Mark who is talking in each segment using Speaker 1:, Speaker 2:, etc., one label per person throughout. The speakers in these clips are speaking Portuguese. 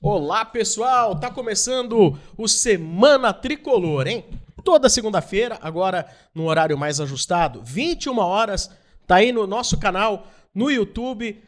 Speaker 1: Olá, pessoal! Tá começando o Semana Tricolor, hein? Toda segunda-feira, agora no horário mais ajustado, 21 horas, tá aí no nosso canal, no YouTube.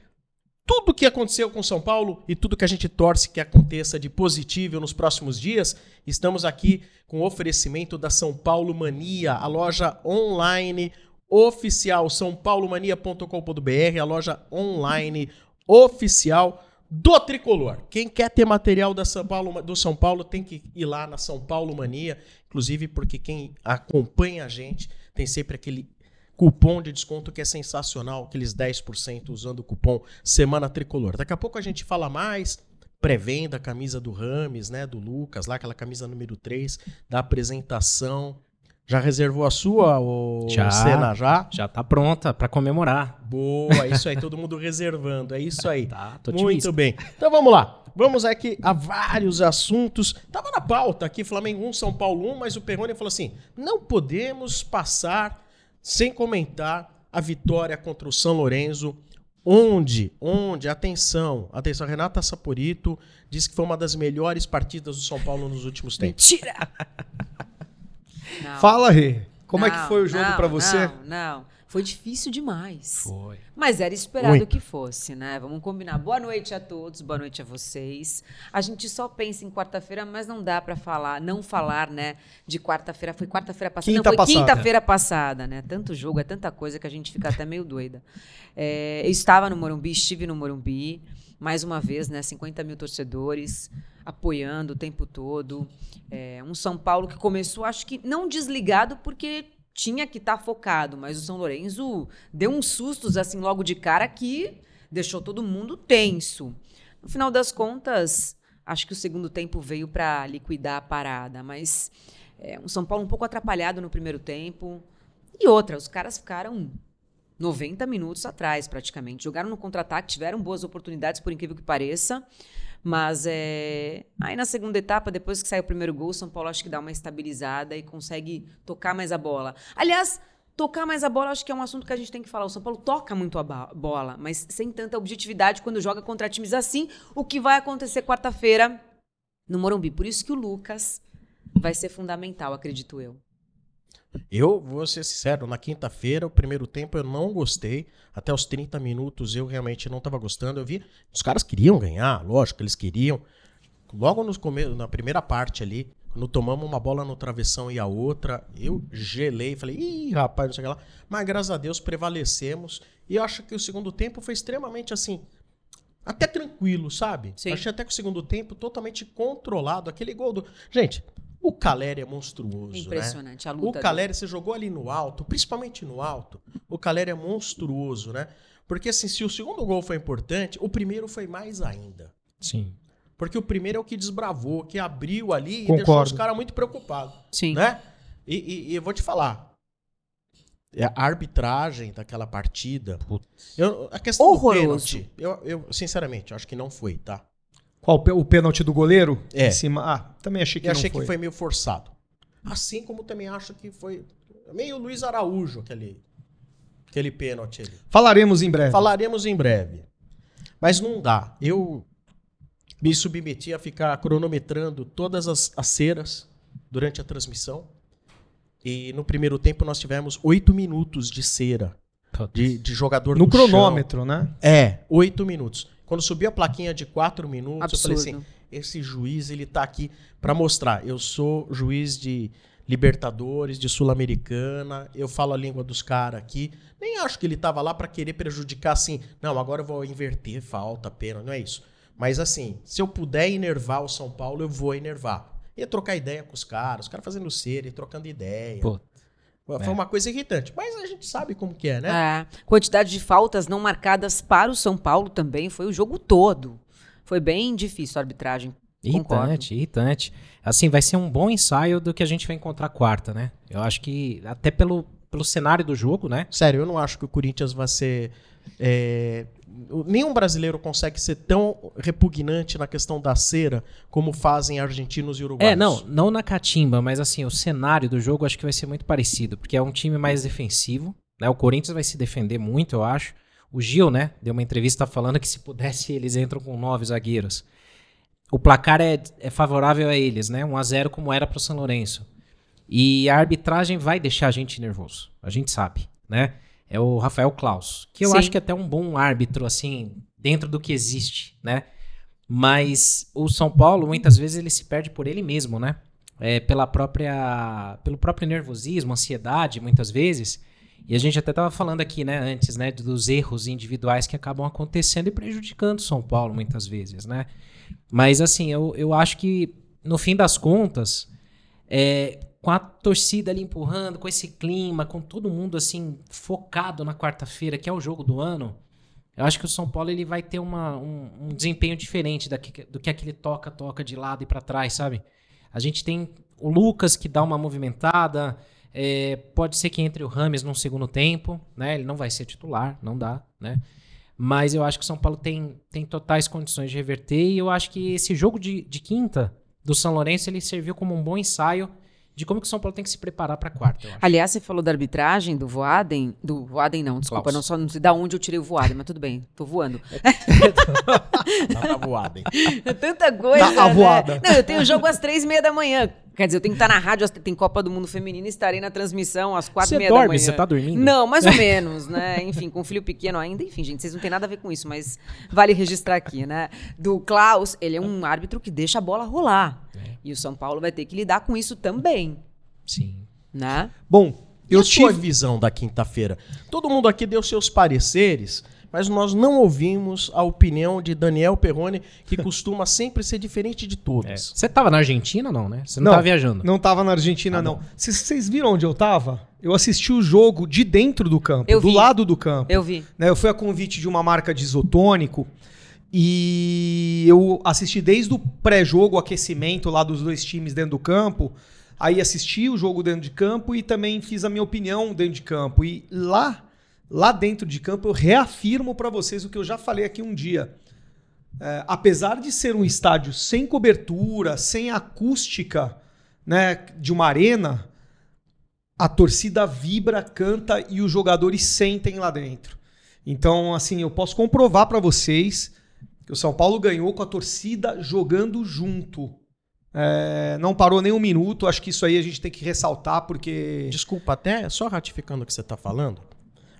Speaker 1: Tudo o que aconteceu com São Paulo e tudo que a gente torce que aconteça de positivo nos próximos dias, estamos aqui com o oferecimento da São Paulo Mania, a loja online oficial, sãopaulomania.com.br, a loja online oficial do Tricolor. Quem quer ter material da São Paulo, do São Paulo tem que ir lá na São Paulo Mania, inclusive porque quem acompanha a gente tem sempre aquele cupom de desconto que é sensacional, aqueles 10% usando o cupom Semana Tricolor. Daqui a pouco a gente fala mais, pré-venda, camisa do Rames, né, do Lucas, lá aquela camisa número 3 da apresentação. Já reservou a sua, o
Speaker 2: Já.
Speaker 1: Senna, já?
Speaker 2: Já tá pronta pra comemorar.
Speaker 1: Boa, isso aí, todo mundo reservando, é isso aí.
Speaker 2: Tá, tô
Speaker 1: Muito
Speaker 2: otimista.
Speaker 1: bem. Então vamos lá. Vamos aqui a vários assuntos. Tava na pauta aqui Flamengo 1, São Paulo 1, mas o Perrone falou assim: não podemos passar sem comentar a vitória contra o São Lourenço. Onde, onde, atenção, atenção, Renata Saporito disse que foi uma das melhores partidas do São Paulo nos últimos tempos.
Speaker 2: Mentira!
Speaker 3: Não,
Speaker 4: Fala, Rê. Como é
Speaker 3: não,
Speaker 4: que foi o jogo
Speaker 3: não,
Speaker 4: pra você?
Speaker 3: Não, não. Foi difícil demais.
Speaker 2: Foi.
Speaker 3: Mas era esperado
Speaker 1: Muito.
Speaker 3: que fosse, né? Vamos combinar. Boa noite a todos, boa noite a vocês. A gente só pensa em quarta-feira, mas não dá pra falar, não falar, né, de quarta-feira. Foi quarta-feira passada,
Speaker 4: Quinta
Speaker 3: não, foi
Speaker 4: passada.
Speaker 3: quinta-feira passada, né? Tanto jogo, é tanta coisa que a gente fica até meio doida. É, eu estava no Morumbi, estive no Morumbi, mais uma vez, né? 50 mil torcedores apoiando o tempo todo. É, um São Paulo que começou, acho que não desligado, porque tinha que estar focado, mas o São Lourenço deu uns sustos assim logo de cara que deixou todo mundo tenso. No final das contas, acho que o segundo tempo veio para liquidar a parada, mas é, um São Paulo um pouco atrapalhado no primeiro tempo. E outra, os caras ficaram 90 minutos atrás, praticamente. Jogaram no contra-ataque, tiveram boas oportunidades, por incrível que pareça. Mas é... aí na segunda etapa, depois que sai o primeiro gol, o São Paulo acho que dá uma estabilizada e consegue tocar mais a bola. Aliás, tocar mais a bola acho que é um assunto que a gente tem que falar. O São Paulo toca muito a ba- bola, mas sem tanta objetividade quando joga contra times assim, o que vai acontecer quarta-feira no Morumbi. Por isso que o Lucas vai ser fundamental, acredito eu.
Speaker 1: Eu vou ser sincero, na quinta-feira, o primeiro tempo eu não gostei. Até os 30 minutos eu realmente não estava gostando. Eu vi, os caras queriam ganhar, lógico, eles queriam. Logo no come- na primeira parte ali, quando tomamos uma bola no travessão e a outra, eu gelei, falei, ih, rapaz, não sei o que lá. Mas graças a Deus prevalecemos. E eu acho que o segundo tempo foi extremamente assim. Até tranquilo, sabe?
Speaker 3: Sim.
Speaker 1: Achei até que o segundo tempo totalmente controlado. Aquele gol do. Gente, o Caleri é monstruoso.
Speaker 3: É
Speaker 1: Né?
Speaker 3: impressionante a
Speaker 1: O
Speaker 3: luta.
Speaker 1: Caleri, você jogou ali no alto, principalmente no alto. O Caleri é monstruoso, né? Porque assim, se o segundo gol foi importante, o primeiro foi mais ainda.
Speaker 2: Sim.
Speaker 1: Porque o primeiro é o que desbravou, que abriu ali e deixou
Speaker 4: Concordo.
Speaker 1: os caras muito preocupados,
Speaker 3: Do... Sim.
Speaker 1: né? E, e- e eu vou te falar. é, A arbitragem daquela partida. Eu, a questão
Speaker 3: Horroroso.
Speaker 1: do pênalti, eu, eu, sinceramente, eu acho que não foi, tá?
Speaker 4: Qual pe- o pênalti do goleiro?
Speaker 1: É.
Speaker 4: Em cima. Ah, também achei que
Speaker 1: eu
Speaker 4: não
Speaker 1: achei
Speaker 4: foi.
Speaker 1: que foi meio forçado. Assim como também acho que foi meio Luiz Araújo aquele, aquele pênalti ali.
Speaker 4: Falaremos em breve.
Speaker 1: Falaremos em breve. Mas não dá. Eu me submeti a ficar cronometrando todas as, as ceras durante a transmissão. E no primeiro tempo nós tivemos oito minutos de cera de, de jogador
Speaker 4: no
Speaker 1: no chão.
Speaker 4: cronômetro, né?
Speaker 1: É, oito minutos. Quando subiu a plaquinha de quatro minutos, eu falei assim:
Speaker 3: Absurdo.
Speaker 1: esse juiz ele tá aqui para mostrar. Eu sou juiz de Libertadores, de Sul-Americana, eu falo a língua dos caras aqui. Nem acho que ele tava lá para querer prejudicar assim. Não, agora eu vou inverter falta, pênalti, não é isso. Mas assim, se eu puder enervar o São Paulo, eu vou enervar. Ia trocar ideia com os caras, os caras fazendo cera e trocando ideia.
Speaker 2: Pô.
Speaker 1: Foi
Speaker 2: é.
Speaker 1: uma coisa irritante, mas a gente sabe como que é, né?
Speaker 3: É. Quantidade de faltas não marcadas para o São Paulo também foi o jogo todo. Foi bem difícil a arbitragem. Concordo.
Speaker 2: Irritante, irritante. Assim, vai ser um bom ensaio do que a gente vai encontrar quarta, né? Eu acho que até pelo, pelo cenário do jogo, né?
Speaker 1: Sério, eu não acho que o Corinthians vai ser. é, o- nenhum brasileiro consegue ser tão repugnante na questão da cera como fazem argentinos e uruguaios.
Speaker 2: É, não, não na catimba, mas assim, o cenário do jogo acho que vai ser muito parecido, porque é um time mais defensivo, né? O Corinthians vai se defender muito, eu acho. O Gil, né, deu uma entrevista falando que se pudesse eles entram com nove zagueiros. o placar é, é favorável a eles, né? 1 a 0 como era para o São Lourenço. E a arbitragem vai deixar a gente nervoso. A gente sabe, né? É o Rafael Klaus, que eu
Speaker 3: Sim.
Speaker 2: acho que é até um bom árbitro, assim, dentro do que existe, né? Mas o São Paulo, muitas vezes, ele se perde por ele mesmo, né? É, pela própria, pelo próprio nervosismo, ansiedade, muitas vezes. E a gente até estava falando aqui, né, antes, né, dos erros individuais que acabam acontecendo e prejudicando o São Paulo, muitas vezes, né? Mas assim, eu, eu acho que no fim das contas, é, com a torcida ali empurrando, com esse clima, com todo mundo assim focado na quarta-feira, que é o jogo do ano, eu acho que o São Paulo ele vai ter uma, um, um desempenho diferente daqui- do que aquele toca toca de lado e pra trás, sabe? A gente tem o Lucas que dá uma movimentada, é, pode ser que entre o Rames num segundo tempo, né? Ele não vai ser titular, não dá, né? Mas eu acho que o São Paulo tem, tem totais condições de reverter. E eu acho que esse jogo de, de quinta do São Lourenço ele serviu como um bom ensaio de como que o São Paulo tem que se preparar para quarta. Eu acho.
Speaker 3: Aliás, você falou da arbitragem do Voaden. Do Voaden, não, desculpa,
Speaker 2: Klaus.
Speaker 3: não, só, não sei da onde eu tirei o Voaden, mas tudo bem, tô voando.
Speaker 1: Tá na
Speaker 2: né?
Speaker 1: voada, hein?
Speaker 3: É tanta coisa.
Speaker 4: Dá a
Speaker 3: né?
Speaker 4: voada.
Speaker 3: Não, eu tenho jogo às três e meia da manhã. Quer dizer, eu tenho que estar na rádio, tem Copa do Mundo Feminino, estarei na transmissão às quatro e
Speaker 2: Você
Speaker 3: meia da
Speaker 2: dorme?
Speaker 3: manhã.
Speaker 2: Você tá dormindo?
Speaker 3: Não, mais ou menos, né? Enfim, com um filho pequeno ainda, enfim, gente, vocês não têm nada a ver com isso, mas vale registrar aqui, né? Do Klaus, ele é um árbitro que deixa a bola rolar.
Speaker 2: É.
Speaker 3: E o São Paulo vai ter que lidar com isso também,
Speaker 2: Sim.
Speaker 3: né?
Speaker 4: Bom,
Speaker 1: E
Speaker 4: eu
Speaker 1: a sua
Speaker 4: tive.
Speaker 1: visão da quinta-feira? Todo mundo aqui deu seus pareceres, mas nós não ouvimos a opinião de Daniel Perrone, que costuma sempre ser diferente de todas.
Speaker 2: Você tava na Argentina não, né? Você É. não, tava viajando.
Speaker 4: Não tava na Argentina, Ah, não. Vocês vocês viram onde eu tava? Eu assisti o jogo de dentro do campo,
Speaker 3: Eu
Speaker 4: do
Speaker 3: vi.
Speaker 4: lado do campo.
Speaker 3: Eu vi.
Speaker 4: né? Eu fui a convite de uma marca de isotônico e eu assisti desde o pré-jogo, o aquecimento lá dos dois times dentro do campo. Aí assisti o jogo dentro de campo e também fiz a minha opinião dentro de campo. E lá, lá dentro de campo, eu reafirmo para vocês o que eu já falei aqui um dia. É, apesar de ser um estádio sem cobertura, sem acústica, né, de uma arena, a torcida vibra, canta e os jogadores sentem lá dentro. Então, assim, eu posso comprovar para vocês que o São Paulo ganhou com a torcida jogando junto. É, não parou nem um minuto, acho que isso aí a gente tem que ressaltar,
Speaker 2: É.
Speaker 4: porque.
Speaker 1: Desculpa, até só ratificando o que você está falando,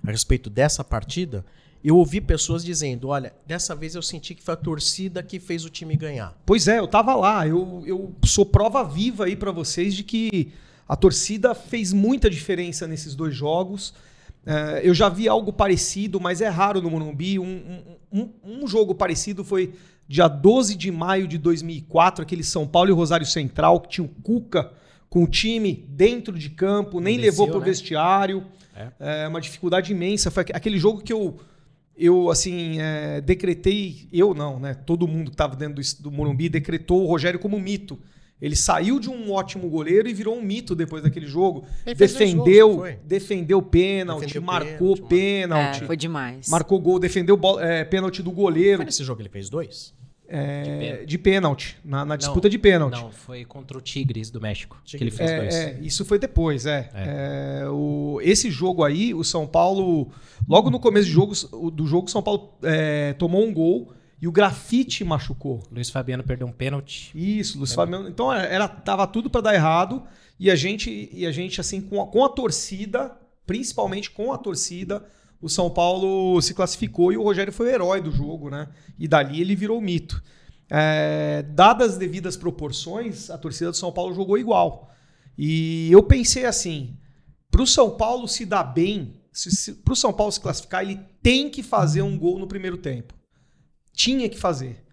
Speaker 1: a respeito dessa partida, eu ouvi pessoas dizendo: olha, dessa vez eu senti que foi a torcida que fez o time ganhar.
Speaker 4: Pois é, eu tava lá, eu, eu sou prova viva aí para vocês de que a torcida fez muita diferença nesses dois jogos. É, eu já vi algo parecido, mas é raro no Morumbi. Um, um- um- um jogo parecido foi dia 12 de maio de 2004, aquele São Paulo e Rosário Central, que tinha o Cuca com o time dentro de campo, nem
Speaker 2: Desceu,
Speaker 4: levou pro
Speaker 2: né?
Speaker 4: vestiário.
Speaker 2: É.
Speaker 4: É. uma dificuldade imensa. Foi aque- aquele jogo que eu, eu assim, é, decretei, eu não, né? Todo mundo que estava dentro do, es- do Morumbi decretou o Rogério como mito. Ele saiu de um ótimo goleiro e virou um mito depois daquele jogo
Speaker 1: Ele fez dois
Speaker 4: defendeu,
Speaker 1: gols, não foi?
Speaker 4: defendeu pênalti,
Speaker 1: Defendeu
Speaker 4: marcou pênalti,
Speaker 3: É, foi demais.
Speaker 4: marcou gol, defendeu bo- é, pênalti do
Speaker 1: Foi
Speaker 4: goleiro
Speaker 1: nesse jogo que ele fez dois?
Speaker 4: é,
Speaker 2: pênalti.
Speaker 4: de pênalti, na, na disputa de pênalti.
Speaker 2: Não, foi contra o Tigres do México que ele
Speaker 1: Tigres.
Speaker 2: fez dois.
Speaker 4: É, é, isso foi depois, é. É, o- esse jogo aí, o São Paulo, logo no começo do jogo, o- do jogo, o São Paulo é, tomou um gol e o grafite machucou.
Speaker 2: Luiz Fabiano perdeu um pênalti.
Speaker 4: Isso, Luiz Fabiano. Então era, tava tudo para dar errado e a gente e a gente assim com a, com a torcida, principalmente com a torcida, o São Paulo se classificou e o Rogério foi o herói do jogo, né? E dali ele virou mito. É, dadas as devidas proporções, a torcida do São Paulo jogou igual. E eu pensei assim, para o São Paulo se dar bem, para o São Paulo se classificar, ele tem que fazer um gol no primeiro tempo. Tinha que fazer.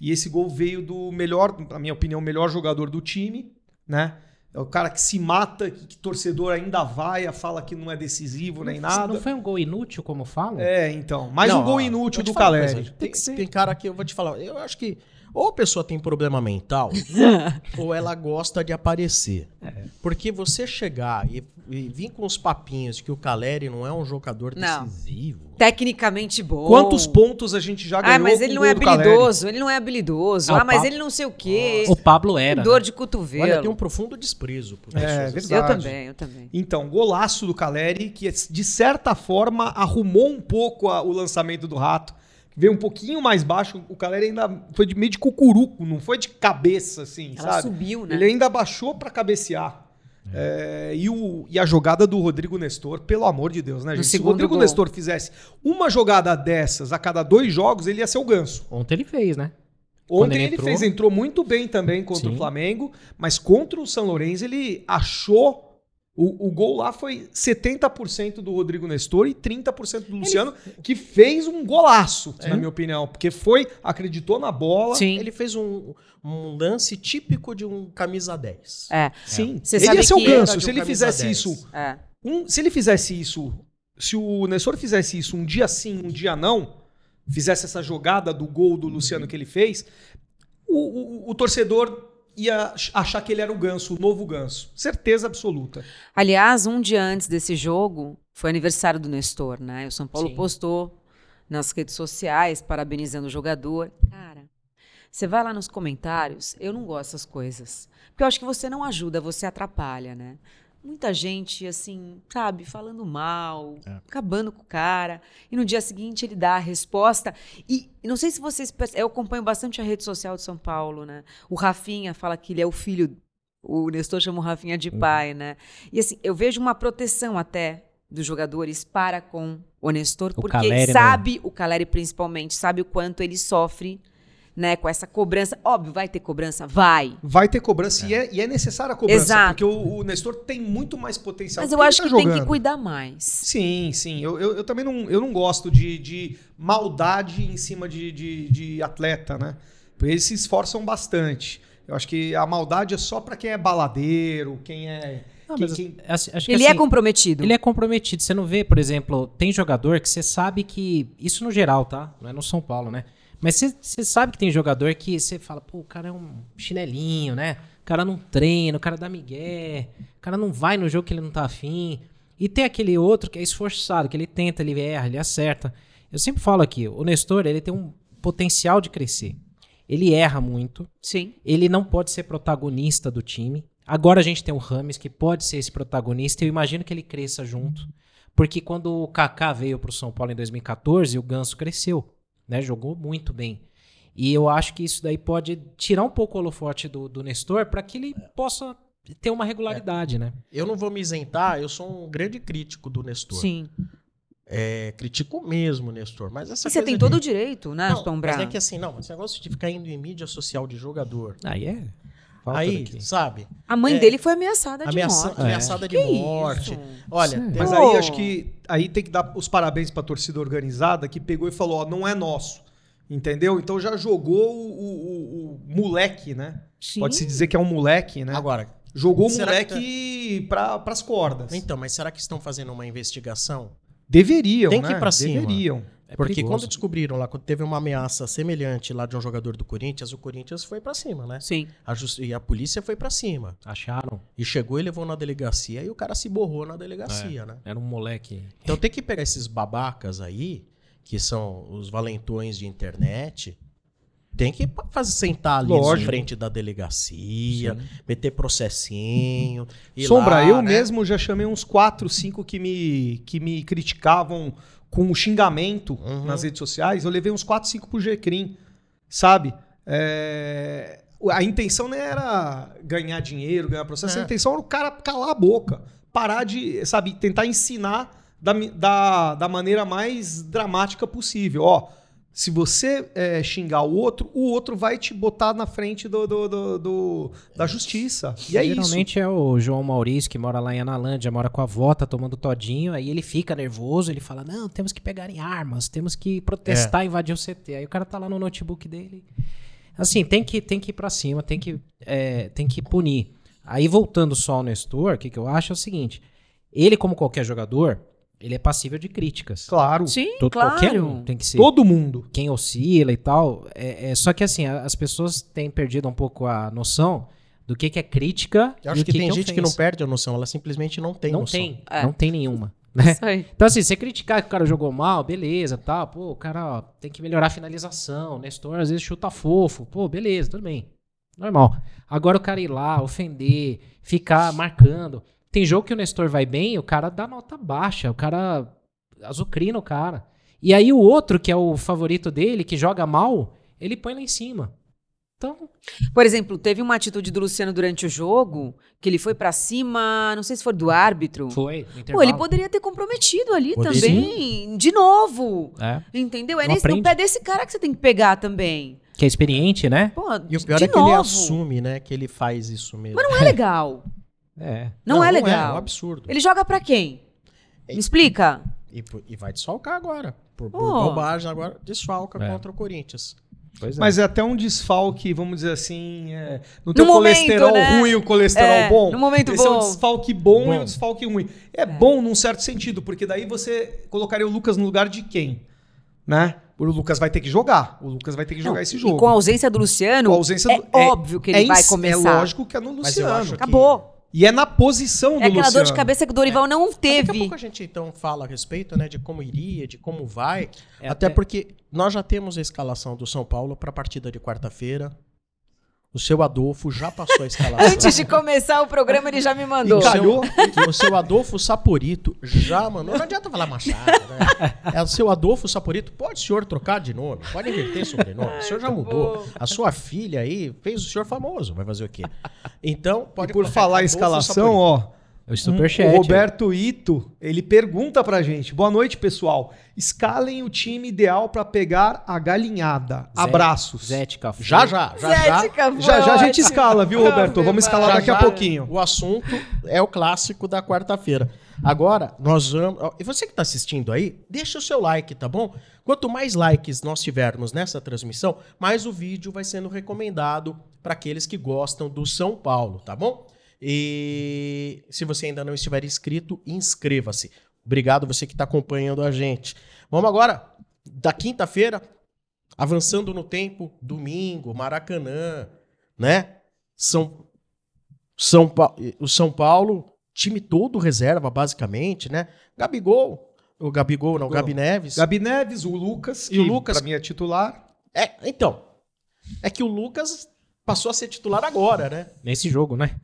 Speaker 4: E esse gol veio do melhor, na minha opinião, o melhor jogador do time, né? É o cara que se mata, que, que torcedor ainda vai, fala que não é decisivo nem nada.
Speaker 2: Não foi um gol inútil, como falam?
Speaker 4: É, então. Mais
Speaker 1: Não,
Speaker 4: um gol
Speaker 1: ó,
Speaker 4: inútil
Speaker 1: vou te
Speaker 4: do
Speaker 1: falar uma coisa,
Speaker 4: Caleri.
Speaker 1: Tem, tem cara que eu vou te falar, eu acho que ou a pessoa tem problema mental ou ela gosta de aparecer. Porque você chegar e, e vir com os papinhos de que o Caleri não é um jogador
Speaker 3: Não.
Speaker 1: decisivo.
Speaker 3: Tecnicamente bom.
Speaker 4: Quantos pontos a gente já ganhou
Speaker 3: Ah, mas
Speaker 4: com
Speaker 3: ele
Speaker 4: o
Speaker 3: não
Speaker 4: gol
Speaker 3: é
Speaker 4: do Caleri?
Speaker 3: habilidoso, ele não é habilidoso.
Speaker 2: Ah, o
Speaker 3: Ah, mas
Speaker 2: Pablo-
Speaker 3: ele não sei o quê.
Speaker 2: O Pablo era. né?
Speaker 3: Dor de cotovelo.
Speaker 1: Olha, tem um profundo desprezo por
Speaker 4: É,
Speaker 1: pessoas assim.
Speaker 4: verdade.
Speaker 3: Eu também, eu também.
Speaker 4: Então, golaço do Caleri, que de certa forma arrumou um pouco a- o lançamento do Rato. veio um pouquinho mais baixo. O Calera ainda foi de meio de cucuruco, não foi de cabeça, assim,
Speaker 3: Ela
Speaker 4: sabe?
Speaker 3: subiu, né?
Speaker 4: Ele ainda baixou pra cabecear. É, e, o- e a jogada do Rodrigo Nestor, pelo amor de Deus, né,
Speaker 3: No
Speaker 4: gente? Se o
Speaker 3: segundo
Speaker 4: Rodrigo
Speaker 3: gol.
Speaker 4: Nestor fizesse uma jogada dessas a cada dois jogos, ele ia ser o ganso.
Speaker 2: Ontem ele fez, né? Quando
Speaker 4: Ontem
Speaker 2: ele
Speaker 4: ele,
Speaker 2: entrou-
Speaker 4: fez, entrou muito bem também contra
Speaker 2: Sim.
Speaker 4: o Flamengo, mas contra o São Lourenço ele achou. O, o gol lá foi 70% do Rodrigo Nestor e 30% do Luciano, que fez um golaço, na minha opinião. Porque foi, acreditou na bola.
Speaker 3: Sim.
Speaker 1: Ele fez um, um lance típico de um camisa 10.
Speaker 3: É.
Speaker 4: Sim.
Speaker 3: Você
Speaker 4: ele
Speaker 3: sabe
Speaker 4: ia ser o
Speaker 3: que-
Speaker 1: Era
Speaker 4: ganso.
Speaker 1: de
Speaker 4: Se
Speaker 1: um
Speaker 4: ele
Speaker 1: camisa
Speaker 4: fizesse
Speaker 1: 10.
Speaker 4: isso.
Speaker 3: É.
Speaker 4: um- se ele fizesse isso. Se o Nestor fizesse isso um dia sim, um dia não, fizesse essa jogada do gol do Luciano que ele fez, o, o- o torcedor ia ach- achar que ele era o ganso, o novo ganso. Certeza absoluta.
Speaker 3: Aliás, um dia antes desse jogo, foi aniversário do Nestor, né? O São Paulo
Speaker 2: Sim.
Speaker 3: postou nas redes sociais, parabenizando o jogador. Cara, você vai lá nos comentários, eu não gosto dessas coisas. Porque eu acho que você não ajuda, você atrapalha, né? Muita gente, assim, sabe, falando mal,
Speaker 1: É.
Speaker 3: acabando com o cara. E no dia seguinte ele dá a resposta. E não sei se vocês. perce- Eu acompanho bastante a rede social de São Paulo, né? O Rafinha fala que ele é o filho. O Nestor chama o Rafinha
Speaker 2: Uhum.
Speaker 3: de pai, né? E assim, eu vejo uma proteção até dos jogadores para com o Nestor,
Speaker 2: O
Speaker 3: porque
Speaker 2: Caleri, né?
Speaker 3: sabe, o Caleri principalmente, sabe o quanto ele sofre, né, com essa cobrança. Óbvio, vai ter cobrança? Vai.
Speaker 4: Vai ter cobrança e, é, e é necessária a cobrança.
Speaker 3: Exato.
Speaker 4: Porque o, o Nestor tem muito mais potencial.
Speaker 3: Mas
Speaker 4: do
Speaker 3: eu acho
Speaker 4: ele
Speaker 3: que
Speaker 4: tá
Speaker 3: tem que
Speaker 4: jogando.
Speaker 3: cuidar mais.
Speaker 4: Sim, sim. Eu, eu, eu também não, eu não gosto de, de maldade em cima de, de, de atleta, né? Porque eles se esforçam bastante. Eu acho que a maldade é só pra quem é baladeiro, quem é.
Speaker 2: Não,
Speaker 4: quem-
Speaker 2: mas
Speaker 4: quem-
Speaker 2: acho- acho que
Speaker 3: Ele é
Speaker 2: assim,
Speaker 3: comprometido.
Speaker 2: Ele é comprometido. Você não vê, por exemplo, tem jogador que você sabe que. Isso no geral, tá? Não é no São Paulo, né? Mas você- você sabe que tem jogador que você fala, pô, o cara é um chinelinho, né? O cara não treina, o cara dá migué, o cara não vai no jogo que ele não tá afim. E tem aquele outro que é esforçado, que ele tenta, ele erra, ele acerta. Eu sempre falo aqui, o Nestor, ele tem um potencial de crescer. Ele erra muito,
Speaker 3: Sim.
Speaker 2: ele não pode ser protagonista do time. Agora a gente tem o Rames, que pode ser esse protagonista, e eu imagino que ele cresça junto. Porque quando o Kaká veio para o São Paulo em 2014, o Ganso cresceu, né? Jogou muito bem. E eu acho que isso daí pode tirar um pouco o holofote do, do Nestor para que ele possa ter uma regularidade, né?
Speaker 1: Eu não vou me isentar, eu sou um grande crítico do Nestor.
Speaker 3: Sim.
Speaker 1: É, critico mesmo o Nestor, mas essa
Speaker 3: E você
Speaker 1: coisa
Speaker 3: tem
Speaker 1: de-
Speaker 3: todo o direito, né,
Speaker 1: não,
Speaker 3: assombrar.
Speaker 1: Mas é que assim, não, esse negócio de ficar indo em mídia social de jogador.
Speaker 2: Aí é.
Speaker 1: aí, sabe?
Speaker 3: A mãe
Speaker 1: é,
Speaker 3: dele foi ameaçada de
Speaker 1: Ameaça-
Speaker 3: morte.
Speaker 1: ameaçada de
Speaker 3: Que
Speaker 1: morte.
Speaker 3: isso?
Speaker 1: Olha, é,
Speaker 2: Sim.
Speaker 1: tem-
Speaker 4: Mas
Speaker 3: Pô.
Speaker 4: aí acho que aí tem que dar os parabéns pra torcida organizada que pegou e falou: ó, não é nosso. Entendeu? Então já jogou o, o- o- o moleque, né?
Speaker 3: Sim.
Speaker 4: Pode se dizer que é um moleque, né?
Speaker 1: agora,
Speaker 4: jogou o
Speaker 1: será que tá
Speaker 4: moleque pra, pras cordas.
Speaker 1: então, mas será que estão fazendo uma investigação?
Speaker 4: Deveriam,
Speaker 1: Tem
Speaker 4: né?
Speaker 1: que ir pra cima.
Speaker 4: Deveriam.
Speaker 2: é
Speaker 1: Porque quando descobriram lá, quando teve uma ameaça semelhante lá de um jogador do Corinthians, o Corinthians foi pra cima, né?
Speaker 3: Sim.
Speaker 1: A justi- e a polícia foi pra cima.
Speaker 2: Acharam?
Speaker 1: E chegou e levou na delegacia e o cara se borrou na
Speaker 4: É.
Speaker 1: delegacia, né?
Speaker 2: Era um moleque.
Speaker 1: Então tem que pegar esses babacas aí, que são os valentões de internet, tem que pa- fazer sentar ali na
Speaker 4: Lógico.
Speaker 1: frente da delegacia, meter processinho. ir
Speaker 4: Sombra,
Speaker 1: lá,
Speaker 4: eu
Speaker 1: né?
Speaker 4: mesmo já chamei uns 4, 5 que me, que me criticavam com xingamento
Speaker 1: Uhum.
Speaker 4: nas redes sociais. Eu levei uns 4, 5 pro Gcrim, sabe? É, A intenção não era ganhar dinheiro, ganhar processo.
Speaker 1: É.
Speaker 4: A intenção era o cara calar a boca. Parar de, sabe, tentar ensinar da, mi- da, da maneira mais dramática possível. Ó, se você é, xingar o outro, o outro vai te botar na frente do, do- do- do- da justiça. E é isso.
Speaker 2: Geralmente é o João Maurício, que mora lá em Analândia, mora com a avó, tá tomando todinho, aí ele fica nervoso, ele fala, não, temos que pegar em armas, temos que
Speaker 4: É.
Speaker 2: protestar, invadir o CT. Aí o cara tá lá no notebook dele. Assim, tem que, tem que ir pra cima, tem que, é, tem que punir. Aí voltando só ao Nestor, o que, que eu acho é o seguinte, ele como qualquer jogador, ele é passível de críticas.
Speaker 4: Claro.
Speaker 3: Sim,
Speaker 2: Todo- Qualquer um
Speaker 3: claro.
Speaker 2: tem que ser
Speaker 4: Todo mundo.
Speaker 2: quem oscila e tal. É, é- só que assim, a- as pessoas têm perdido um pouco a noção do que, que é crítica.
Speaker 1: Eu
Speaker 2: e
Speaker 1: acho
Speaker 2: o é
Speaker 1: que,
Speaker 4: um
Speaker 1: tem gente que não
Speaker 2: ofensa.
Speaker 1: perde a noção, ela simplesmente não tem
Speaker 2: Não
Speaker 1: noção.
Speaker 2: tem,
Speaker 3: É.
Speaker 2: não tem nenhuma. né?
Speaker 3: Isso aí.
Speaker 2: Então, assim, você criticar que o cara jogou mal, beleza, tá? Pô, o cara ó, tem que melhorar a finalização. né? Nestor às vezes chuta fofo. Pô, beleza, tudo bem. Normal. Agora o cara ir lá, ofender, ficar marcando. Tem jogo que o Nestor vai bem, o cara dá nota baixa, o cara azucrina o cara. E aí o outro, que é o favorito dele, que joga mal, ele põe lá em cima. Então,
Speaker 3: Por exemplo, teve uma atitude do Luciano durante o jogo, que ele foi pra cima, não sei se foi do árbitro.
Speaker 2: foi. no
Speaker 3: Pô, ele
Speaker 2: um intervalo.
Speaker 3: poderia ter comprometido ali
Speaker 1: Poderia.
Speaker 3: também, de novo.
Speaker 2: É,
Speaker 3: Entendeu? É
Speaker 2: Não
Speaker 3: nesse, no
Speaker 2: aprende.
Speaker 3: pé desse cara que você tem que pegar também.
Speaker 2: que é experiente, né?
Speaker 3: Pô,
Speaker 1: E o pior
Speaker 3: de
Speaker 1: é que
Speaker 3: novo.
Speaker 1: ele assume, né, que ele faz isso mesmo.
Speaker 3: Mas não é legal.
Speaker 2: É.
Speaker 3: Não, é legal.
Speaker 1: é um absurdo.
Speaker 3: Ele joga pra quem? Me explica.
Speaker 1: E, po- e vai desfalcar agora. Por, por
Speaker 3: Oh.
Speaker 1: bobagem, agora desfalca
Speaker 2: É.
Speaker 1: contra o Corinthians.
Speaker 2: Pois é.
Speaker 4: Mas é até um desfalque, vamos dizer assim. É, não tem
Speaker 3: No
Speaker 4: o
Speaker 3: momento,
Speaker 4: colesterol
Speaker 3: né?
Speaker 4: ruim e o colesterol
Speaker 3: É,
Speaker 4: bom.
Speaker 3: no momento
Speaker 4: Esse é um
Speaker 3: bom.
Speaker 4: desfalque bom, e
Speaker 1: Bom.
Speaker 4: um desfalque ruim. É, bom num certo sentido, porque daí você colocaria o Lucas no lugar de quem? Né? O Lucas vai ter que jogar. O Lucas vai ter que jogar
Speaker 3: Não,
Speaker 4: esse jogo.
Speaker 3: E com a ausência do Luciano,
Speaker 4: Com a ausência do-
Speaker 3: é,
Speaker 4: é-
Speaker 3: óbvio que ele
Speaker 4: é
Speaker 3: vai
Speaker 4: ins-
Speaker 3: começar.
Speaker 4: É lógico que é no
Speaker 1: Mas eu
Speaker 4: Luciano.
Speaker 1: acho que-
Speaker 3: Acabou.
Speaker 4: E é na posição do
Speaker 3: É aquela dor de
Speaker 4: Luciano.
Speaker 3: cabeça que o Dorival não
Speaker 1: Daqui a
Speaker 3: teve.
Speaker 1: pouco a gente então fala a respeito, né, de como iria, de como vai.
Speaker 2: É
Speaker 1: até, porque nós já temos a escalação do São Paulo para a partida de quarta-feira. O seu Adolfo já passou a escalação.
Speaker 3: Antes de começar o programa, ele já me mandou.
Speaker 1: O seu,
Speaker 4: Calhou.
Speaker 1: o seu Adolfo Saporito já mandou. Não adianta falar Machado, né? É o seu Adolfo Saporito. Pode o senhor trocar de nome? Pode inverter sobrenome? O senhor já mudou. A sua filha aí fez o senhor famoso. Vai fazer o quê? Então, pode
Speaker 4: E por
Speaker 1: colocar
Speaker 4: falar em
Speaker 1: Adolfo
Speaker 4: escalação,
Speaker 1: Saporito.
Speaker 4: ó.
Speaker 2: É O
Speaker 4: Hum, O
Speaker 2: superchat.
Speaker 4: Roberto Ito, ele pergunta pra gente: boa noite, pessoal. Escalem o time ideal pra pegar a galinhada.
Speaker 2: Zé-
Speaker 4: Abraços.
Speaker 2: Zética. foi.
Speaker 1: Já, já, já, já.
Speaker 3: Zética, foi
Speaker 4: Já já a gente
Speaker 3: ótimo.
Speaker 4: escala, viu, Roberto? Vamos escalar
Speaker 1: Já,
Speaker 4: tá daqui a
Speaker 1: já.
Speaker 4: pouquinho.
Speaker 1: O assunto é o clássico da quarta-feira. Agora, nós vamos. ó, E você que está assistindo aí, deixa o seu like, tá bom? Quanto mais likes nós tivermos nessa transmissão, mais o vídeo vai sendo recomendado para aqueles que gostam do São Paulo, tá bom? E se você ainda não estiver inscrito, inscreva-se. Obrigado você que está acompanhando a gente. Vamos agora, da quinta-feira, avançando no tempo, domingo, Maracanã, né? São, São, Pa- o São Paulo, time todo reserva, basicamente, né? Gabigol, o Gabigol não, Gabi Neves.
Speaker 4: Gabi Neves, o Lucas,
Speaker 1: E o Lucas-
Speaker 4: pra mim é titular.
Speaker 1: É, então, é que o Lucas passou a ser titular agora, né?
Speaker 2: Nesse jogo, né?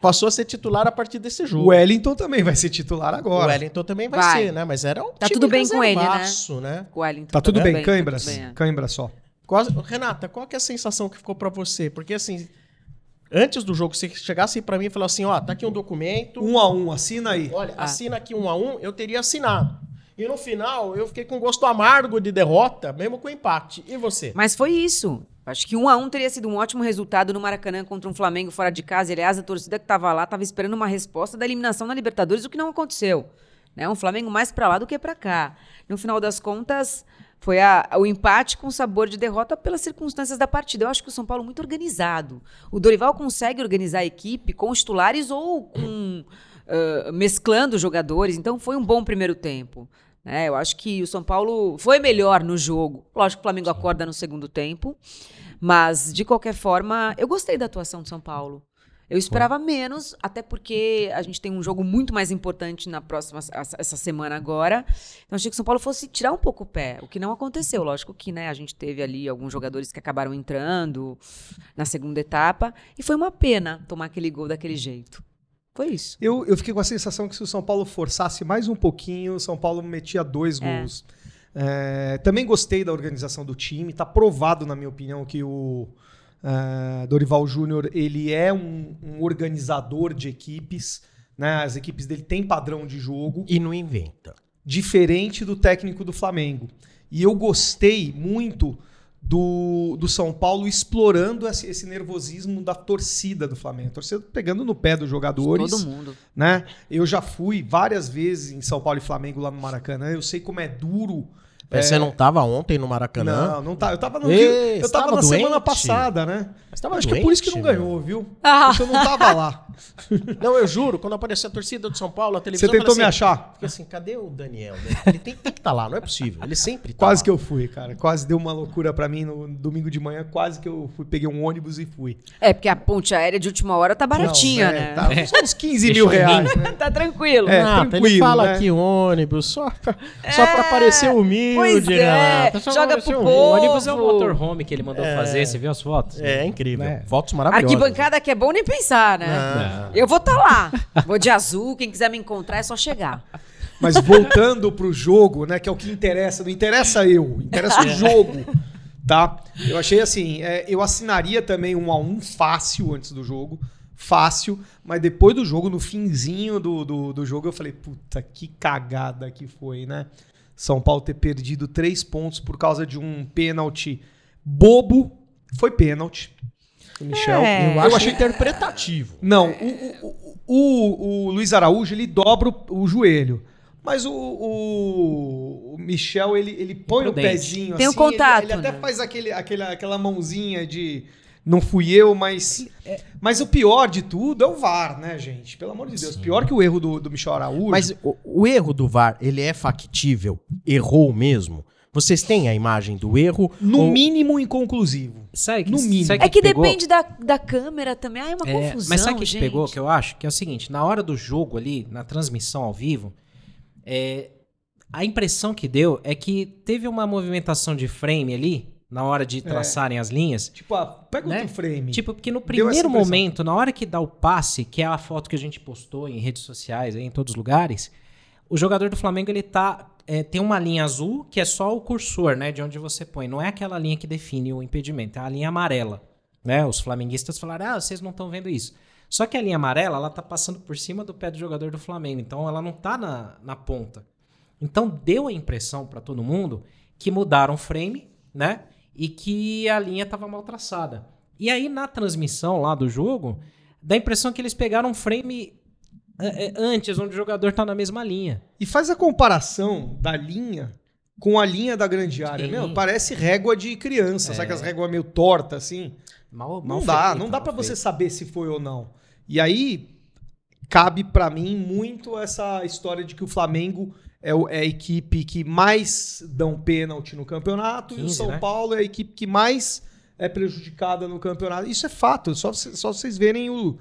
Speaker 1: Passou a ser titular a partir desse jogo.
Speaker 4: O Wellington também vai ser titular
Speaker 1: O
Speaker 4: agora.
Speaker 1: Wellington também vai,
Speaker 3: Vai.
Speaker 1: ser, né? Mas era um
Speaker 3: Tá
Speaker 1: time
Speaker 3: tudo bem com ele, né?
Speaker 1: reservaço, né?
Speaker 3: O Wellington
Speaker 4: Tá tudo
Speaker 3: tá
Speaker 4: bem,
Speaker 3: bem, tá
Speaker 4: câimbras.
Speaker 3: tudo bem, é.
Speaker 4: Câimbra só.
Speaker 1: Quase- Renata, qual que é a sensação que ficou pra você? Porque assim, antes do jogo, se chegasse pra mim e falasse assim, ó, tá aqui um documento,
Speaker 4: Um a um, assina aí.
Speaker 1: olha,
Speaker 3: Ah.
Speaker 1: assina aqui um a um, eu teria assinado. E no final, eu fiquei com gosto amargo de derrota, mesmo com empate. E você?
Speaker 3: Mas foi isso. Acho que um a um teria sido um ótimo resultado no Maracanã contra um Flamengo fora de casa. Aliás, a torcida que estava lá estava esperando uma resposta da eliminação na Libertadores, o que não aconteceu. Né? Um Flamengo mais para lá do que para cá. No final das contas, foi a- o empate com sabor de derrota pelas circunstâncias da partida. Eu acho que o São Paulo é muito organizado. O Dorival consegue organizar a equipe com os titulares ou com ah, mesclando jogadores. Então foi um bom primeiro tempo. né? Eu acho que o São Paulo foi melhor no jogo. Lógico que o Flamengo acorda no segundo tempo. Mas, de qualquer forma, eu gostei da atuação do São Paulo. Eu esperava menos, até porque a gente tem um jogo muito mais importante na próxima essa essa semana agora. Então achei que o São Paulo fosse tirar um pouco o pé, o que não aconteceu. Lógico que, né, a gente teve ali alguns jogadores que acabaram entrando na segunda etapa e foi uma pena tomar aquele gol daquele jeito. Foi isso.
Speaker 4: Eu, eu fiquei com a sensação que se o São Paulo forçasse mais um pouquinho, o São Paulo metia dois gols. É, também gostei da organização do time. Tá provado, na minha opinião, que o é, Dorival Júnior ele é um, um organizador de equipes. Né? As equipes dele têm padrão de jogo
Speaker 1: E não inventa.
Speaker 4: diferente do técnico do Flamengo. E eu gostei muito do, do São Paulo explorando esse, esse nervosismo da torcida do Flamengo. A torcida pegando no pé dos jogadores
Speaker 3: Todo mundo.
Speaker 4: né? Eu já fui várias vezes em São Paulo e Flamengo lá no Maracanã. Eu sei como é duro.
Speaker 1: Você não tava ontem no Maracanã?
Speaker 4: Não, não tá. Eu tava no
Speaker 1: Ei,
Speaker 4: Rio-
Speaker 1: você
Speaker 4: Eu tava,
Speaker 1: tava
Speaker 4: na semana
Speaker 1: doente?
Speaker 4: passada, né?
Speaker 1: Mas tava
Speaker 4: Acho que é por isso que não
Speaker 1: doente,
Speaker 4: ganhou, viu?
Speaker 3: Ah,
Speaker 4: Porque eu não tava lá.
Speaker 1: Não, eu juro, quando apareceu a torcida do São Paulo, a
Speaker 4: Você
Speaker 1: televisão
Speaker 4: tentou
Speaker 1: fala
Speaker 4: me
Speaker 1: assim,
Speaker 4: achar?
Speaker 1: Fiquei assim, cadê o Daniel? né? Ele tem, tem que estar lá, não é possível. Ele sempre tá
Speaker 4: Quase
Speaker 1: lá.
Speaker 4: que eu fui, cara. Quase deu uma loucura pra mim no domingo de manhã. Quase que eu fui, peguei um ônibus e fui.
Speaker 3: é porque a ponte aérea de última hora tá baratinha,
Speaker 4: Não,
Speaker 3: né?
Speaker 4: Tá,
Speaker 1: É.
Speaker 4: uns 15
Speaker 2: Deixa
Speaker 4: mil
Speaker 2: eu ver.
Speaker 4: reais, né?
Speaker 3: tá tranquilo.
Speaker 4: É,
Speaker 1: Renata, ele
Speaker 4: tranquilo,
Speaker 1: fala
Speaker 4: né? É,
Speaker 1: que ônibus, só pra, só pra parecer humilde, né?
Speaker 3: pois é,
Speaker 2: Então,
Speaker 1: Renata, só pra
Speaker 3: joga
Speaker 1: parecer
Speaker 3: pro
Speaker 1: humilde.
Speaker 2: O
Speaker 3: povo.
Speaker 2: ônibus é o motorhome que ele mandou
Speaker 4: É.
Speaker 2: fazer, você viu as fotos?
Speaker 1: É, é incrível.
Speaker 2: É.
Speaker 1: Fotos maravilhosas.
Speaker 3: Arquibancada que é bom nem pensar, né?
Speaker 1: Não.
Speaker 2: Não.
Speaker 3: Eu vou estar lá. Vou de azul, quem quiser me encontrar é só chegar.
Speaker 4: Mas voltando pro jogo, né? Que é o que interessa. Não interessa eu, interessa o jogo. Tá? Eu achei assim, é, eu assinaria também um a um fácil antes do jogo. Fácil, mas depois do jogo, no finzinho do, do, do jogo, eu falei, puta, que cagada que foi, né? São Paulo ter perdido três pontos por causa de um pênalti bobo. Foi pênalti. O Michel.
Speaker 3: É.
Speaker 1: Eu acho interpretativo.
Speaker 4: Não, o, o- o- o Luiz Araújo ele dobra o, o joelho. Mas o, o- o Michel, ele, ele põe
Speaker 2: Prudente.
Speaker 4: o pezinho
Speaker 3: Tem o
Speaker 4: assim.
Speaker 3: contato,
Speaker 4: Ele, ele até
Speaker 3: né?
Speaker 4: faz aquele, aquele, aquela mãozinha de. Não fui eu, mas. Mas o pior de tudo é o VAR, né, gente? Pelo amor de Deus. Pior que o erro do, do Michel Araújo.
Speaker 1: Mas o, o erro do VAR, ele é factível? Errou mesmo? Vocês têm a imagem do erro?
Speaker 4: no
Speaker 1: Ou-
Speaker 4: mínimo inconclusivo.
Speaker 2: Sabe que,
Speaker 4: No mínimo.
Speaker 2: sabe
Speaker 3: É que
Speaker 2: pegou?
Speaker 3: depende da, da câmera também. Ah, é uma
Speaker 2: É,
Speaker 3: confusão,
Speaker 2: mas sabe o que
Speaker 3: gente.
Speaker 2: pegou, que eu acho? Que é o seguinte, na hora do jogo ali, na transmissão ao vivo, é, a impressão que deu é que teve uma movimentação de frame ali, na hora
Speaker 4: É.
Speaker 2: de traçarem as linhas.
Speaker 4: Tipo, ah, pega
Speaker 2: Né?
Speaker 4: outro frame.
Speaker 2: Tipo, porque no
Speaker 4: Deu essa
Speaker 2: primeiro
Speaker 4: impressão.
Speaker 2: momento, na hora que dá o passe, que é a foto que a gente postou em redes sociais, aí, em todos os lugares, o jogador do Flamengo, ele tá... é, tem uma linha azul que é só o cursor, né? De onde você põe. Não é aquela linha que define o impedimento, é a linha amarela. Né? Os flamenguistas falaram, ah, vocês não estão vendo isso. Só que a linha amarela, ela tá passando por cima do pé do jogador do Flamengo. Então, ela não tá na, na ponta. Então, deu a impressão para todo mundo que mudaram o frame, né? E que a linha tava mal traçada. E aí, na transmissão lá do jogo, dá a impressão que eles pegaram um frame é, é, antes, onde o jogador tá na mesma linha.
Speaker 4: E faz a comparação da linha com a linha da grande área.
Speaker 2: Sim.
Speaker 4: Meu, parece régua de criança, sabe aquelas réguas meio tortas assim?
Speaker 2: Mal,
Speaker 4: Não
Speaker 2: mal
Speaker 4: dá,
Speaker 2: feito,
Speaker 4: não dá
Speaker 2: mal
Speaker 4: pra
Speaker 2: feito.
Speaker 4: você saber se foi ou não. E aí cabe pra mim muito essa história de que o Flamengo é, o- é a equipe que mais dão pênalti no campeonato e o
Speaker 2: 15,
Speaker 4: São
Speaker 2: né?
Speaker 4: Paulo é a equipe que mais é prejudicada no campeonato. Isso é fato, só, vocês- só vocês verem o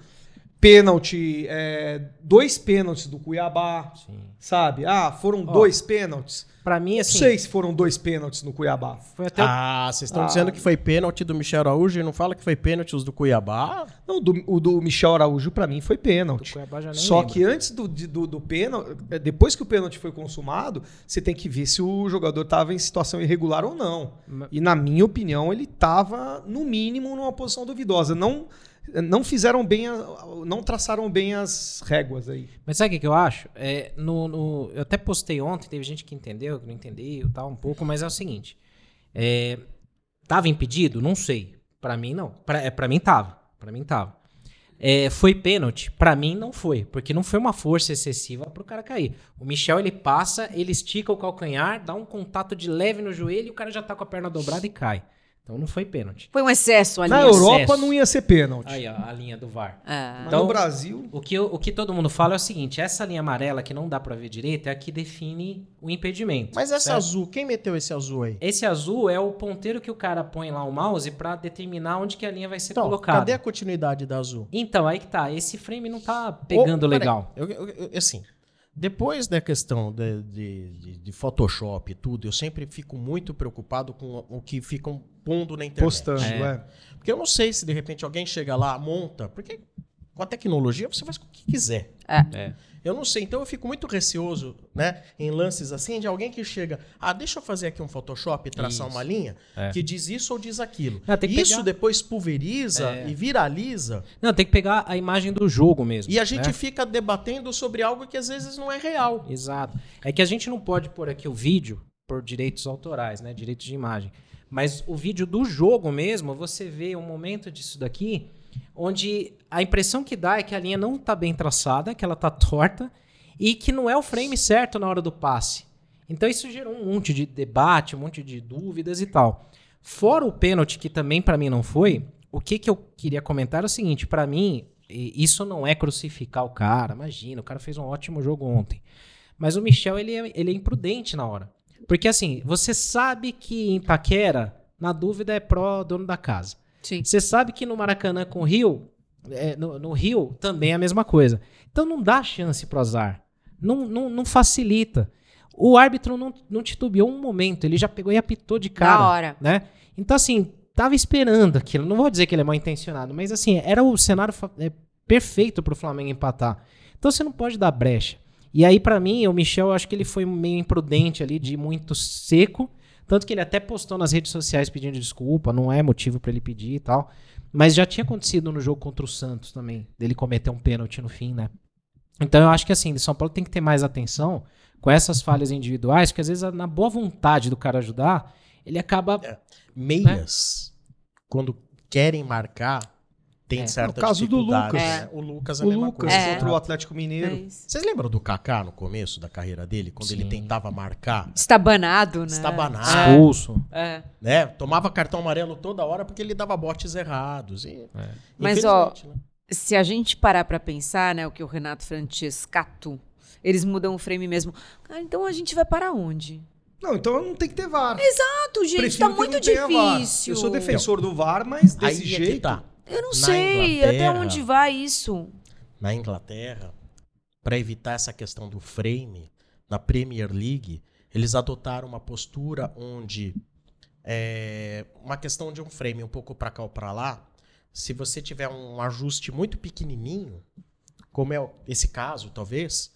Speaker 4: pênalti, é, dois pênaltis do Cuiabá,
Speaker 2: Sim.
Speaker 4: sabe? Ah, foram
Speaker 2: Ó,
Speaker 4: dois pênaltis.
Speaker 2: Pra mim,
Speaker 4: Não
Speaker 2: assim,
Speaker 4: sei se foram dois pênaltis no Cuiabá.
Speaker 2: foi até o
Speaker 1: Ah, vocês estão
Speaker 4: Ah.
Speaker 1: dizendo que foi pênalti do Michel Araújo e não fala que foi pênalti os do Cuiabá?
Speaker 4: Não, do- o do Michel Araújo, pra mim, foi
Speaker 2: do
Speaker 4: pênalti.
Speaker 2: Cuiabá, já nem
Speaker 4: Só
Speaker 2: lembro.
Speaker 4: que antes do, de- do, do pênalti, eh, depois que o pênalti foi consumado, você tem que ver se o jogador tava em situação irregular ou não.
Speaker 2: Ma-
Speaker 4: E na minha opinião, ele tava, no mínimo, numa posição duvidosa. Não, não fizeram bem, a- não traçaram bem as réguas aí.
Speaker 2: Mas sabe o que, que eu acho? É, no, no- eu até postei ontem, teve gente que entendeu, que não entendeu, tal, um pouco, mas é o seguinte. É, tava impedido? Não sei. Pra mim, não. Pra, é, pra mim, tava. Pra mim, tava. É, foi pênalti? Pra mim, não foi. Porque não foi uma força excessiva pro cara cair. O Michel, ele passa, ele estica o calcanhar, dá um contato de leve no joelho e o cara já tá com a perna dobrada e cai. Então, não foi pênalti.
Speaker 3: Foi um excesso ali.
Speaker 4: Na
Speaker 2: linha
Speaker 4: Europa
Speaker 2: acesso.
Speaker 4: não ia ser pênalti.
Speaker 2: Aí, ó, a linha do VAR.
Speaker 3: É.
Speaker 4: Mas
Speaker 2: Então-
Speaker 4: no Brasil,
Speaker 2: O que, eu- o que todo mundo fala é o seguinte: essa linha amarela que não dá pra ver direito é a que define o impedimento.
Speaker 1: Mas essa
Speaker 2: certo?
Speaker 1: azul, quem meteu esse azul aí?
Speaker 2: Esse azul é o ponteiro que o cara põe lá o mouse pra determinar onde que a linha vai ser
Speaker 1: Então,
Speaker 2: colocada.
Speaker 1: cadê a continuidade da azul?
Speaker 2: Então, aí que tá. Esse frame não tá pegando
Speaker 1: Ô, peraí,
Speaker 2: legal.
Speaker 1: Eu, eu- eu- assim, depois da questão de, de- de- de Photoshop e tudo, eu sempre fico muito preocupado com o que ficam pondo na internet.
Speaker 4: postando,
Speaker 2: É.
Speaker 4: é.
Speaker 1: Porque eu não sei se de repente alguém chega lá, monta, porque com a tecnologia você faz o que quiser.
Speaker 2: É.
Speaker 1: Eu não sei, então eu fico muito receoso, né, em lances assim, de alguém que chega, ah, deixa eu fazer aqui um Photoshop e traçar
Speaker 2: Isso.
Speaker 1: uma linha
Speaker 2: É.
Speaker 1: que diz isso ou diz aquilo.
Speaker 2: Ah, tem que
Speaker 1: isso
Speaker 2: pegar-
Speaker 1: depois pulveriza
Speaker 2: É.
Speaker 1: e viraliza
Speaker 2: Não, tem que pegar a imagem do jogo mesmo.
Speaker 1: e a gente
Speaker 2: né?
Speaker 1: fica debatendo sobre algo que às vezes não é real.
Speaker 2: Exato. É que a gente não pode pôr aqui o vídeo por direitos autorais, né? Direitos de imagem. Mas o vídeo do jogo mesmo, você vê um momento disso daqui, onde a impressão que dá é que a linha não tá bem traçada, que ela tá torta e que não é o frame certo na hora do passe. Então isso gerou um monte de debate, um monte de dúvidas e tal. Fora o pênalti que também pra mim não foi, o que que eu queria comentar é o seguinte, pra mim, e- isso não é crucificar o cara, imagina, o cara fez um ótimo jogo ontem. Mas o Michel, ele é, ele é imprudente na hora. Porque assim, você sabe que em Taquera, na dúvida é pró dono da casa.
Speaker 3: Sim.
Speaker 2: Você sabe que no Maracanã com o Rio, é, no, no Rio também é a mesma coisa. Então não dá chance pro azar. Não, não, não facilita. O árbitro não, não titubeou um momento, ele já pegou e apitou de cara
Speaker 3: Na hora.
Speaker 2: né? Então, assim, tava esperando aquilo. Não vou dizer que ele é mal intencionado, mas assim, era o cenário fa- é, perfeito pro Flamengo empatar. Então você não pode dar brecha. E aí, pra mim, o Michel, eu acho que ele foi meio imprudente ali, de ir muito seco. Tanto que ele até postou nas redes sociais pedindo desculpa, não é motivo pra ele pedir e tal. Mas já tinha acontecido no jogo contra o Santos também, dele cometer um pênalti no fim, né? Então eu acho que assim, o São Paulo tem que ter mais atenção com essas falhas individuais, porque às vezes a- na boa vontade do cara ajudar, ele acaba.
Speaker 1: Meias, quando querem marcar, tem
Speaker 2: É.
Speaker 1: certa
Speaker 4: No caso do
Speaker 1: dificuldade,
Speaker 3: Lucas.
Speaker 1: né? O Lucas é a
Speaker 4: O
Speaker 1: mesma
Speaker 4: Lucas
Speaker 1: coisa.
Speaker 3: É.
Speaker 4: contra o Atlético Mineiro.
Speaker 3: Mas...
Speaker 1: Vocês lembram do Kaká no começo da carreira dele, quando ele
Speaker 2: Sim.
Speaker 1: tentava marcar,
Speaker 3: Estabanado, né?
Speaker 1: Estabanado.
Speaker 2: Expulso.
Speaker 3: É. É.
Speaker 1: né? Tomava cartão amarelo toda hora porque ele dava botes errados. E,
Speaker 3: Mas, ó,
Speaker 1: infelizmente, né?
Speaker 3: Se a gente parar pra pensar, né, o que o Renato Francescato, eles mudam o frame mesmo. Cara, então a gente vai para onde?
Speaker 4: Não, então não tem que ter VAR.
Speaker 3: Exato, gente,
Speaker 4: Prefiro
Speaker 3: tá
Speaker 4: que
Speaker 3: muito
Speaker 4: não tenha VAR.
Speaker 3: difícil.
Speaker 4: Eu sou defensor do VAR, mas
Speaker 1: aí
Speaker 4: desse
Speaker 1: é que
Speaker 4: jeito.
Speaker 1: tá.
Speaker 3: Eu não
Speaker 1: Na
Speaker 3: sei até
Speaker 1: Inglaterra-
Speaker 3: onde vai isso.
Speaker 1: na Inglaterra, para evitar essa questão do frame, na Premier League, eles adotaram uma postura onde é, uma questão de um frame um pouco para cá ou para lá, se você tiver um ajuste muito pequenininho, como é o- esse caso, talvez,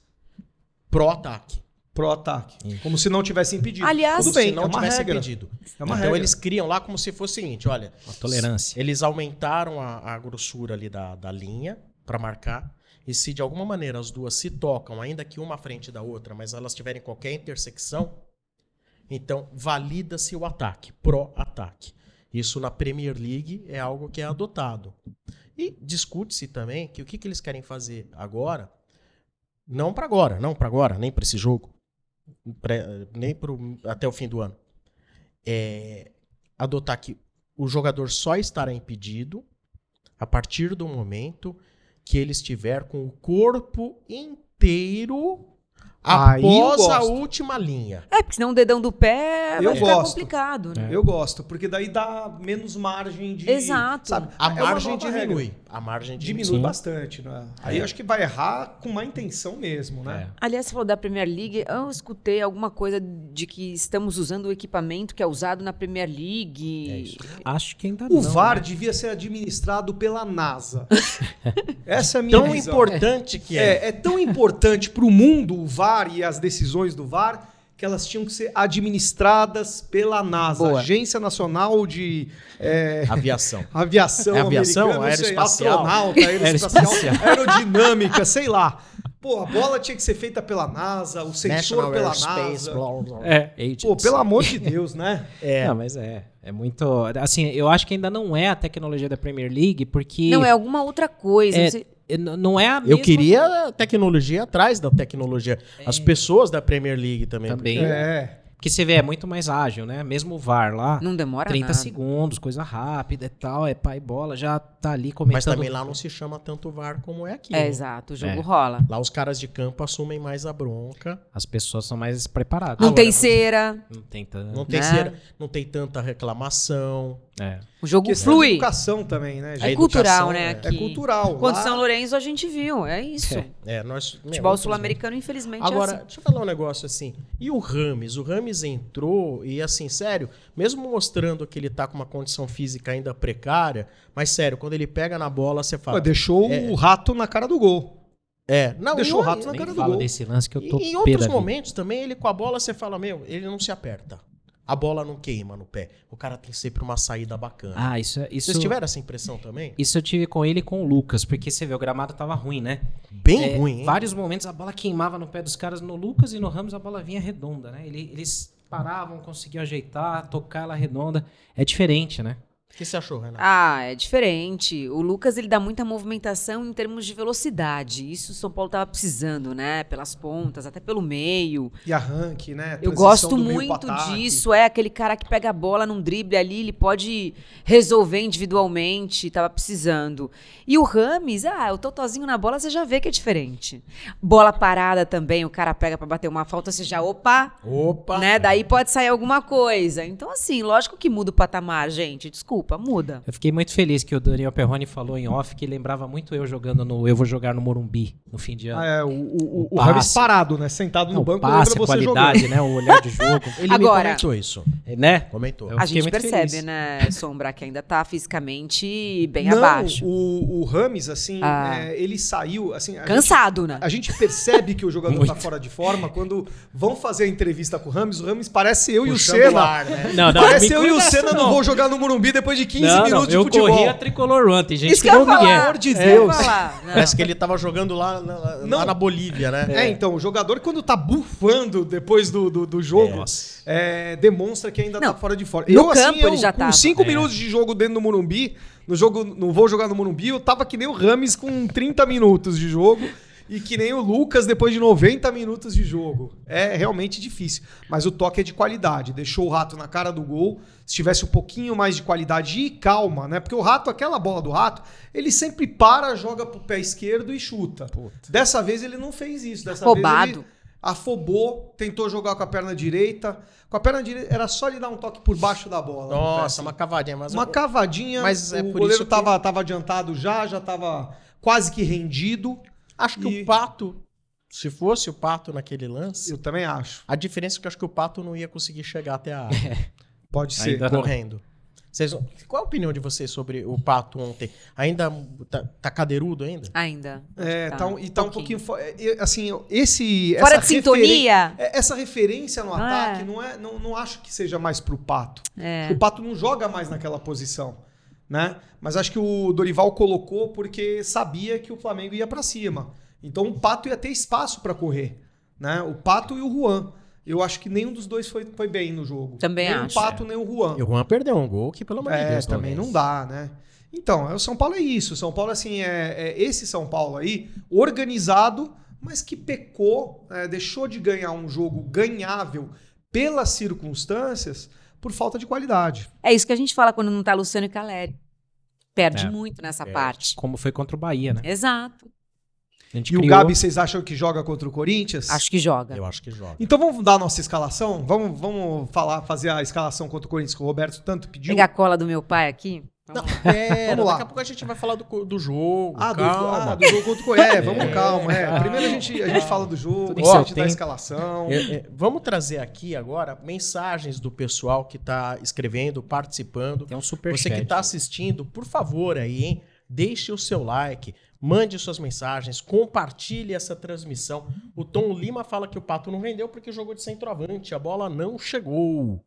Speaker 1: pro ataque.
Speaker 4: Pro ataque. Como se não tivesse impedido.
Speaker 3: Aliás,
Speaker 1: Como
Speaker 4: Tudo bem,
Speaker 1: se não
Speaker 4: é uma
Speaker 1: tivesse
Speaker 4: regra.
Speaker 1: impedido.
Speaker 4: É
Speaker 1: então
Speaker 4: uma regra.
Speaker 1: eles criam lá como se fosse o seguinte, olha,
Speaker 2: Uma tolerância.
Speaker 1: eles aumentaram a, a grossura ali da, da linha para marcar. E se de alguma maneira as duas se tocam, ainda que uma à frente da outra, mas elas tiverem qualquer intersecção, então valida-se o ataque, pró-ataque. Isso na Premier League é algo que é adotado. E discute-se também que o que, que eles querem fazer agora, não para agora, não para agora, nem para esse jogo, pré- nem pro, até o fim do ano, é adotar que o jogador só estará impedido a partir do momento que ele estiver com o corpo inteiro
Speaker 4: Ah, Aí eu
Speaker 1: após a
Speaker 4: gosto.
Speaker 1: última linha.
Speaker 3: É, porque senão o dedão do pé
Speaker 4: Eu
Speaker 3: vai ficar
Speaker 4: gosto.
Speaker 3: complicado, né?
Speaker 4: Eu gosto, porque daí dá menos margem de.
Speaker 3: Exato.
Speaker 4: Sabe?
Speaker 1: A
Speaker 4: É uma
Speaker 1: margem
Speaker 4: nova
Speaker 1: diminui. É. A margem diminui.
Speaker 4: Diminui
Speaker 2: Sim.
Speaker 4: bastante, né? Aí eu acho que vai errar com má intenção mesmo,
Speaker 1: É.
Speaker 4: né?
Speaker 3: Aliás, você falou da Premier League, eu escutei alguma coisa de que estamos usando o equipamento que é usado na Premier League.
Speaker 1: É isso.
Speaker 2: Acho que ainda não.
Speaker 4: O VAR devia ser administrado pela NASA. Essa é a minha
Speaker 1: Tão
Speaker 4: visão.
Speaker 1: importante que é.
Speaker 4: É, é tão importante para o mundo o VAR e as decisões do VAR que elas tinham que ser administradas pela NASA,
Speaker 3: Boa.
Speaker 4: Agência Nacional de é,
Speaker 1: Aviação.
Speaker 4: Aviação,
Speaker 1: É aviação,
Speaker 4: Americana, não sei,
Speaker 1: aeroespacial.
Speaker 4: astronauta, aeroespacial, aerodinâmica, sei lá. Pô, a bola tinha que ser feita pela NASA, o sensor pela NASA.
Speaker 1: blá, blá, blá.
Speaker 2: É,
Speaker 4: Pô, pelo amor de Deus, né?
Speaker 2: É. Não, mas é. É muito. Assim, eu acho que ainda não é a tecnologia da Premier League, porque.
Speaker 3: Não, é alguma outra coisa.
Speaker 2: É,
Speaker 3: não sei-
Speaker 2: n- não é a mesma.
Speaker 1: Eu
Speaker 4: assim-
Speaker 1: queria a tecnologia atrás da tecnologia. As pessoas da Premier League também.
Speaker 2: Também.
Speaker 4: É.
Speaker 2: Porque você vê, é muito mais ágil, né? Mesmo o VAR lá.
Speaker 3: Não demora
Speaker 2: 30
Speaker 3: nada.
Speaker 2: segundos, coisa rápida e tal, é pai bola, já tá ali comentando.
Speaker 1: Mas também lá não se chama tanto VAR como é aqui.
Speaker 3: É,
Speaker 1: né?
Speaker 3: exato, o jogo
Speaker 2: É.
Speaker 3: rola.
Speaker 1: Lá os caras de campo assumem mais a bronca.
Speaker 2: As pessoas são mais
Speaker 4: Ah,
Speaker 2: preparadas.
Speaker 3: Não
Speaker 1: Agora,
Speaker 3: tem cera,
Speaker 2: Não tem tanto.
Speaker 1: Não tem,
Speaker 3: Né?
Speaker 1: cera- não tem tanta reclamação.
Speaker 2: É.
Speaker 3: o jogo
Speaker 4: Questão de
Speaker 3: flui.
Speaker 4: educação também, né?
Speaker 1: A
Speaker 3: É
Speaker 4: gente?
Speaker 1: educação,
Speaker 3: cultural, né?
Speaker 1: é.
Speaker 3: Aqui.
Speaker 4: É cultural.
Speaker 3: Quando
Speaker 4: Lá-
Speaker 3: São Lourenço a gente viu, é isso.
Speaker 2: É.
Speaker 1: É, nós, meu,
Speaker 3: Futebol
Speaker 4: né?
Speaker 1: outros-
Speaker 3: sul-americano, infelizmente,
Speaker 1: Agora,
Speaker 3: é assim.
Speaker 1: deixa eu falar um negócio assim. E o Rames? O Rames entrou e, assim, sério, mesmo mostrando que ele tá com uma condição física ainda precária, mas sério, quando ele pega na bola, você
Speaker 4: Pô,
Speaker 1: fala.
Speaker 4: deixou o rato na cara do gol.
Speaker 1: É, não,
Speaker 4: deixou
Speaker 1: e
Speaker 4: o rato na
Speaker 1: e-
Speaker 2: Nem
Speaker 4: cara do
Speaker 2: fala
Speaker 4: gol.
Speaker 2: desse lance que eu
Speaker 1: E
Speaker 2: tô
Speaker 1: em
Speaker 2: pé
Speaker 1: outros
Speaker 2: da vida.
Speaker 1: momentos também, ele com a bola, você fala, meu, ele não se aperta. A bola não queima no pé. O cara tem sempre uma saída bacana.
Speaker 2: Ah, isso, é- isso,
Speaker 1: Vocês tiveram essa impressão também?
Speaker 2: isso eu tive com ele e com o Lucas, porque você vê, o gramado tava ruim, né?
Speaker 1: Bem
Speaker 2: É,
Speaker 1: ruim, hein?
Speaker 2: Vários momentos a bola queimava no pé dos caras. No Lucas e no Ramos a bola vinha redonda, né? Ele- Eles paravam, conseguiam ajeitar, tocar ela redonda. É diferente, né?
Speaker 1: O que você achou, Renato?
Speaker 3: Ah, é diferente. O Lucas ele dá muita movimentação em termos de velocidade. Isso o São Paulo tava precisando, né? Pelas pontas, até pelo meio.
Speaker 4: E arranque, né?
Speaker 3: Eu
Speaker 4: Transição
Speaker 3: gosto
Speaker 4: do meio pro
Speaker 3: muito
Speaker 4: ataque.
Speaker 3: disso. É aquele cara que pega a bola num drible ali, ele pode resolver individualmente, tava precisando. E o Rames, ah, o totozinho na bola, você já vê que é diferente. Bola parada também, o cara pega pra bater uma falta, você já, opa,
Speaker 1: Opa!
Speaker 3: né? Daí pode sair alguma coisa. Então assim, lógico que muda o patamar, gente, culpa, muda.
Speaker 2: Eu fiquei muito feliz que o Daniel Perrone falou em off que lembrava muito eu jogando no Eu Vou Jogar no Morumbi no fim de ano.
Speaker 4: Ah, é, o, o, o,
Speaker 2: O
Speaker 4: o Rames
Speaker 2: passe.
Speaker 4: parado, né? Sentado
Speaker 2: Não,
Speaker 4: no banco,
Speaker 2: passe, a
Speaker 4: lembra você jogando.
Speaker 2: qualidade, né? O olhar de jogo.
Speaker 1: Ele
Speaker 3: Agora-
Speaker 1: me comentou isso.
Speaker 2: né?
Speaker 1: Comentou.
Speaker 2: Eu
Speaker 3: A
Speaker 2: fiquei
Speaker 3: gente
Speaker 2: muito
Speaker 3: percebe,
Speaker 2: feliz.
Speaker 3: né, Sombra, que ainda tá fisicamente bem
Speaker 4: Não,
Speaker 3: abaixo.
Speaker 4: o, o Rames, assim,
Speaker 3: Ah.
Speaker 4: é, ele saiu, assim... a
Speaker 3: Cansado, né?
Speaker 4: A gente percebe que o jogador
Speaker 2: Muito.
Speaker 4: tá fora de forma quando vão fazer a entrevista com o Rames. O Rames parece eu e o
Speaker 1: Puxando
Speaker 4: Senna.
Speaker 1: ar, né?
Speaker 2: Não, não,
Speaker 4: parece
Speaker 2: me
Speaker 4: eu e o
Speaker 2: cuida
Speaker 4: Senna
Speaker 2: disso,
Speaker 4: não vou jogar no Morumbi depois de 15
Speaker 2: Não, não,
Speaker 4: minutos de
Speaker 2: eu
Speaker 4: futebol. é
Speaker 2: corri a tricolor ontem, gente.
Speaker 3: Isso que eu
Speaker 2: não
Speaker 3: ia falar.
Speaker 2: ninguém.
Speaker 4: amor de
Speaker 3: isso que eu ia
Speaker 4: Deus.
Speaker 3: falar. né? Não.
Speaker 1: Parece que ele tava jogando lá na, lá
Speaker 4: Não.
Speaker 1: na Bolívia, né?
Speaker 4: É, então, o jogador quando tá bufando depois do, do, do jogo,
Speaker 1: Nossa.
Speaker 4: é, demonstra que ainda
Speaker 3: Não,
Speaker 4: tá fora de forma.
Speaker 3: no campo ele já
Speaker 4: com
Speaker 3: tava.
Speaker 4: 5
Speaker 2: É.
Speaker 4: minutos de jogo dentro do Morumbi, no jogo não vou jogar no Morumbi, eu tava que nem o Rames com 30 minutos de jogo e que nem o Lucas depois de 90 minutos de jogo. É realmente difícil, mas o toque é de qualidade, deixou o Rato na cara do gol. Se tivesse um pouquinho mais de qualidade e calma, né? Porque o Rato, aquela bola do Rato, ele sempre para, joga pro pé esquerdo e chuta. Dessa vez ele não fez isso, dessa vez ele
Speaker 3: Roubado.
Speaker 4: afobou, tentou jogar com a perna direita. Com a perna direita era só ele dar um toque por baixo da bola.
Speaker 1: Nossa, uma
Speaker 4: uma,
Speaker 1: cavadinha. Mas
Speaker 4: uma
Speaker 1: eu-
Speaker 4: cavadinha.
Speaker 1: Mas é
Speaker 4: o
Speaker 1: por
Speaker 4: goleiro
Speaker 1: isso que-
Speaker 4: tava, tava adiantado já, já tava quase que rendido.
Speaker 1: acho que
Speaker 4: E-
Speaker 1: o Pato, se fosse o Pato naquele lance,
Speaker 4: Eu também acho.
Speaker 1: a diferença é que eu acho que o Pato não ia conseguir chegar até a área
Speaker 4: Pode ser.
Speaker 2: Ainda-
Speaker 1: correndo. Vocês- qual a opinião de vocês sobre o Pato ontem? Ainda tá, tá cadeirudo ainda?
Speaker 3: Ainda.
Speaker 4: É,
Speaker 3: Tá,
Speaker 4: tá um- e tá um
Speaker 3: pouquinho.
Speaker 4: pouquinho. fo- é, eu- Assim, eu- esse.
Speaker 3: Fora
Speaker 4: essa
Speaker 3: de
Speaker 4: referen-
Speaker 3: sintonia.
Speaker 4: é, Essa referência no
Speaker 3: Ah.
Speaker 4: ataque não, é, não, não acho que seja mais pro pato.
Speaker 3: É.
Speaker 4: O Pato não joga mais naquela posição, né? Mas acho que o Dorival colocou porque sabia que o Flamengo ia pra cima. Então o Pato ia ter espaço pra correr, né? O Pato e o Juan. Eu acho que nenhum dos dois foi, foi bem no jogo.
Speaker 3: Também
Speaker 4: nem
Speaker 3: acho, é.
Speaker 4: o Pato, nem o Juan.
Speaker 1: E o Juan perdeu um gol que, pelo amor de
Speaker 4: É,
Speaker 1: Deus,
Speaker 4: também
Speaker 1: talvez.
Speaker 4: não dá, né? Então, é, o São Paulo é isso. O São Paulo, assim, é, é esse São Paulo aí, organizado, mas que pecou, é, deixou de ganhar um jogo ganhável pelas circunstâncias por falta de qualidade.
Speaker 3: É isso que a gente fala quando não tá Luciano e Caleri. Perde
Speaker 2: É.
Speaker 3: muito nessa
Speaker 1: Perde.
Speaker 3: parte.
Speaker 2: Como foi contra o Bahia, né?
Speaker 3: Exato.
Speaker 2: A gente
Speaker 4: E o
Speaker 2: criou-
Speaker 4: Gabi, vocês acham que joga contra o Corinthians?
Speaker 3: Acho que joga.
Speaker 1: Eu acho que joga.
Speaker 4: Então vamos dar a nossa escalação? Vamos, vamos falar, fazer a escalação contra o Corinthians que o Roberto tanto pediu?
Speaker 3: Pega a cola do meu pai aqui. Vamos lá.
Speaker 1: É,
Speaker 4: Vamos lá.
Speaker 1: daqui a pouco a gente vai falar do, co- do jogo.
Speaker 4: Ah, do,
Speaker 1: calma.
Speaker 4: ah, do jogo contra o Corinthians. É, vamos
Speaker 1: É,
Speaker 4: calma. É.
Speaker 1: calma.
Speaker 4: Primeiro a gente, a gente fala do jogo,
Speaker 2: Tudo
Speaker 1: em
Speaker 4: depois a
Speaker 1: seu
Speaker 4: gente dá a
Speaker 2: tempo.
Speaker 4: escalação.
Speaker 1: É, é, vamos trazer aqui agora mensagens do pessoal que tá escrevendo, participando.
Speaker 2: Tem um super
Speaker 1: Você que está assistindo, por favor aí, hein? Deixe o seu like, mande suas mensagens, compartilhe essa transmissão. O Tom Lima fala que o Pato não vendeu porque jogou de centroavante, a bola não chegou.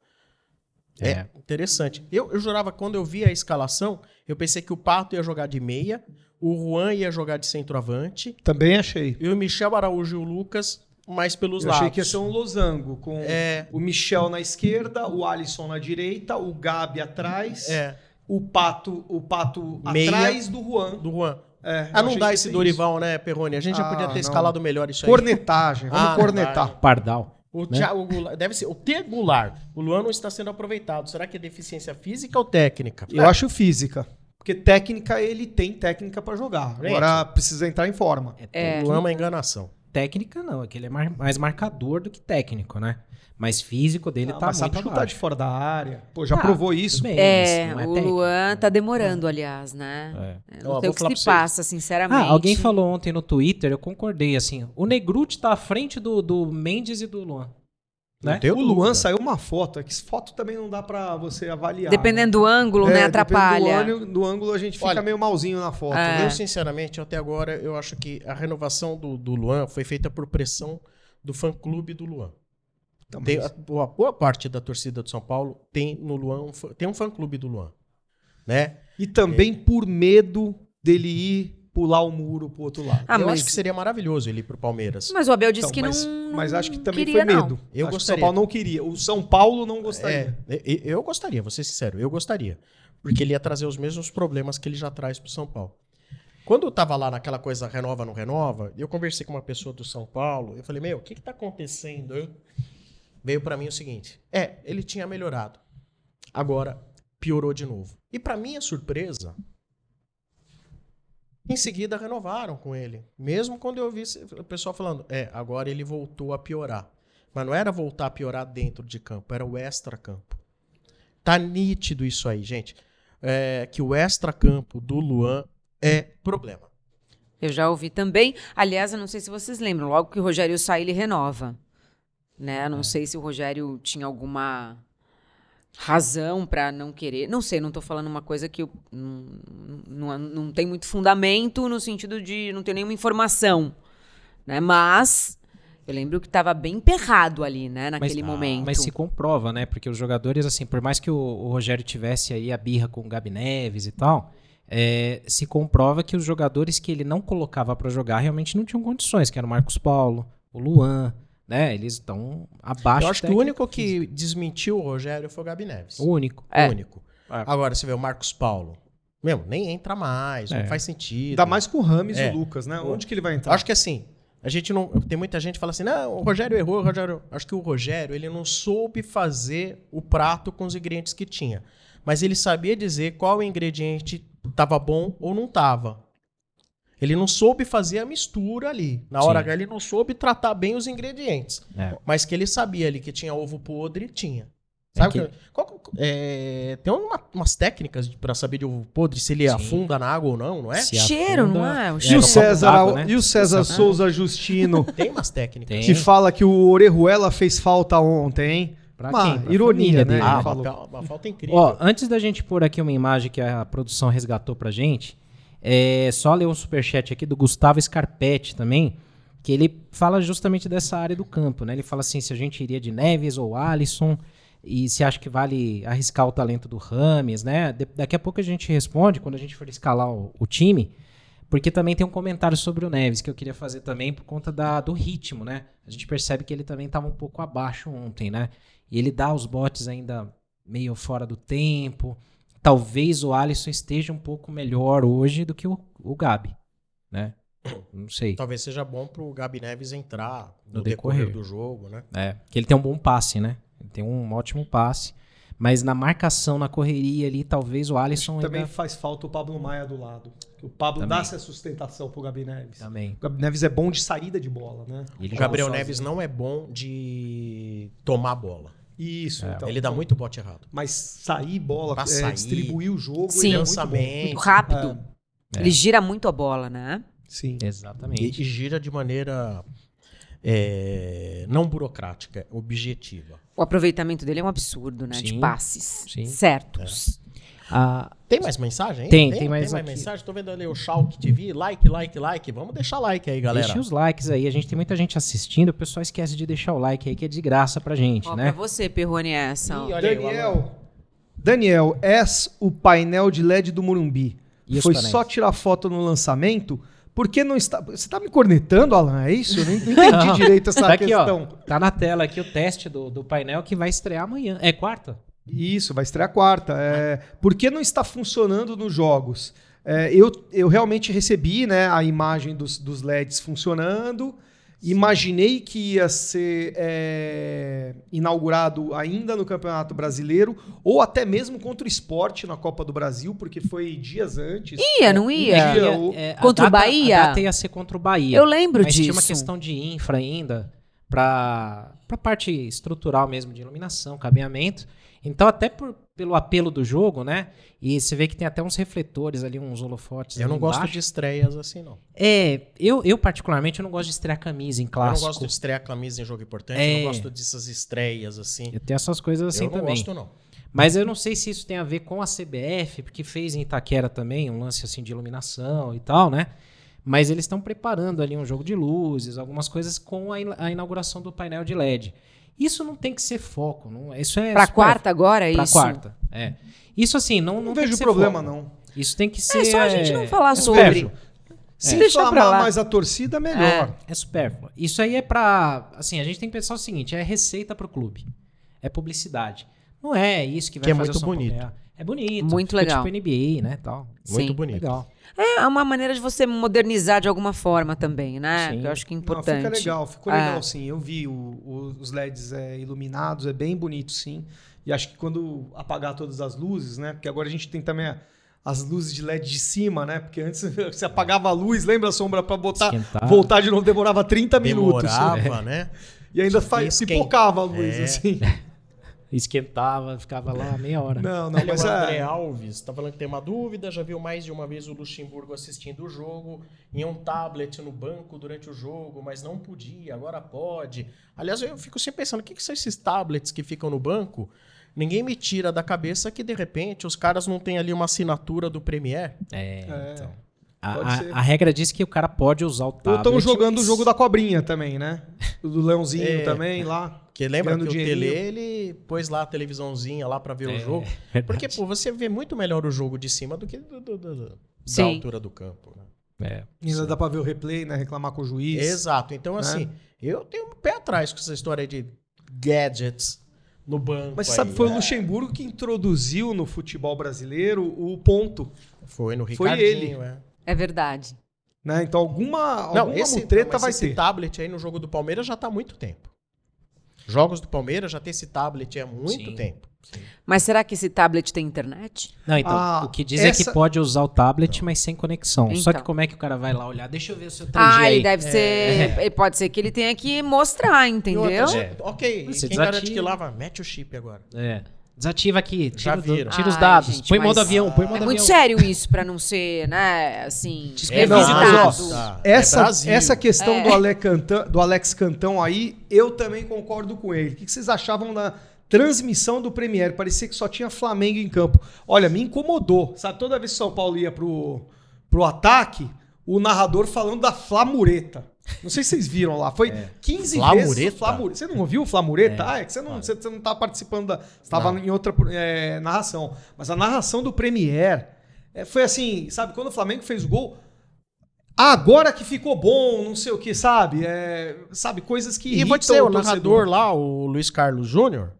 Speaker 1: É,
Speaker 2: É.
Speaker 1: interessante. Eu, eu jurava, quando eu vi a escalação, eu pensei que o Pato ia jogar de meia, o Juan ia jogar de centroavante,
Speaker 4: Também achei.
Speaker 1: e o Michel Araújo e o Lucas mais pelos
Speaker 4: Eu
Speaker 1: lados.
Speaker 4: achei que ia ser um losango com
Speaker 1: É,
Speaker 4: o Michel na esquerda, o Alisson na direita, o Gabi atrás,
Speaker 1: é,
Speaker 4: o Pato, o Pato
Speaker 1: Meia.
Speaker 4: atrás do Juan.
Speaker 1: do Juan.
Speaker 4: É, eu
Speaker 1: Ah, não
Speaker 4: achei
Speaker 1: dá
Speaker 4: que ia
Speaker 1: esse
Speaker 4: ser
Speaker 1: Dorival, né, Perrone? A gente já
Speaker 4: Ah,
Speaker 1: podia ter
Speaker 4: não.
Speaker 1: escalado melhor isso
Speaker 4: isso.
Speaker 1: aí.
Speaker 4: Cornetagem, vamos
Speaker 1: Ah, não
Speaker 4: cornetar.
Speaker 2: Pardal.
Speaker 1: O
Speaker 2: né?
Speaker 1: Thiago Goulart- deve ser o T. Goulart. O Luan não está sendo aproveitado. Será que é deficiência física ou técnica?
Speaker 4: Eu acho física. Porque técnica, ele tem técnica pra jogar. Agora precisa entrar em forma.
Speaker 1: O Luan é uma enganação.
Speaker 2: Técnica não, é que ele é mar- mais marcador do que técnico, né? Mas físico dele
Speaker 4: Ah,
Speaker 2: tá
Speaker 4: mas sabe
Speaker 2: muito
Speaker 4: chutar
Speaker 2: abaixo.
Speaker 4: de fora da área. Pô, já
Speaker 3: Ah,
Speaker 2: Tá,
Speaker 4: provou
Speaker 2: Tudo
Speaker 4: isso.
Speaker 2: bem,
Speaker 3: É,
Speaker 2: mas não
Speaker 3: o
Speaker 2: técnico,
Speaker 3: Luan
Speaker 2: né?
Speaker 3: tá demorando, aliás, né?
Speaker 2: É.
Speaker 3: Eu
Speaker 1: Ó,
Speaker 3: Não sei
Speaker 1: vou
Speaker 3: o que
Speaker 1: falar pra
Speaker 3: se
Speaker 1: vocês.
Speaker 3: passa, sinceramente.
Speaker 2: Ah, alguém falou ontem no Twitter, eu concordei, assim, o Negrute tá à frente do, do Mendes e do Luan. Né?
Speaker 1: Não tem
Speaker 4: o Luan
Speaker 1: dúvida.
Speaker 4: saiu uma foto. É que foto também não dá pra você avaliar.
Speaker 3: Dependendo do ângulo,
Speaker 4: É,
Speaker 3: né?
Speaker 4: dependendo
Speaker 3: Atrapalha.
Speaker 4: Do ângulo, do ângulo a gente fica
Speaker 1: Olha.
Speaker 4: meio malzinho na foto.
Speaker 3: É.
Speaker 4: né?
Speaker 1: Eu, sinceramente, até agora, eu acho que a renovação do, do Luan foi feita por pressão do fã-clube do Luan.
Speaker 4: Então,
Speaker 1: Tem,
Speaker 4: mas-
Speaker 1: a boa, boa parte da torcida do São Paulo tem no Luan um fã- tem um fã-clube do Luan. Né?
Speaker 4: E também por medo dele ir pular o muro pro outro lado.
Speaker 3: Ah,
Speaker 1: eu
Speaker 3: mas-
Speaker 1: acho que seria maravilhoso ele ir pro Palmeiras.
Speaker 3: Mas o Abel disse
Speaker 4: Então,
Speaker 3: que
Speaker 4: mas,
Speaker 3: não.
Speaker 4: mas
Speaker 3: não
Speaker 4: acho que também
Speaker 3: queria,
Speaker 4: foi
Speaker 3: não.
Speaker 4: medo.
Speaker 1: Eu
Speaker 4: acho que o São
Speaker 1: gostaria.
Speaker 4: Paulo não queria. O São Paulo não
Speaker 1: É,
Speaker 4: gostaria.
Speaker 1: e- e- eu gostaria, vou ser sincero, eu gostaria. Porque ele ia trazer os mesmos problemas que ele já traz pro São Paulo. Quando eu tava lá naquela coisa renova, não renova, eu conversei com uma pessoa do São Paulo, eu falei, meu, o que que tá acontecendo, hein? Veio pra mim o seguinte, é, ele tinha melhorado, agora piorou de novo. E pra minha surpresa, em seguida renovaram com ele. Mesmo quando eu vi esse- o pessoal falando, é, agora ele voltou a piorar. Mas não era voltar a piorar dentro de campo, era o extra-campo. Tá nítido isso aí, gente. é, que o extracampo do Luan é problema.
Speaker 3: Eu já ouvi também. Aliás, eu não sei se vocês lembram, logo que o Rogério sai, ele renova. Né?
Speaker 2: É.
Speaker 3: Não sei se o Rogério tinha alguma razão para não querer. Não sei, não tô falando uma coisa que eu- não, não, não tem muito fundamento no sentido de não ter nenhuma informação. Né? Mas eu lembro que estava bem perrado ali, né, naquele
Speaker 2: mas, tá,
Speaker 3: momento.
Speaker 2: Mas se comprova, né? Porque os jogadores, assim, por mais que o, o Rogério tivesse aí a birra com o Gabi Neves e tal, é, se comprova que os jogadores que ele não colocava pra jogar realmente não tinham condições, que era o Marcos Paulo, o Luan, né? Eles estão abaixo.
Speaker 1: Eu acho que o
Speaker 2: técnico
Speaker 1: único que
Speaker 2: físico.
Speaker 1: desmentiu o Rogério foi o Gabi Neves.
Speaker 2: O único.
Speaker 3: É.
Speaker 1: O único.
Speaker 2: É.
Speaker 1: Agora você vê o Marcos Paulo. Meu, nem entra mais,
Speaker 2: É.
Speaker 1: não faz sentido.
Speaker 4: Ainda mais com o Rames e
Speaker 1: É.
Speaker 4: o Lucas, né?
Speaker 1: Boa.
Speaker 4: Onde que ele vai
Speaker 2: Tá.
Speaker 4: entrar?
Speaker 1: Acho que assim, a gente não. Tem muita gente que fala assim, não, o Rogério errou, o Rogério. Acho que o Rogério ele não soube fazer o prato com os ingredientes que tinha. Mas ele sabia dizer qual ingrediente tava bom ou não tava. Ele não soube fazer a mistura ali. Na hora
Speaker 2: Sim.
Speaker 1: H, ele não soube tratar bem os ingredientes.
Speaker 2: É.
Speaker 1: Mas que ele sabia ali que tinha ovo podre, tinha. Sabe
Speaker 2: É que-
Speaker 1: que- qual- é, tem uma- umas técnicas para saber de ovo podre, se ele
Speaker 2: Sim.
Speaker 1: afunda na água ou não, não é?
Speaker 2: Se
Speaker 3: Cheiro,
Speaker 2: afunda-
Speaker 3: não é? O
Speaker 4: E o
Speaker 3: cheiro.
Speaker 2: É,
Speaker 4: César,
Speaker 2: copo d'água, né?
Speaker 4: e o César
Speaker 2: Copo d'água.
Speaker 4: Souza Justino,
Speaker 1: Tem umas técnicas.
Speaker 2: Tem.
Speaker 4: que fala que o Orejuela fez falta ontem, hein?
Speaker 2: Pra
Speaker 4: Uma
Speaker 2: quem? Pra
Speaker 4: ironia,
Speaker 2: família
Speaker 4: né?
Speaker 2: dele,
Speaker 4: Ah,
Speaker 1: Ah,
Speaker 2: né?
Speaker 4: falou.
Speaker 1: uma, uma falta incrível.
Speaker 2: Ó, antes da gente pôr aqui uma imagem que a produção resgatou pra gente, é só ler um superchat aqui do Gustavo Scarpetti também, que ele fala justamente dessa área do campo, né? Ele fala assim, se a gente iria de Neves ou Alisson, e se acha que vale arriscar o talento do Rames, né? De- daqui a pouco a gente responde, quando a gente for escalar o, o time, porque também tem um comentário sobre o Neves que eu queria fazer também por conta da, do ritmo, né? A gente percebe que ele também estava um pouco abaixo ontem, né? E ele dá os botes ainda meio fora do tempo. Talvez o Alisson esteja um pouco melhor hoje do que o, o Gabi, né? Não sei.
Speaker 1: Talvez seja bom pro Gabi Neves entrar no,
Speaker 2: No
Speaker 1: decorrer.
Speaker 2: decorrer.
Speaker 1: do jogo, né?
Speaker 2: É, que ele tem um bom passe, né? Ele tem um ótimo passe. Mas na marcação, na correria ali, talvez o Alisson ainda...
Speaker 4: Também faz falta o Pablo Maia do lado. O Pablo
Speaker 2: Também.
Speaker 4: dá essa sustentação pro Gabi Neves.
Speaker 2: Também.
Speaker 4: O Gabi Neves é bom de saída de bola, né?
Speaker 2: E ele
Speaker 1: O
Speaker 2: joga
Speaker 1: Gabriel
Speaker 4: sozinho.
Speaker 1: Neves não é bom de tomar bola.
Speaker 4: Isso, então.
Speaker 1: Ele dá muito bote errado.
Speaker 4: Mas sair bola,
Speaker 1: Pra
Speaker 4: é,
Speaker 1: sair,
Speaker 4: distribuir o jogo,
Speaker 3: Sim.
Speaker 4: ele é muito bom.
Speaker 1: Lançamento.
Speaker 3: Muito rápido.
Speaker 2: É.
Speaker 3: Ele gira muito a bola, né?
Speaker 4: Sim.
Speaker 1: E,
Speaker 2: Exatamente.
Speaker 1: e gira de maneira é, não burocrática, objetiva.
Speaker 3: O aproveitamento dele é um absurdo, né?
Speaker 2: Sim.
Speaker 3: De passes
Speaker 2: Sim.
Speaker 3: certos.
Speaker 2: Ah,
Speaker 1: Tem mais mensagem? hein?
Speaker 2: Tem, tem mais aqui.
Speaker 1: mensagem. Tô vendo ali o Shalk TV. Like, like, like. Vamos deixar like aí, galera.
Speaker 2: deixa os likes aí. A gente tem muita gente assistindo. O pessoal esquece de deixar o like aí, que é de graça pra gente,
Speaker 3: Ó, pra
Speaker 2: né?
Speaker 3: você, Perrone, essa. ó.
Speaker 1: Ih, olha aí, o Alan.
Speaker 4: Daniel, Daniel, és o painel de LED do Morumbi.
Speaker 2: E os
Speaker 4: Foi
Speaker 2: painéis?
Speaker 4: só tirar foto no lançamento? Por que não está... Você tá me cornetando, Alan? É isso? Eu não não entendi
Speaker 2: Não.
Speaker 4: direito essa
Speaker 2: Tá aqui, ó.
Speaker 4: questão.
Speaker 2: Tá na tela aqui o teste do, do painel que vai estrear amanhã. É quarta?
Speaker 4: Isso, vai estrear quarta. É, por que não está funcionando nos jogos? É, eu, eu realmente recebi né, a imagem dos, dos LEDs funcionando. Imaginei que ia ser é, inaugurado ainda no Campeonato Brasileiro, ou até mesmo contra o esporte na Copa do Brasil, porque foi dias antes.
Speaker 3: Ia, não ia?
Speaker 4: Ia.
Speaker 2: é, a
Speaker 3: Contra
Speaker 2: data-
Speaker 3: o Bahia?
Speaker 2: A data ia ser contra o Bahia.
Speaker 3: Eu lembro
Speaker 2: mas tinha uma
Speaker 3: disso.
Speaker 2: questão de infra ainda para para parte estrutural mesmo de iluminação, cabeamento. Então até por- pelo apelo do jogo, né? E você vê que tem até uns refletores ali, uns holofotes.
Speaker 1: Eu
Speaker 2: ali
Speaker 1: não gosto
Speaker 2: embaixo.
Speaker 1: de estreias assim, não.
Speaker 2: É, eu, eu particularmente eu não gosto de estrear camisa em
Speaker 1: Eu não
Speaker 2: clássico. Eu,
Speaker 1: gosto de estrear camisa em jogo importante.
Speaker 2: É.
Speaker 1: Eu não gosto dessas estreias assim.
Speaker 2: tenho essas coisas assim
Speaker 1: eu não
Speaker 2: também.
Speaker 1: gosto, não.
Speaker 2: Mas eu não sei se isso tem a ver com a CBF, porque fez em Itaquera também um lance assim de iluminação e tal, né? Mas eles estão preparando ali um jogo de luzes, algumas coisas com a, in- a inauguração do painel de LED. Isso não tem que ser foco, não. Isso é
Speaker 3: Pra
Speaker 2: super-
Speaker 3: quarta agora, é
Speaker 2: pra
Speaker 3: isso?
Speaker 2: quarta, é. Isso assim não
Speaker 4: Não,
Speaker 2: não tem que
Speaker 4: vejo
Speaker 2: ser
Speaker 4: problema,
Speaker 2: foco.
Speaker 4: não.
Speaker 2: Isso tem que ser
Speaker 3: É só a gente
Speaker 2: é,
Speaker 3: não falar sobre.
Speaker 4: Supérfluo. Se
Speaker 3: É. Deixa pra
Speaker 4: inflamar
Speaker 3: lá.
Speaker 4: mais a torcida, melhor.
Speaker 2: É supérfluo. Isso aí é pra. assim, a gente tem que pensar o seguinte, é receita pro clube. É publicidade. Não é isso que vai
Speaker 1: Que é
Speaker 2: fazer
Speaker 1: muito
Speaker 2: o São Paulo
Speaker 1: bonito.
Speaker 2: ganhar. É bonito.
Speaker 3: Muito
Speaker 2: fica
Speaker 3: legal.
Speaker 2: Tipo NBA, né, tal.
Speaker 1: Muito
Speaker 3: Sim.
Speaker 1: bonito.
Speaker 2: Legal.
Speaker 3: É uma maneira de você modernizar de alguma forma também, né?
Speaker 2: Sim.
Speaker 3: Que eu acho que é
Speaker 4: Não,
Speaker 3: importante.
Speaker 4: fica legal, ficou
Speaker 3: É.
Speaker 4: legal sim. Eu vi o- o- os LEDs é, iluminados, é bem bonito sim. E acho que quando apagar todas as luzes, né? Porque agora a gente tem também a- as luzes de LED de cima, né? Porque antes você apagava a luz, lembra a sombra para botar,
Speaker 2: Esquentar.
Speaker 4: voltar de novo demorava 30 minutos.
Speaker 2: É.
Speaker 1: Demorava, né?
Speaker 4: E ainda
Speaker 1: Tinha
Speaker 4: fa-
Speaker 1: que esquentar.
Speaker 4: pipocava a luz
Speaker 1: É.
Speaker 4: assim.
Speaker 2: Esquentava, ficava lá meia hora.
Speaker 4: Não, não,
Speaker 1: Olha,
Speaker 4: mas
Speaker 1: o André
Speaker 4: é.
Speaker 1: Alves tá falando que tem uma dúvida, já viu mais de uma vez o Luxemburgo assistindo o jogo em um tablet no banco durante o jogo, mas não podia, agora pode. Aliás, eu fico sempre pensando, o que, que são esses tablets que ficam no banco? Ninguém me tira da cabeça que, de repente, os caras não têm ali uma assinatura do Premier.
Speaker 2: É,
Speaker 4: É,
Speaker 2: então. A,
Speaker 4: pode
Speaker 2: a-
Speaker 4: ser.
Speaker 2: a regra diz que o cara pode usar o
Speaker 4: Ou
Speaker 2: tablet.
Speaker 4: estão jogando
Speaker 2: mas-
Speaker 4: o jogo da cobrinha também, né? O do leãozinho
Speaker 1: É.
Speaker 4: também lá.
Speaker 1: Porque lembra
Speaker 4: Ganhando
Speaker 1: que o Tele,
Speaker 4: dinheirinho.
Speaker 1: ele pôs lá a televisãozinha lá pra ver
Speaker 2: É,
Speaker 1: o jogo.
Speaker 2: verdade.
Speaker 1: Porque, pô, você vê muito melhor o jogo de cima do que do- do- do- do- da
Speaker 3: Sim.
Speaker 1: altura do campo, né?
Speaker 2: É,
Speaker 4: E Ainda dá pra ver o replay, né? Reclamar com o juiz.
Speaker 1: Exato. Então,
Speaker 4: Né?
Speaker 1: assim, eu tenho um pé atrás com essa história de gadgets no banco.
Speaker 4: Mas você
Speaker 1: aí,
Speaker 4: sabe, foi o
Speaker 1: né?
Speaker 4: Luxemburgo que introduziu no futebol brasileiro o ponto.
Speaker 1: Foi no
Speaker 4: Foi
Speaker 1: Ricardinho,
Speaker 4: ele.
Speaker 1: é.
Speaker 3: É verdade.
Speaker 4: Né? Então alguma,
Speaker 1: Não,
Speaker 4: alguma
Speaker 1: esse,
Speaker 4: mutreta
Speaker 1: não, mas
Speaker 4: vai
Speaker 1: esse
Speaker 4: ter.
Speaker 1: tablet aí no jogo do Palmeiras já tá há muito tempo. Jogos do Palmeiras já tem esse tablet há muito
Speaker 2: Sim.
Speaker 1: tempo.
Speaker 3: Mas será que esse tablet tem internet?
Speaker 2: Não, então,
Speaker 4: Ah,
Speaker 2: o que diz é
Speaker 4: essa-
Speaker 2: que pode usar o tablet, mas sem conexão. Só que
Speaker 3: Então.
Speaker 2: como é que o cara vai lá olhar? Deixa eu ver o seu 3G
Speaker 3: Ah,
Speaker 2: aí. É.
Speaker 3: ele deve ser. ele Pode ser que ele tenha que mostrar,
Speaker 1: E
Speaker 3: entendeu?
Speaker 1: outra,
Speaker 2: É.
Speaker 1: Então, Ok,
Speaker 2: Você
Speaker 1: e quem garante
Speaker 2: desativa.
Speaker 1: que lava? Mete o chip agora.
Speaker 2: É. Desativa aqui,
Speaker 1: Já
Speaker 2: tira, o do-
Speaker 1: viram.
Speaker 2: tira os
Speaker 3: Ai,
Speaker 2: dados,
Speaker 3: Ah, gente,
Speaker 2: põe em modo
Speaker 3: mas-
Speaker 2: avião, põe em modo
Speaker 3: É
Speaker 2: avião.
Speaker 3: muito sério isso pra não ser, né, assim,
Speaker 2: É, não,
Speaker 3: revisitado.
Speaker 1: mas, ó,
Speaker 4: Essa,
Speaker 1: É Brasil.
Speaker 4: essa questão
Speaker 3: É.
Speaker 4: do, Ale Cantan- do Alex Cantão aí, eu também concordo com ele. O que que vocês achavam da transmissão do Premier? Parecia que só tinha Flamengo em campo. Olha, me incomodou. Sabe, toda vez que o São Paulo ia pro, pro ataque, o narrador falando da Flamureta. Não sei se vocês viram lá. Foi
Speaker 1: É.
Speaker 4: 15 vezes
Speaker 1: Flamureta?
Speaker 4: o Flamureta. Você não ouviu o Flamureta?
Speaker 2: É.
Speaker 4: Ah, é que você não, você, você não tá participando da... Você
Speaker 1: Não.
Speaker 4: tava em outra é, narração. Mas a narração do Premier é, foi assim, sabe? Quando o Flamengo fez o gol... Ah, agora que ficou bom, não sei o que, sabe? É, sabe, coisas que
Speaker 1: E
Speaker 4: irritam
Speaker 1: vou dizer, o,
Speaker 4: torcedor.
Speaker 1: narrador lá, o Luiz Carlos Júnior,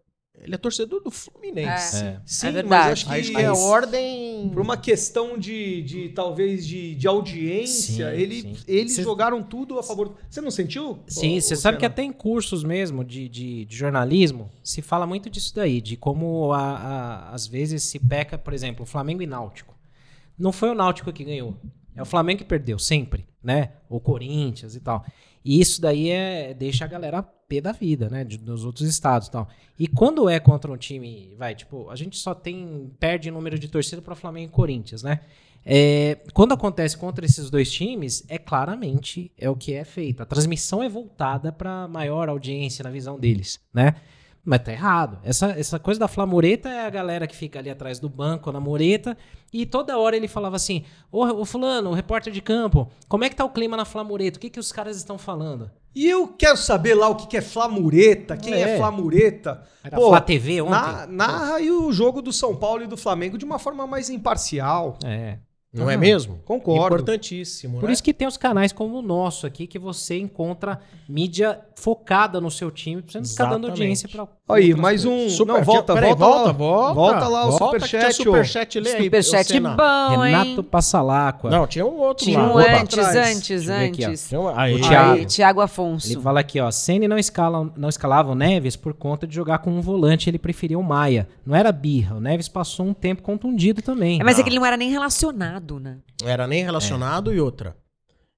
Speaker 1: ele é torcedor do Fluminense.
Speaker 2: É.
Speaker 4: Sim,
Speaker 3: verdade.
Speaker 4: mas eu
Speaker 1: Aí
Speaker 4: acho que
Speaker 1: é
Speaker 4: é ordem.
Speaker 1: ordem...
Speaker 4: Por uma questão de, de talvez, de, de audiência,
Speaker 2: Sim,
Speaker 4: ele-
Speaker 2: sim.
Speaker 4: eles
Speaker 2: Cê-
Speaker 4: jogaram tudo a favor. Você não sentiu?
Speaker 2: Sim,
Speaker 4: ô-
Speaker 2: você
Speaker 4: ô,
Speaker 2: sabe que é-
Speaker 4: Senna?
Speaker 2: até em cursos mesmo de, de, de jornalismo se fala muito disso daí, de como a- a- às vezes se peca, por exemplo, Flamengo e Náutico. Não foi o Náutico que ganhou, é o Flamengo que perdeu sempre, né? O Corinthians e tal. E isso daí é, deixa a galera pé da vida, né? De- dos outros estados e tal. E quando é contra um time, vai, tipo, a gente só tem, perde número de torcida para Flamengo e Corinthians, né? É, quando acontece contra esses dois times, é claramente é o que é feito. A transmissão é voltada para maior audiência na visão deles, né? Mas tá errado. Essa, essa coisa da flamureta é a galera que fica ali atrás do banco, na mureta, e toda hora ele falava assim: Ô, ô fulano, o repórter de campo, como é que tá o clima na flamureta? O que, que os caras estão falando?
Speaker 4: E eu quero saber lá o que, que é Flamureta, quem é,
Speaker 2: É.
Speaker 4: Flamureta.
Speaker 2: Era
Speaker 4: Pô,
Speaker 2: Flá TV ontem?
Speaker 4: Na, narra aí o jogo do São Paulo e do Flamengo de uma forma mais imparcial.
Speaker 2: É.
Speaker 1: Não é mesmo?
Speaker 4: Concordo.
Speaker 1: Importantíssimo,
Speaker 2: Por
Speaker 1: né?
Speaker 2: isso que tem os canais como o nosso aqui, que você encontra mídia focada no seu time, pra você não ficar dando
Speaker 1: Exatamente.
Speaker 2: audiência pra.
Speaker 4: Aí,
Speaker 2: outras
Speaker 4: mais
Speaker 2: coisas.
Speaker 4: um.
Speaker 1: Super-
Speaker 4: não, volta,
Speaker 1: peraí,
Speaker 4: volta,
Speaker 1: volta,
Speaker 4: lá.
Speaker 1: volta.
Speaker 4: Volta lá o
Speaker 1: Volta que tinha
Speaker 4: superchat. ô.
Speaker 1: superchat, lê aí.
Speaker 3: Superchat
Speaker 1: ô, Senna.
Speaker 3: bom,
Speaker 2: Renato
Speaker 3: hein?
Speaker 2: Passalacqua.
Speaker 1: Não, tinha um outro
Speaker 3: Tinha
Speaker 1: lá.
Speaker 3: um
Speaker 1: Opa.
Speaker 3: antes,
Speaker 4: atrás.
Speaker 3: antes,
Speaker 2: Deixa eu ver aqui, ó.
Speaker 3: antes.
Speaker 1: Tinha um- aí.
Speaker 2: O Thiago.
Speaker 3: Aí, Thiago Afonso.
Speaker 2: Ele fala aqui, ó. Ceni não, escala, não escalava o Neves por conta de jogar com um volante, ele preferia o Maia. Não era birra. O Neves passou um tempo contundido também.
Speaker 3: É, mas é que ele não era nem relacionado, né?
Speaker 1: Era nem relacionado e outra.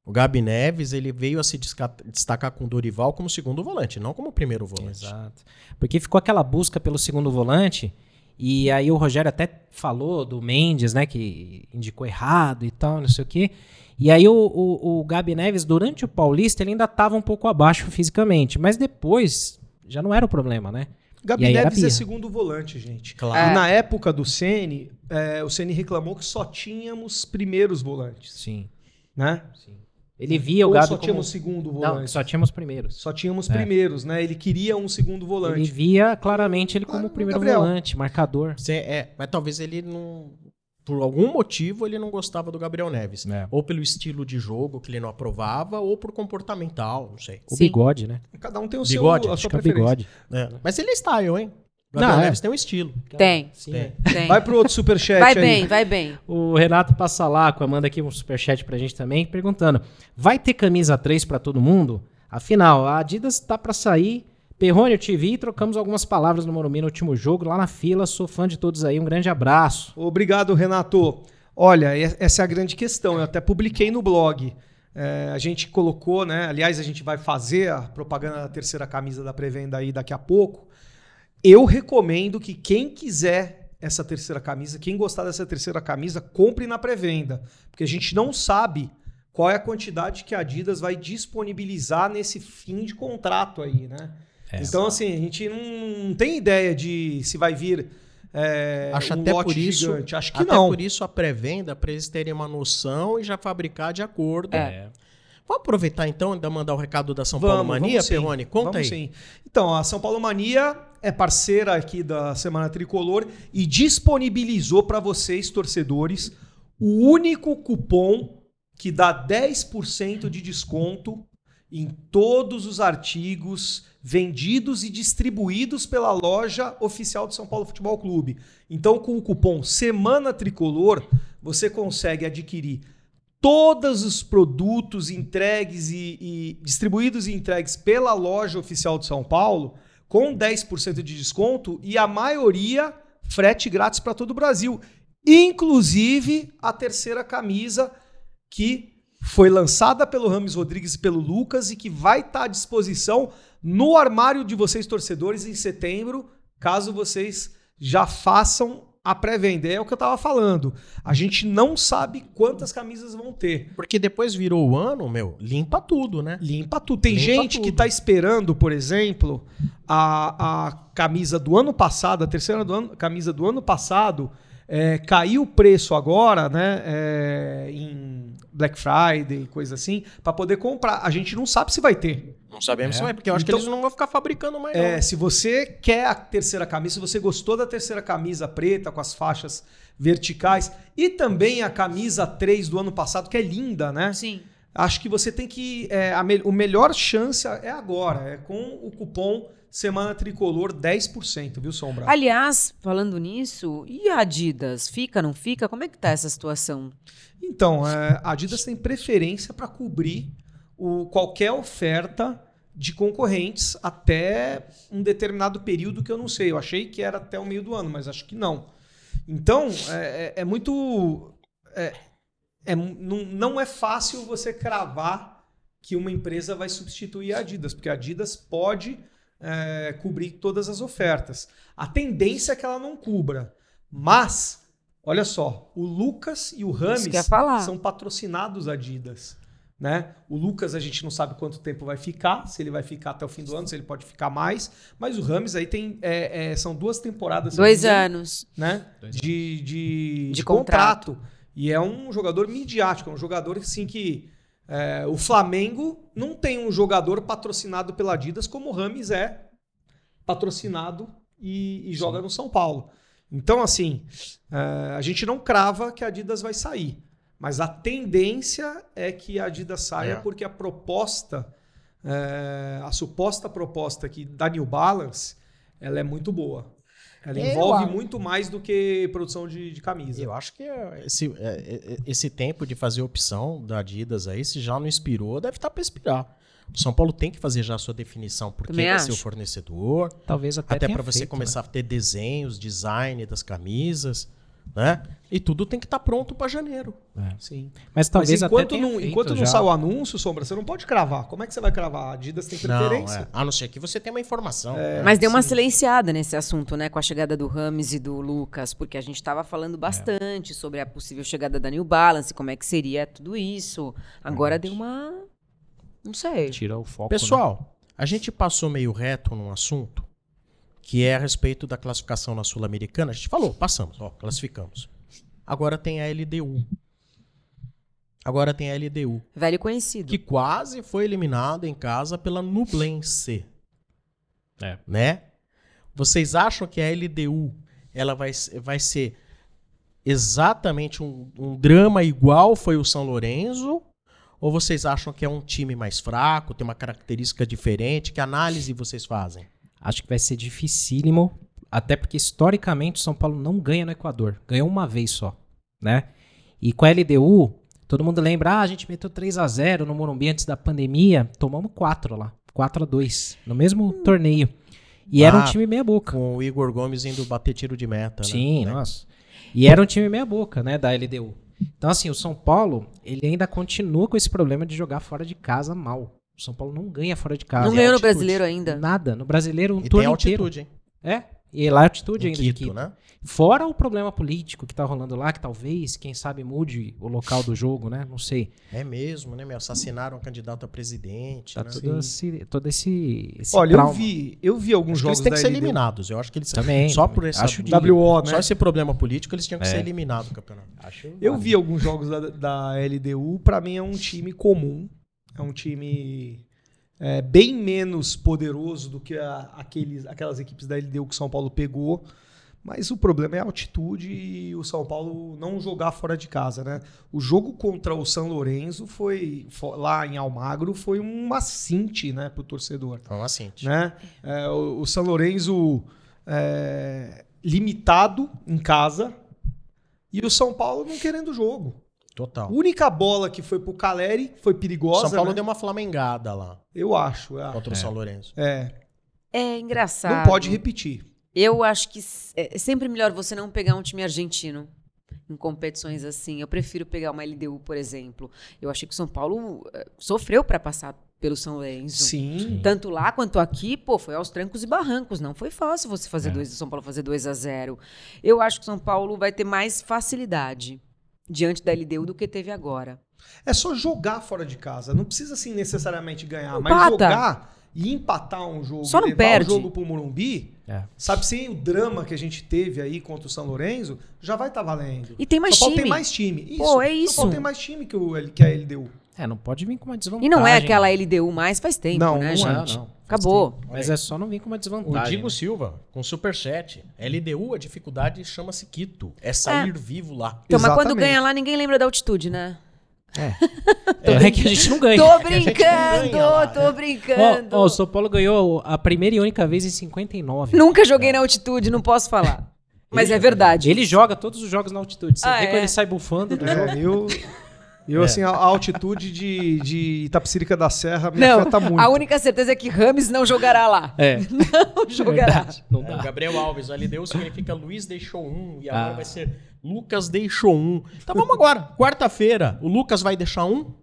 Speaker 1: O Gabi Neves, ele veio a se desca- destacar com o Dorival como segundo volante, não como primeiro volante.
Speaker 2: Exato. Porque ficou aquela busca pelo segundo volante. E aí o Rogério até falou do Mendes, né? Que indicou errado e tal, não sei o quê. E aí o, o, o Gabi Neves, durante o Paulista, ele ainda estava um pouco abaixo fisicamente. Mas depois já não era o problema, né? E
Speaker 4: Gabi
Speaker 2: aí É. era
Speaker 4: Neves é
Speaker 2: birra.
Speaker 4: segundo volante, gente.
Speaker 1: Claro.
Speaker 3: É.
Speaker 4: E na época do Ceni, é, o Ceni reclamou que só tínhamos primeiros volantes,
Speaker 2: Sim,
Speaker 4: né?
Speaker 2: sim. Ele via o
Speaker 4: Ou
Speaker 2: Gabi
Speaker 4: só
Speaker 2: como...
Speaker 4: um
Speaker 2: um
Speaker 4: tínhamos segundo volante.
Speaker 2: Não, só É. tínhamos primeiros.
Speaker 4: Só tínhamos primeiros, né? Ele queria um segundo
Speaker 2: Ele
Speaker 4: volante.
Speaker 2: via claramente ele como
Speaker 4: Claro,
Speaker 2: o primeiro
Speaker 4: Ah, Gabriel.
Speaker 2: volante, marcador.
Speaker 1: Cê- é, mas talvez ele não. Por algum motivo, ele não gostava do Gabriel Neves. né?
Speaker 2: É.
Speaker 1: Ou pelo estilo de jogo que ele não aprovava, ou por comportamental, não sei.
Speaker 2: O
Speaker 3: Sim.
Speaker 2: bigode, né?
Speaker 4: Cada um tem o
Speaker 1: Bigode,
Speaker 4: seu, a
Speaker 2: Acho
Speaker 4: sua
Speaker 2: que é o
Speaker 4: preferência.
Speaker 2: bigode.
Speaker 1: É. Mas ele é style, hein? O Gabriel
Speaker 2: Não, é.
Speaker 1: Neves tem um estilo.
Speaker 3: Tem,
Speaker 2: Sim.
Speaker 1: Tem.
Speaker 3: tem.
Speaker 4: Vai pro outro superchat
Speaker 3: Vai
Speaker 4: aí.
Speaker 3: bem, vai bem.
Speaker 2: O Renato Passalaco manda aqui um superchat pra gente também, perguntando: vai ter camisa 3 pra todo mundo? Afinal, a Adidas tá pra sair. Perrone, eu te vi e trocamos algumas palavras no Morumbi no último jogo, lá na fila. Sou fã de todos aí, um grande abraço.
Speaker 4: Obrigado, Renato. Olha, e- essa é a grande questão. Eu até publiquei no blog. É, a gente colocou, né? Aliás, a gente vai fazer a propaganda da terceira camisa da pré-venda aí daqui a pouco. Eu recomendo que quem quiser essa terceira camisa, quem gostar dessa terceira camisa, compre na pré-venda. Porque a gente não sabe qual é a quantidade que a Adidas vai disponibilizar nesse fim de contrato aí, né?
Speaker 2: É.
Speaker 4: então, assim, a gente não, não tem ideia de se vai vir é,
Speaker 1: Acho
Speaker 4: um
Speaker 1: até
Speaker 4: lote
Speaker 1: por isso-
Speaker 4: gigante. Acho que
Speaker 1: Até
Speaker 4: não.
Speaker 1: por isso a pré-venda, para eles terem uma noção e já fabricar de acordo.
Speaker 2: É.
Speaker 1: Vamos aproveitar então e ainda mandar o recado da São Paulo Mania,
Speaker 4: sim.
Speaker 1: Perrone? Conta
Speaker 4: Vamos
Speaker 1: aí.
Speaker 4: sim. Então, a São Paulo Mania é parceira aqui da Semana Tricolor e disponibilizou para vocês, torcedores, o único cupom que dá 10% de desconto em todos os artigos vendidos e distribuídos pela loja oficial do São Paulo Futebol Clube. Então, com o cupom Semana Tricolor, você consegue adquirir todos os produtos entregues e, e distribuídos e entregues pela loja oficial de São Paulo com 10% de desconto e a maioria frete grátis para todo o Brasil, inclusive a terceira camisa que foi lançada pelo Rames Rodrigues e pelo Lucas e que vai estar à disposição no armário de vocês torcedores em setembro, caso vocês já façam a pré-venda. É o que eu tava falando. A gente não sabe quantas camisas vão ter.
Speaker 1: Porque depois virou o ano, meu, limpa tudo, né?
Speaker 4: Limpa tudo. Tem
Speaker 1: Limpa
Speaker 4: gente
Speaker 1: tudo.
Speaker 4: que tá esperando, por exemplo, a, a camisa do ano passado, a terceira do ano, camisa do ano passado, é, caiu o preço agora, né? é, em Black Friday, coisa assim, para poder comprar. A gente não sabe se vai ter.
Speaker 1: Não sabemos
Speaker 2: É.
Speaker 1: se vai, porque eu acho
Speaker 4: Então-
Speaker 1: que eles não vão ficar fabricando mais.
Speaker 4: É,
Speaker 1: não.
Speaker 4: se você quer a terceira camisa, se você gostou da terceira camisa preta com as faixas verticais e também a camisa 3 do ano passado, que é linda, né?
Speaker 3: Sim.
Speaker 4: Acho que você tem que. É, a me- o melhor chance é agora, é com o cupom Semana Tricolor 10%, viu, Sombra?
Speaker 3: Aliás, falando nisso, e a Adidas? Fica, não fica? Como é que tá essa situação?
Speaker 4: Então, é, a Adidas tem preferência para cobrir o- qualquer oferta de concorrentes até um determinado período que eu não sei. Eu achei que era até o meio do ano, mas acho que não. Então, é, é- é muito. é- é mu- não, não é fácil você cravar que uma empresa vai substituir a Adidas, porque a Adidas pode é, cobrir todas as ofertas. A tendência é que ela não cubra. Mas, olha só, o Lucas e o Rames
Speaker 3: Isso que eu ia falar.
Speaker 4: são patrocinados Adidas. Né? O Lucas a gente não sabe quanto tempo vai ficar, se ele vai ficar até o fim do ano, se ele pode ficar mais, mas o Rames aí tem é, é, são duas temporadas.
Speaker 3: Dois
Speaker 4: se não me engano,
Speaker 3: anos.
Speaker 4: né?
Speaker 2: Dois
Speaker 4: de, de,
Speaker 3: De
Speaker 4: de contrato. E é um jogador midiático, é um jogador assim que. é, o Flamengo não tem um jogador patrocinado pela Adidas como o Rames é patrocinado e, e joga no São Paulo. Então, assim, é, a gente não crava que a Adidas vai sair. Mas a tendência é que a Adidas saia,
Speaker 1: É.
Speaker 4: porque a proposta, é, a suposta proposta aqui da New Balance, ela é muito boa. Ela
Speaker 1: Eu
Speaker 4: envolve
Speaker 1: acho.
Speaker 4: muito mais do que produção de, de camisa.
Speaker 1: Eu acho que é, esse, é, é, esse tempo de fazer opção da Adidas aí, se já não inspirou, deve estar para inspirar. O São Paulo tem que fazer já a sua definição por quem
Speaker 3: Também
Speaker 1: vai
Speaker 3: acho.
Speaker 1: ser o fornecedor,
Speaker 2: Talvez até
Speaker 1: até
Speaker 2: tenha
Speaker 1: para você
Speaker 2: feito, né?
Speaker 1: começar a ter desenhos, design das camisas, né? E tudo tem que estar pronto para janeiro.
Speaker 4: Sim.
Speaker 2: né? Mas talvez
Speaker 4: Mas
Speaker 2: até
Speaker 4: enquanto
Speaker 2: tenha
Speaker 4: não,
Speaker 2: feito
Speaker 4: enquanto não
Speaker 2: já.
Speaker 4: sai o anúncio, Sombra, você não pode cravar. Como é que você vai cravar? A Adidas tem preferência.
Speaker 1: Não, é. A não ser que você tenha uma informação.
Speaker 2: É,
Speaker 3: Mas deu uma
Speaker 4: sim.
Speaker 3: silenciada nesse assunto, né? Com a chegada do Rames e do Lucas, porque a gente estava falando bastante sobre a possível chegada da New Balance, como é que seria tudo isso. Agora deu uma. Não sei.
Speaker 2: Tira o foco.
Speaker 1: Pessoal, a gente passou meio reto num assunto que é a respeito da classificação na Sul-Americana. A gente falou, passamos, ó, classificamos. Agora tem a LDU. Agora tem a LDU,
Speaker 3: Velho conhecido.
Speaker 1: que quase foi eliminada em casa pela Nublense,
Speaker 2: né?
Speaker 1: né? Vocês acham que a LDU ela vai, se- vai ser exatamente um, um drama igual foi o São Lourenço? Ou vocês acham que é um time mais fraco, tem uma característica diferente? Que análise vocês fazem?
Speaker 2: Acho que vai ser dificílimo, até porque historicamente o São Paulo não ganha no Equador. Ganhou uma vez só, né? E com a LDU, todo mundo lembra, ah, a gente meteu 3 a 0 no Morumbi antes da pandemia, tomamos 4 lá, 4 a 2 no mesmo torneio. E era um
Speaker 1: Hum. Ah,
Speaker 2: time meia boca.
Speaker 1: Com o Igor Gomes indo bater tiro de meta,
Speaker 2: Sim,
Speaker 1: né?
Speaker 2: nossa. E era um time meia boca, né, da LDU. Então, assim, o São Paulo, ele ainda continua com esse problema de jogar fora de casa mal. O São Paulo não ganha fora de casa.
Speaker 3: não ganhou no
Speaker 1: altitude.
Speaker 3: brasileiro ainda.
Speaker 2: Nada. No brasileiro, um
Speaker 1: E tem
Speaker 2: turno inteiro.
Speaker 1: altitude, hein?
Speaker 2: É, e lá é altitude
Speaker 4: Um
Speaker 1: Em
Speaker 2: ainda de
Speaker 1: Quito,
Speaker 2: Quito.
Speaker 1: né?
Speaker 2: Fora o problema político que tá rolando lá, que talvez, quem sabe, mude o local do jogo, né? Não sei.
Speaker 1: É mesmo, né, meu? Assassinaram um candidato a presidente,
Speaker 2: Tá
Speaker 1: né?
Speaker 2: todo esse, todo esse, esse
Speaker 4: Olha, eu
Speaker 2: trauma.
Speaker 4: vi, eu vi alguns
Speaker 1: Acho que
Speaker 4: jogos
Speaker 1: eles têm que ser
Speaker 4: da LDU.
Speaker 1: eliminados. Eu acho que eles
Speaker 2: Também,
Speaker 1: só
Speaker 2: também.
Speaker 1: por essa,
Speaker 2: Acho de-
Speaker 4: WO, né?
Speaker 1: só esse problema político eles tinham que
Speaker 2: É.
Speaker 1: ser eliminados do campeonato.
Speaker 4: Eu vi alguns jogos da, da LDU, pra mim é um time comum, é um time é, bem menos poderoso do que a- aqueles, aquelas equipes da LDU que o São Paulo pegou, mas o problema é a altitude e o São Paulo não jogar fora de casa, né? O jogo contra o São Lourenço foi, fo- lá em Almagro foi um macinte, né, pro torcedor
Speaker 1: Foi um assim.
Speaker 4: né? É, o, o São Lourenço é, limitado em casa e o São Paulo não querendo o jogo. A
Speaker 1: Total.
Speaker 4: única bola que foi pro Caleri foi perigosa.
Speaker 1: São Paulo
Speaker 4: né?
Speaker 1: deu uma flamengada lá
Speaker 4: Eu acho.
Speaker 2: Ah,
Speaker 4: é.
Speaker 1: contra o São Lourenço.
Speaker 3: É engraçado.
Speaker 4: Não pode repetir.
Speaker 3: Eu acho que s- é sempre melhor você não pegar um time argentino em competições assim. Eu prefiro pegar uma LDU, por exemplo. Eu achei que o São Paulo eh, sofreu para passar pelo São Lourenço.
Speaker 4: Sim.
Speaker 3: Tanto lá quanto aqui, pô, foi aos trancos e barrancos. Não foi fácil você
Speaker 4: É.
Speaker 3: fazer dois, São Paulo fazer 2 a 0 Eu acho que o São Paulo vai ter mais facilidade diante da LDU do que teve agora.
Speaker 4: É só jogar fora de casa. Não precisa assim necessariamente ganhar, mas
Speaker 3: Empata.
Speaker 4: jogar e empatar um jogo,
Speaker 3: Só não
Speaker 4: levar
Speaker 3: perde.
Speaker 4: o jogo pro Morumbi.
Speaker 2: É.
Speaker 4: Sabe, sem o drama que a gente teve aí contra o São Lourenço, já vai estar valendo.
Speaker 3: E tem mais
Speaker 4: São Paulo
Speaker 3: time.
Speaker 4: tem mais time. Isso.
Speaker 3: Pô, é
Speaker 4: São Paulo
Speaker 3: isso.
Speaker 4: tem mais time que, o, L- que a LDU.
Speaker 2: É, não pode vir com uma desvantagem.
Speaker 3: E não é aquela LDU mais faz tempo,
Speaker 4: Não,
Speaker 3: né,
Speaker 4: não é,
Speaker 3: gente?
Speaker 2: não. Faz
Speaker 3: Acabou.
Speaker 2: Mas é só não vir com uma
Speaker 1: O
Speaker 2: desvantagem.
Speaker 1: Digo Silva, com superchat. LDU, a dificuldade chama-se Quito. É sair vivo lá.
Speaker 3: Então, mas quando
Speaker 4: Exatamente.
Speaker 3: ganha lá, ninguém lembra da altitude, né?
Speaker 2: né? É que a gente não ganha.
Speaker 3: Tô
Speaker 1: gente não
Speaker 3: brincando,
Speaker 1: ganha lá, né?
Speaker 3: tô brincando.
Speaker 2: Ó, ó, o São Paulo ganhou a primeira e única vez em 59.
Speaker 3: Nunca joguei na altitude, não posso falar. Mas é verdade.
Speaker 2: Ele joga todos os jogos na altitude. Você
Speaker 3: Ah,
Speaker 2: vê
Speaker 3: é?
Speaker 2: quando ele sai bufando né? do jogo.
Speaker 4: É, eu, eu assim, a, a altitude de, de Itapecirica da Serra me
Speaker 3: Não,
Speaker 4: afeta muito.
Speaker 3: a única certeza é que Rames não jogará lá.
Speaker 2: É,
Speaker 3: Não jogará.
Speaker 2: verdade. Não
Speaker 1: É, o
Speaker 2: dá.
Speaker 1: Gabriel Alves, o LDU significa Luiz deixou um e
Speaker 2: Ah.
Speaker 1: agora vai ser Lucas deixou um. Então vamos agora. Quarta-feira, o Lucas vai deixar um?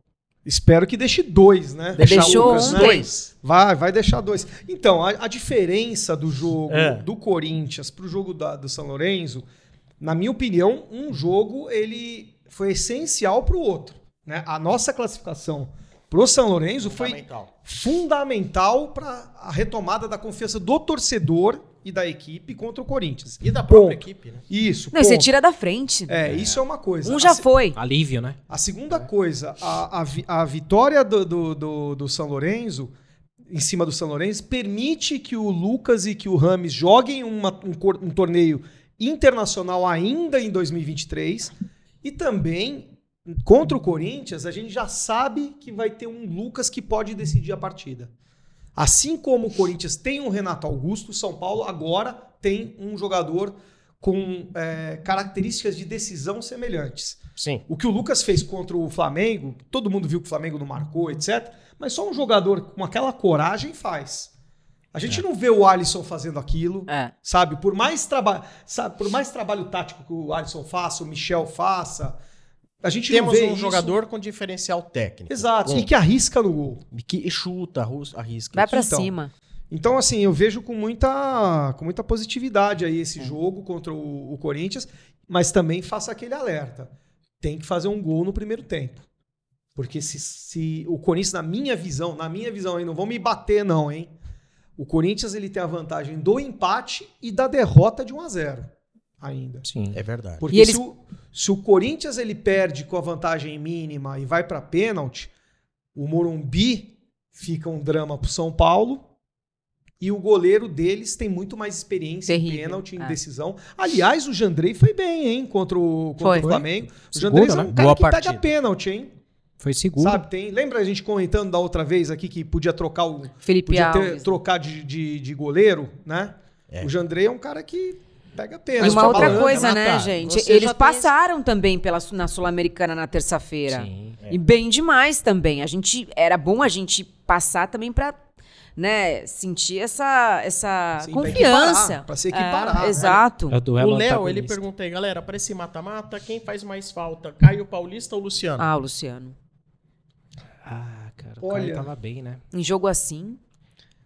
Speaker 4: Espero que deixe dois, né?
Speaker 3: Deixou
Speaker 4: Lucas,
Speaker 3: um,
Speaker 4: né?
Speaker 3: dois.
Speaker 4: Vai, vai deixar dois. Então, a, a diferença do jogo
Speaker 1: É.
Speaker 4: do Corinthians pro jogo da- do São Lourenço, na minha opinião, um jogo ele foi essencial pro outro. Né? A nossa classificação pro São Lourenço foi
Speaker 1: Fundamental.
Speaker 4: fundamental para a retomada da confiança do torcedor e da equipe contra o Corinthians.
Speaker 1: E da própria
Speaker 4: Ponto.
Speaker 1: equipe, né?
Speaker 4: Isso.
Speaker 3: Não, e você
Speaker 4: ponto.
Speaker 3: tira da frente.
Speaker 4: É, isso é uma coisa.
Speaker 3: Um
Speaker 4: A
Speaker 3: já
Speaker 4: se-
Speaker 3: foi.
Speaker 2: Alívio, né?
Speaker 4: a segunda coisa, a, a vi- a vitória do, do, do- do São Lourenço, em cima do São Lourenço, permite que o Lucas e que o Rames joguem uma- um, cor- um torneio internacional ainda em 2023. E também, contra o Corinthians, a gente já sabe que vai ter um Lucas que pode decidir a partida. Assim como o Corinthians tem um Renato Augusto, o São Paulo agora tem um jogador com eh, características de decisão semelhantes.
Speaker 1: Sim.
Speaker 4: O que o Lucas fez contra o Flamengo, todo mundo viu que o Flamengo não marcou, etc. Mas só um jogador com aquela coragem faz. A
Speaker 1: É.
Speaker 4: gente não vê o Alisson fazendo aquilo,
Speaker 3: É.
Speaker 4: sabe? Por mais, traba sabe? Por mais trabalho tático que o Alisson faça, o Michel faça, a gente não
Speaker 1: Temos
Speaker 4: vê
Speaker 1: um
Speaker 4: isso.
Speaker 1: jogador com diferencial técnico.
Speaker 4: Exato,
Speaker 1: Um.
Speaker 4: e que arrisca no gol.
Speaker 1: Que chuta, arru- arrisca.
Speaker 3: Vai pra
Speaker 4: Então,
Speaker 3: cima.
Speaker 4: Então, assim, eu vejo com muita, com muita positividade aí esse jogo contra o, o Corinthians, mas também faça aquele alerta. Tem que fazer um gol no primeiro tempo. Porque se, se o Corinthians, na minha visão, na minha visão, hein, não vão me bater, não, hein? O Corinthians ele tem a vantagem do empate e da derrota de 1 a 0 ainda.
Speaker 2: Sim.
Speaker 1: É verdade.
Speaker 4: Porque
Speaker 3: E eles-
Speaker 4: se, o, se o Corinthians ele perde com a vantagem mínima e vai pra pênalti, o Morumbi fica um drama pro São Paulo e o goleiro deles tem muito mais experiência em
Speaker 3: Terrível,
Speaker 4: pênalti, em
Speaker 3: é.
Speaker 4: decisão. Aliás, o Jandrei foi bem, hein, contra o, contra
Speaker 3: Foi.
Speaker 4: o Flamengo. O
Speaker 2: Segura,
Speaker 4: Jandrei é
Speaker 2: né?
Speaker 4: um cara
Speaker 1: Boa
Speaker 4: que
Speaker 1: partida.
Speaker 4: pega pênalti, hein?
Speaker 2: Foi seguro.
Speaker 4: Sabe, tem, lembra a gente comentando da outra vez aqui que podia trocar o
Speaker 3: Felipe
Speaker 4: podia ter-
Speaker 3: Alves.
Speaker 4: trocar de, de, de goleiro, né?
Speaker 1: É.
Speaker 4: O Jandrei é um cara que pega
Speaker 3: E
Speaker 4: pênalti. Tá
Speaker 1: Mas
Speaker 3: uma
Speaker 1: tô
Speaker 3: outra
Speaker 1: falando,
Speaker 3: coisa, né,
Speaker 1: Renata,
Speaker 3: gente?
Speaker 1: você já
Speaker 3: Eles
Speaker 1: tem
Speaker 3: passaram também pela, Su- na Sul-Americana na terça-feira.
Speaker 2: Sim.
Speaker 1: É.
Speaker 3: E bem demais também. A gente era bom a gente passar também pra né, sentir essa essa
Speaker 4: Sim, pra
Speaker 3: confiança
Speaker 4: equiparar, pra se equiparar,
Speaker 3: É,
Speaker 4: né?
Speaker 3: Exato.
Speaker 2: É o duelo
Speaker 1: O Léo, ele
Speaker 2: antagonista.
Speaker 1: pergunta aí, galera, pra esse mata-mata, quem faz mais falta? Caio Paulista ou Luciano?
Speaker 3: Ah, Luciano.
Speaker 2: Ah, cara, o
Speaker 4: Olha.
Speaker 2: Caio tava bem, né?
Speaker 3: Em jogo assim,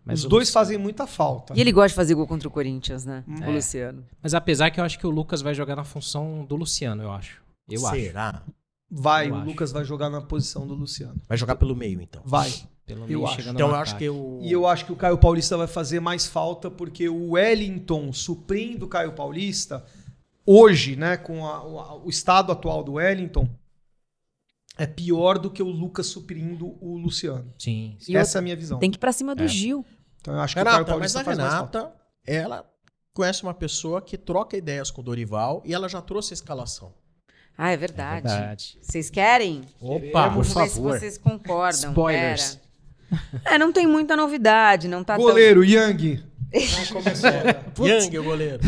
Speaker 2: Mas
Speaker 4: Os
Speaker 2: o
Speaker 4: dois
Speaker 2: Luciano-
Speaker 4: fazem muita falta.
Speaker 3: E
Speaker 2: Uhum.
Speaker 3: ele gosta de fazer gol contra o Corinthians, né?
Speaker 2: É.
Speaker 4: Hum.
Speaker 3: O Luciano.
Speaker 2: Mas apesar que eu acho que o Lucas vai jogar na função do Luciano, eu acho. Eu acho.
Speaker 1: Será?
Speaker 4: Vai,
Speaker 2: eu
Speaker 4: o
Speaker 2: acho.
Speaker 4: Lucas vai jogar na posição do Luciano.
Speaker 1: Vai jogar pelo meio, então.
Speaker 4: Vai.
Speaker 2: Pelo
Speaker 4: Eu
Speaker 2: menos
Speaker 4: acho.
Speaker 2: chegando
Speaker 1: Então
Speaker 2: no
Speaker 1: eu acho que
Speaker 2: ataque.
Speaker 1: o.
Speaker 4: E eu acho que o Caio Paulista vai fazer mais falta, porque o Wellington, suprindo o Caio Paulista, hoje, né, com a- o, a- o estado atual do Wellington, é pior do que o Lucas suprindo o Luciano.
Speaker 2: Sim, sim.
Speaker 3: E
Speaker 4: Essa é a minha visão.
Speaker 3: Tem que ir pra cima do
Speaker 2: É.
Speaker 3: Gil.
Speaker 4: Então eu acho que o Caio
Speaker 1: Renata, mas
Speaker 4: Paulista
Speaker 1: a
Speaker 4: faz mais falta.
Speaker 1: Renata, ela conhece uma pessoa que troca ideias com o Dorival e ela já trouxe a escalação.
Speaker 3: Ah, é
Speaker 2: É
Speaker 3: verdade.
Speaker 2: verdade.
Speaker 3: Vocês querem?
Speaker 1: Opa,
Speaker 2: Por
Speaker 5: Vamos ver
Speaker 2: favor.
Speaker 5: se vocês concordam.
Speaker 2: Spoilers.
Speaker 5: Pera.
Speaker 3: É, não tem muita novidade, não tá tão...
Speaker 4: Goleiro, Yang.
Speaker 1: Yang, o goleiro.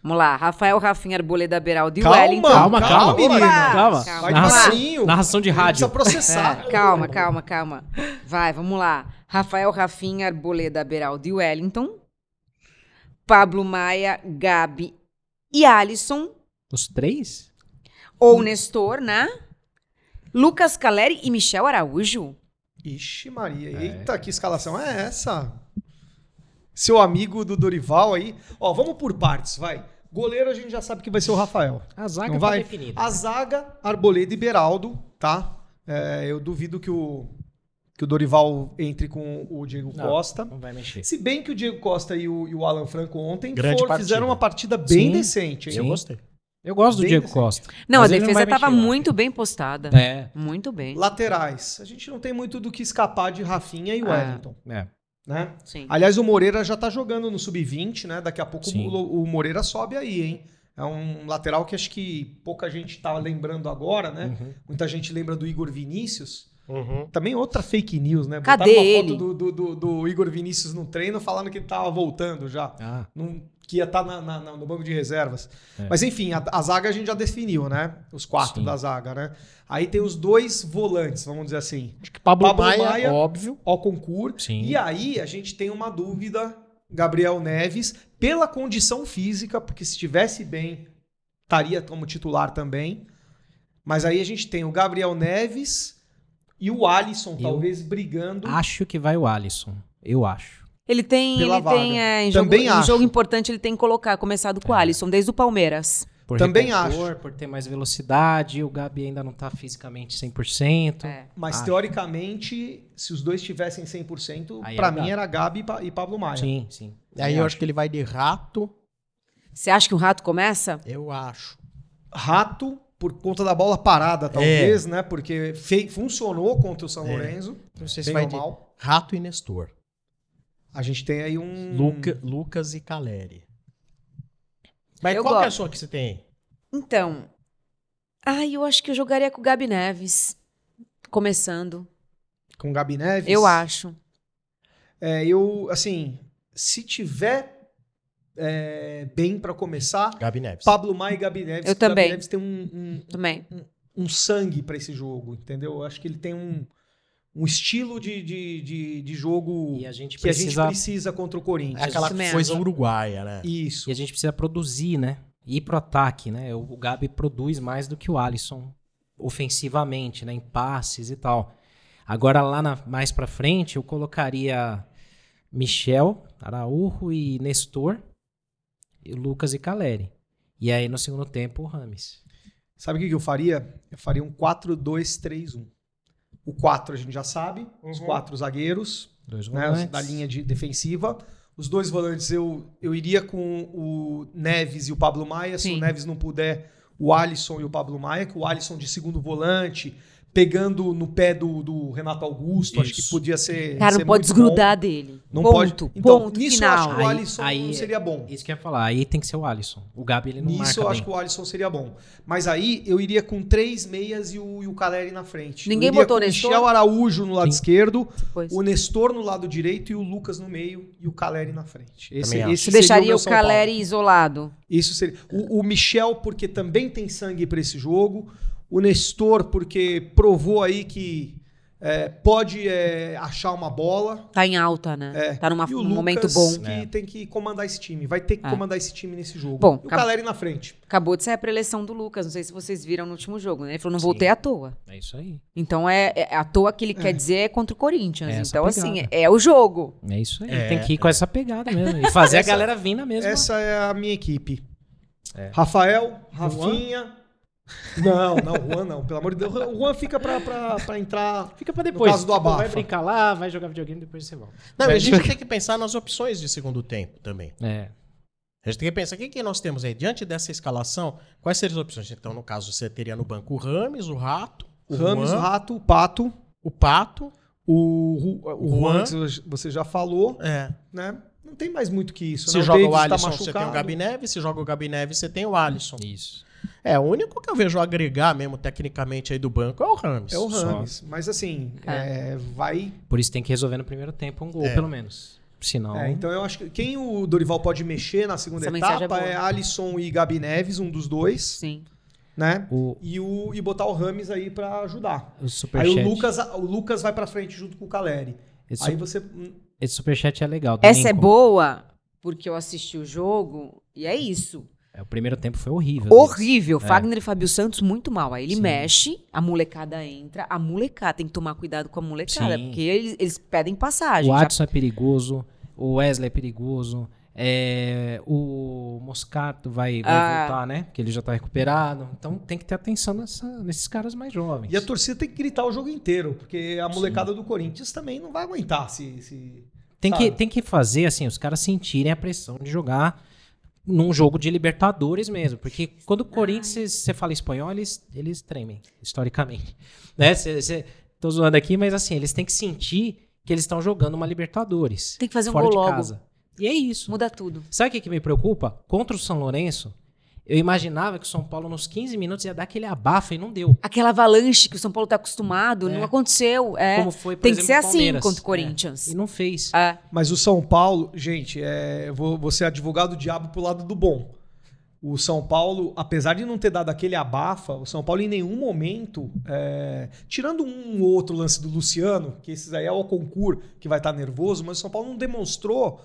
Speaker 5: Vamos lá. Rafael, Rafinha, Arboleda, Beraldo e
Speaker 4: Calma.
Speaker 5: Wellington.
Speaker 2: Calma,
Speaker 4: Calma,
Speaker 2: calma,
Speaker 4: menino.
Speaker 2: calma.
Speaker 5: Calma.
Speaker 4: Vai
Speaker 2: Narração-
Speaker 4: devagarinho.
Speaker 2: narração de rádio.
Speaker 4: Precisa processar.
Speaker 5: É, calma, calma, calma. Vai, vamos lá. Rafael, Rafinha, Arboleda, Beraldo e Wellington. Pablo Maia, Gabi e Alisson.
Speaker 2: Os três?
Speaker 5: Ou Nestor, né? Lucas Caleri e Michel Araújo.
Speaker 4: Ixi, Maria. Eita, que escalação é essa? Seu amigo do Dorival aí. Ó, vamos por partes, vai. Goleiro a gente já sabe que vai ser o Rafael.
Speaker 2: A zaga
Speaker 4: Não
Speaker 2: tá
Speaker 4: vai?
Speaker 2: definida.
Speaker 4: A zaga, Arboleda e Beraldo, tá? É, eu duvido que o, que o Dorival entre com o Diego
Speaker 2: Não.
Speaker 4: Costa.
Speaker 2: Não vai mexer.
Speaker 4: Se bem que o Diego Costa e o, e o Alan Franco ontem
Speaker 1: Grande
Speaker 4: foram-
Speaker 1: partida.
Speaker 4: fizeram uma partida bem
Speaker 2: Sim.
Speaker 4: decente, hein?
Speaker 2: Sim.
Speaker 1: Eu gostei.
Speaker 2: Eu gosto do
Speaker 4: Bem
Speaker 2: Diego
Speaker 4: decente.
Speaker 2: Costa.
Speaker 5: Não,
Speaker 2: mas
Speaker 5: a
Speaker 2: ele não
Speaker 5: defesa
Speaker 2: vai
Speaker 5: tava
Speaker 2: mexer, eu
Speaker 5: muito bem postada.
Speaker 2: É,
Speaker 5: Muito bem.
Speaker 4: Laterais. A gente não tem muito do que escapar de Rafinha e
Speaker 5: Ah.
Speaker 4: Wellington,
Speaker 2: é.
Speaker 4: né?
Speaker 5: Sim.
Speaker 4: Aliás, o Moreira já tá jogando no sub-20, né? Daqui a pouco
Speaker 2: Sim.
Speaker 4: o, o Moreira sobe aí, hein? É um lateral que acho que pouca gente tá lembrando agora, né?
Speaker 2: Uhum.
Speaker 4: Muita gente lembra do Igor Vinícius. Também outra fake news, né?
Speaker 5: Cadê
Speaker 4: Botaram uma
Speaker 5: ele?
Speaker 4: foto do, do, do- do Igor Vinícius no treino falando que ele tava voltando já.
Speaker 2: Ah,
Speaker 4: Num- que ia tá estar no banco de reservas.
Speaker 2: É.
Speaker 4: Mas enfim, a, a zaga a gente já definiu, né? Os quatro
Speaker 2: Sim.
Speaker 4: da zaga, né? Aí tem os dois volantes, vamos dizer assim.
Speaker 1: Acho que Pablo,
Speaker 4: Pablo
Speaker 1: Maia,
Speaker 4: Maia.
Speaker 1: óbvio.
Speaker 4: Ó concurso.
Speaker 2: Sim.
Speaker 4: E aí a gente tem uma dúvida, Gabriel Neves, pela condição física, porque se estivesse bem, estaria como titular também. Mas aí a gente tem o Gabriel Neves e o Alisson,
Speaker 2: Eu
Speaker 4: talvez, brigando.
Speaker 2: acho que vai o Alisson. Eu acho.
Speaker 5: Ele tem,
Speaker 4: Pela
Speaker 5: ele
Speaker 4: vaga.
Speaker 5: tem é, em jogo,
Speaker 4: Também
Speaker 5: em
Speaker 4: acho.
Speaker 5: jogo importante, ele tem que colocar, começado com o Alisson, desde o Palmeiras.
Speaker 2: Por
Speaker 4: Também
Speaker 2: acho. Por ter mais velocidade, o Gabi ainda não tá fisicamente 100%.
Speaker 5: É.
Speaker 4: Mas
Speaker 2: Acho.
Speaker 4: teoricamente, se os dois tivessem 100%,
Speaker 2: Aí
Speaker 4: pra
Speaker 2: era
Speaker 4: mim
Speaker 2: Gabi.
Speaker 4: era Gabi e Pa- e Pablo Maia.
Speaker 2: Sim, sim.
Speaker 1: Aí eu acho que ele vai de rato,
Speaker 5: Você acha que o rato começa?
Speaker 1: eu acho.
Speaker 4: Rato por conta da bola parada, talvez, né? Porque fe- funcionou contra o São
Speaker 1: É.
Speaker 4: Lourenço,
Speaker 1: Não sei se
Speaker 4: bem
Speaker 1: vai
Speaker 4: ou
Speaker 1: de
Speaker 4: mal.
Speaker 1: rato e Nestor.
Speaker 4: A gente tem aí um
Speaker 1: Luca- Lucas e Caleri. Mas
Speaker 5: Eu
Speaker 1: qual que é a
Speaker 5: gosto.
Speaker 1: sua que você tem?
Speaker 5: Então. Ai, eu acho que eu jogaria com o Gabi Neves. Começando,
Speaker 4: com Gabi Neves.
Speaker 5: eu acho.
Speaker 4: É, eu, assim, se tiver é, bem pra começar,
Speaker 1: Gabi Neves.
Speaker 4: Pablo Maia e Gabi Neves.
Speaker 5: Eu
Speaker 4: que o
Speaker 5: também.
Speaker 4: Gabi Neves tem um,
Speaker 5: Também.
Speaker 4: um, um sangue pra esse jogo, entendeu? Eu acho que ele tem um, um estilo de, de, de, de jogo
Speaker 2: E a gente
Speaker 4: que a gente
Speaker 2: precisa
Speaker 4: precisa contra o Corinthians.
Speaker 1: É aquela
Speaker 5: Isso mesmo.
Speaker 1: coisa uruguaia, né?
Speaker 4: Isso.
Speaker 2: E a gente precisa produzir, né? Ir pro ataque, né? O Gabi produz mais do que o Alisson ofensivamente, né? Em passes e tal. Agora, lá na- mais pra frente, eu colocaria Michel, Araújo e Nestor, e Lucas e Caleri. E aí, no segundo tempo, o Rames.
Speaker 4: Sabe o que que eu faria? Eu faria um 4-2-3-1. O 4 a gente já sabe, os
Speaker 1: Uhum.
Speaker 4: quatro zagueiros,
Speaker 2: Dois
Speaker 4: né, os
Speaker 2: volantes.
Speaker 4: da linha de defensiva. Os dois volantes eu, eu iria com o Neves e o Pablo Maia. Se
Speaker 5: Sim.
Speaker 4: o Neves não puder, o Alisson e o Pablo Maia, que o Alisson de segundo volante, pegando no pé do, do Renato Augusto, acho que
Speaker 1: Isso.
Speaker 4: podia ser.
Speaker 5: Cara,
Speaker 4: ser
Speaker 5: não pode
Speaker 4: muito bom.
Speaker 5: desgrudar dele.
Speaker 4: Não
Speaker 5: ponto,
Speaker 4: pode. Então,
Speaker 5: ponto
Speaker 4: nisso eu
Speaker 5: final.
Speaker 4: acho que o
Speaker 2: Aí-
Speaker 4: Alisson
Speaker 2: aí-
Speaker 4: seria bom.
Speaker 2: Isso que eu ia falar. Aí tem que ser o Alisson. O Gabi, ele não
Speaker 4: Nisso
Speaker 2: marca
Speaker 4: eu
Speaker 2: bem.
Speaker 4: acho que o Alisson seria bom. Mas aí eu iria com três meias e o, e o Caleri na frente.
Speaker 5: Ninguém
Speaker 4: eu iria
Speaker 5: botou
Speaker 4: com
Speaker 5: o Nestor?
Speaker 4: Michel Araújo no lado
Speaker 2: Sim.
Speaker 4: esquerdo,
Speaker 5: Pois.
Speaker 4: o Nestor no lado direito e o Lucas no meio e o Caleri na frente. Esse,
Speaker 1: Também acho.
Speaker 4: esse
Speaker 5: Você
Speaker 4: seria
Speaker 5: deixaria
Speaker 4: meu
Speaker 5: o
Speaker 4: São Paulo.
Speaker 5: Caleri isolado.
Speaker 4: Isso seria. O, o Michel, porque também tem sangue para esse jogo. O Nestor, porque provou aí que é, pode é, achar uma bola.
Speaker 3: Tá em alta, né?
Speaker 4: É.
Speaker 3: Tá numa-
Speaker 4: E
Speaker 3: num
Speaker 4: o
Speaker 3: momento
Speaker 4: Lucas
Speaker 3: bom.
Speaker 4: que
Speaker 1: É.
Speaker 4: tem que comandar esse time. Vai ter que
Speaker 3: É.
Speaker 4: comandar esse time nesse jogo.
Speaker 3: Bom,
Speaker 4: e o
Speaker 3: acab-
Speaker 4: Caleri na frente.
Speaker 3: Acabou de sair a preleção do Lucas, não sei se vocês viram no último jogo, né? Ele falou, não
Speaker 2: Sim.
Speaker 3: voltei à toa.
Speaker 2: É isso aí.
Speaker 3: Então é, é à toa que ele quer dizer é contra o Corinthians.
Speaker 2: É essa
Speaker 3: então,
Speaker 2: pegada.
Speaker 3: assim, é, é o jogo.
Speaker 2: É isso aí.
Speaker 1: É,
Speaker 2: tem que ir com essa pegada mesmo. E fazer
Speaker 4: Essa-
Speaker 2: a galera vir na mesma.
Speaker 4: Essa é a minha equipe.
Speaker 2: É.
Speaker 4: Rafael, Rafinha. Não, não, Juan não. Pelo amor de Deus. O Juan fica pra, pra, pra entrar.
Speaker 2: Fica pra
Speaker 4: depois.
Speaker 2: depois.
Speaker 4: caso do Tipo, vai
Speaker 2: vai
Speaker 4: abafa.
Speaker 2: brincar lá, vai jogar videogame, depois você volta.
Speaker 1: Não, e a gente tem que pensar nas opções de segundo tempo também.
Speaker 2: É.
Speaker 1: A gente tem que pensar, o que, que nós temos aí? Diante dessa escalação, quais seriam as opções? Então, no caso, você teria no banco o Rames, o Rato, o
Speaker 4: Rames,
Speaker 1: Juan,
Speaker 4: Rato, Pato.
Speaker 1: o Pato.
Speaker 4: O, Ru- o Juan,
Speaker 1: Juan.
Speaker 4: que você já falou,
Speaker 1: É.
Speaker 4: né? Não tem mais muito que isso.
Speaker 1: Se
Speaker 4: né?
Speaker 1: joga
Speaker 4: Davis
Speaker 1: o
Speaker 4: tá
Speaker 1: Alisson, você tem um o
Speaker 4: machucado.
Speaker 1: Gabi Neves. Se joga o Gabi Neves, você tem o Alisson.
Speaker 2: Isso.
Speaker 1: É, o único que eu vejo agregar mesmo tecnicamente aí do banco é o Rames.
Speaker 4: É o
Speaker 2: Só.
Speaker 4: Rames. Mas assim, é, vai.
Speaker 2: Por isso tem que resolver no primeiro tempo um gol, pelo menos. Senão.
Speaker 4: é, então eu acho que quem o Dorival pode mexer na segunda
Speaker 3: Essa mensagem é
Speaker 4: etapa
Speaker 3: boa.
Speaker 4: é, Alisson e Gabi Neves, um dos dois,
Speaker 3: Sim.
Speaker 4: né?
Speaker 2: o,
Speaker 4: E, o, e botar o Rames aí pra ajudar.
Speaker 2: o
Speaker 4: aí
Speaker 2: superchat.
Speaker 4: o Lucas, o Lucas vai pra frente junto com o Caleri.
Speaker 2: esse,
Speaker 4: Aí você.
Speaker 2: esse superchat é legal. do
Speaker 3: Essa é
Speaker 2: Lincoln.
Speaker 3: boa, porque eu assisti o jogo e é isso.
Speaker 2: É, O primeiro tempo foi horrível.
Speaker 3: Horrível. Fagner e Fábio Santos muito mal. Aí ele
Speaker 2: É. Sim.
Speaker 3: mexe, a molecada entra, a molecada tem que tomar cuidado com a molecada,
Speaker 2: Sim.
Speaker 3: porque eles, eles pedem passagem.
Speaker 2: O
Speaker 3: já-
Speaker 2: Watson é perigoso, o Wesley é perigoso, é, o Moscato vai, vai
Speaker 3: Ah.
Speaker 2: voltar, né? Porque ele já tá recuperado. Então tem que ter atenção nessa- nesses caras mais jovens.
Speaker 4: E a torcida tem que gritar o jogo inteiro, porque a molecada do Corinthians também não vai aguentar se. se-
Speaker 2: Tem
Speaker 4: sabe?
Speaker 2: que, tem que fazer, assim, os caras sentirem a pressão de jogar num jogo de Libertadores mesmo. Porque quando o Corinthians, você fala espanhol, eles, eles tremem, historicamente. Né? Cê, cê- tô zoando aqui, mas assim, eles têm que sentir que eles estão jogando uma Libertadores.
Speaker 3: Tem que fazer um
Speaker 2: fora
Speaker 3: gol
Speaker 2: de
Speaker 3: logo.
Speaker 2: casa. E é isso.
Speaker 3: Muda tudo.
Speaker 2: Sabe o que, que me preocupa? Contra o São Lourenço, eu imaginava que o São Paulo, nos 15 minutos, ia dar aquele abafa e não deu.
Speaker 3: Aquela avalanche que o São Paulo tá acostumado, não aconteceu. É.
Speaker 2: Como foi, por
Speaker 3: tem que
Speaker 2: exemplo,
Speaker 3: ser
Speaker 2: o
Speaker 3: assim
Speaker 2: Palmeiras.
Speaker 3: contra
Speaker 2: É,
Speaker 3: o Corinthians.
Speaker 2: e não fez.
Speaker 3: É.
Speaker 4: Mas o São Paulo, gente, é, vou, vou ser advogado do diabo pro lado do bom. O São Paulo, apesar de não ter dado aquele abafa, o São Paulo em nenhum momento, é, tirando um ou outro lance do Luciano, que esses aí é o concurso que vai estar nervoso, mas o São Paulo não demonstrou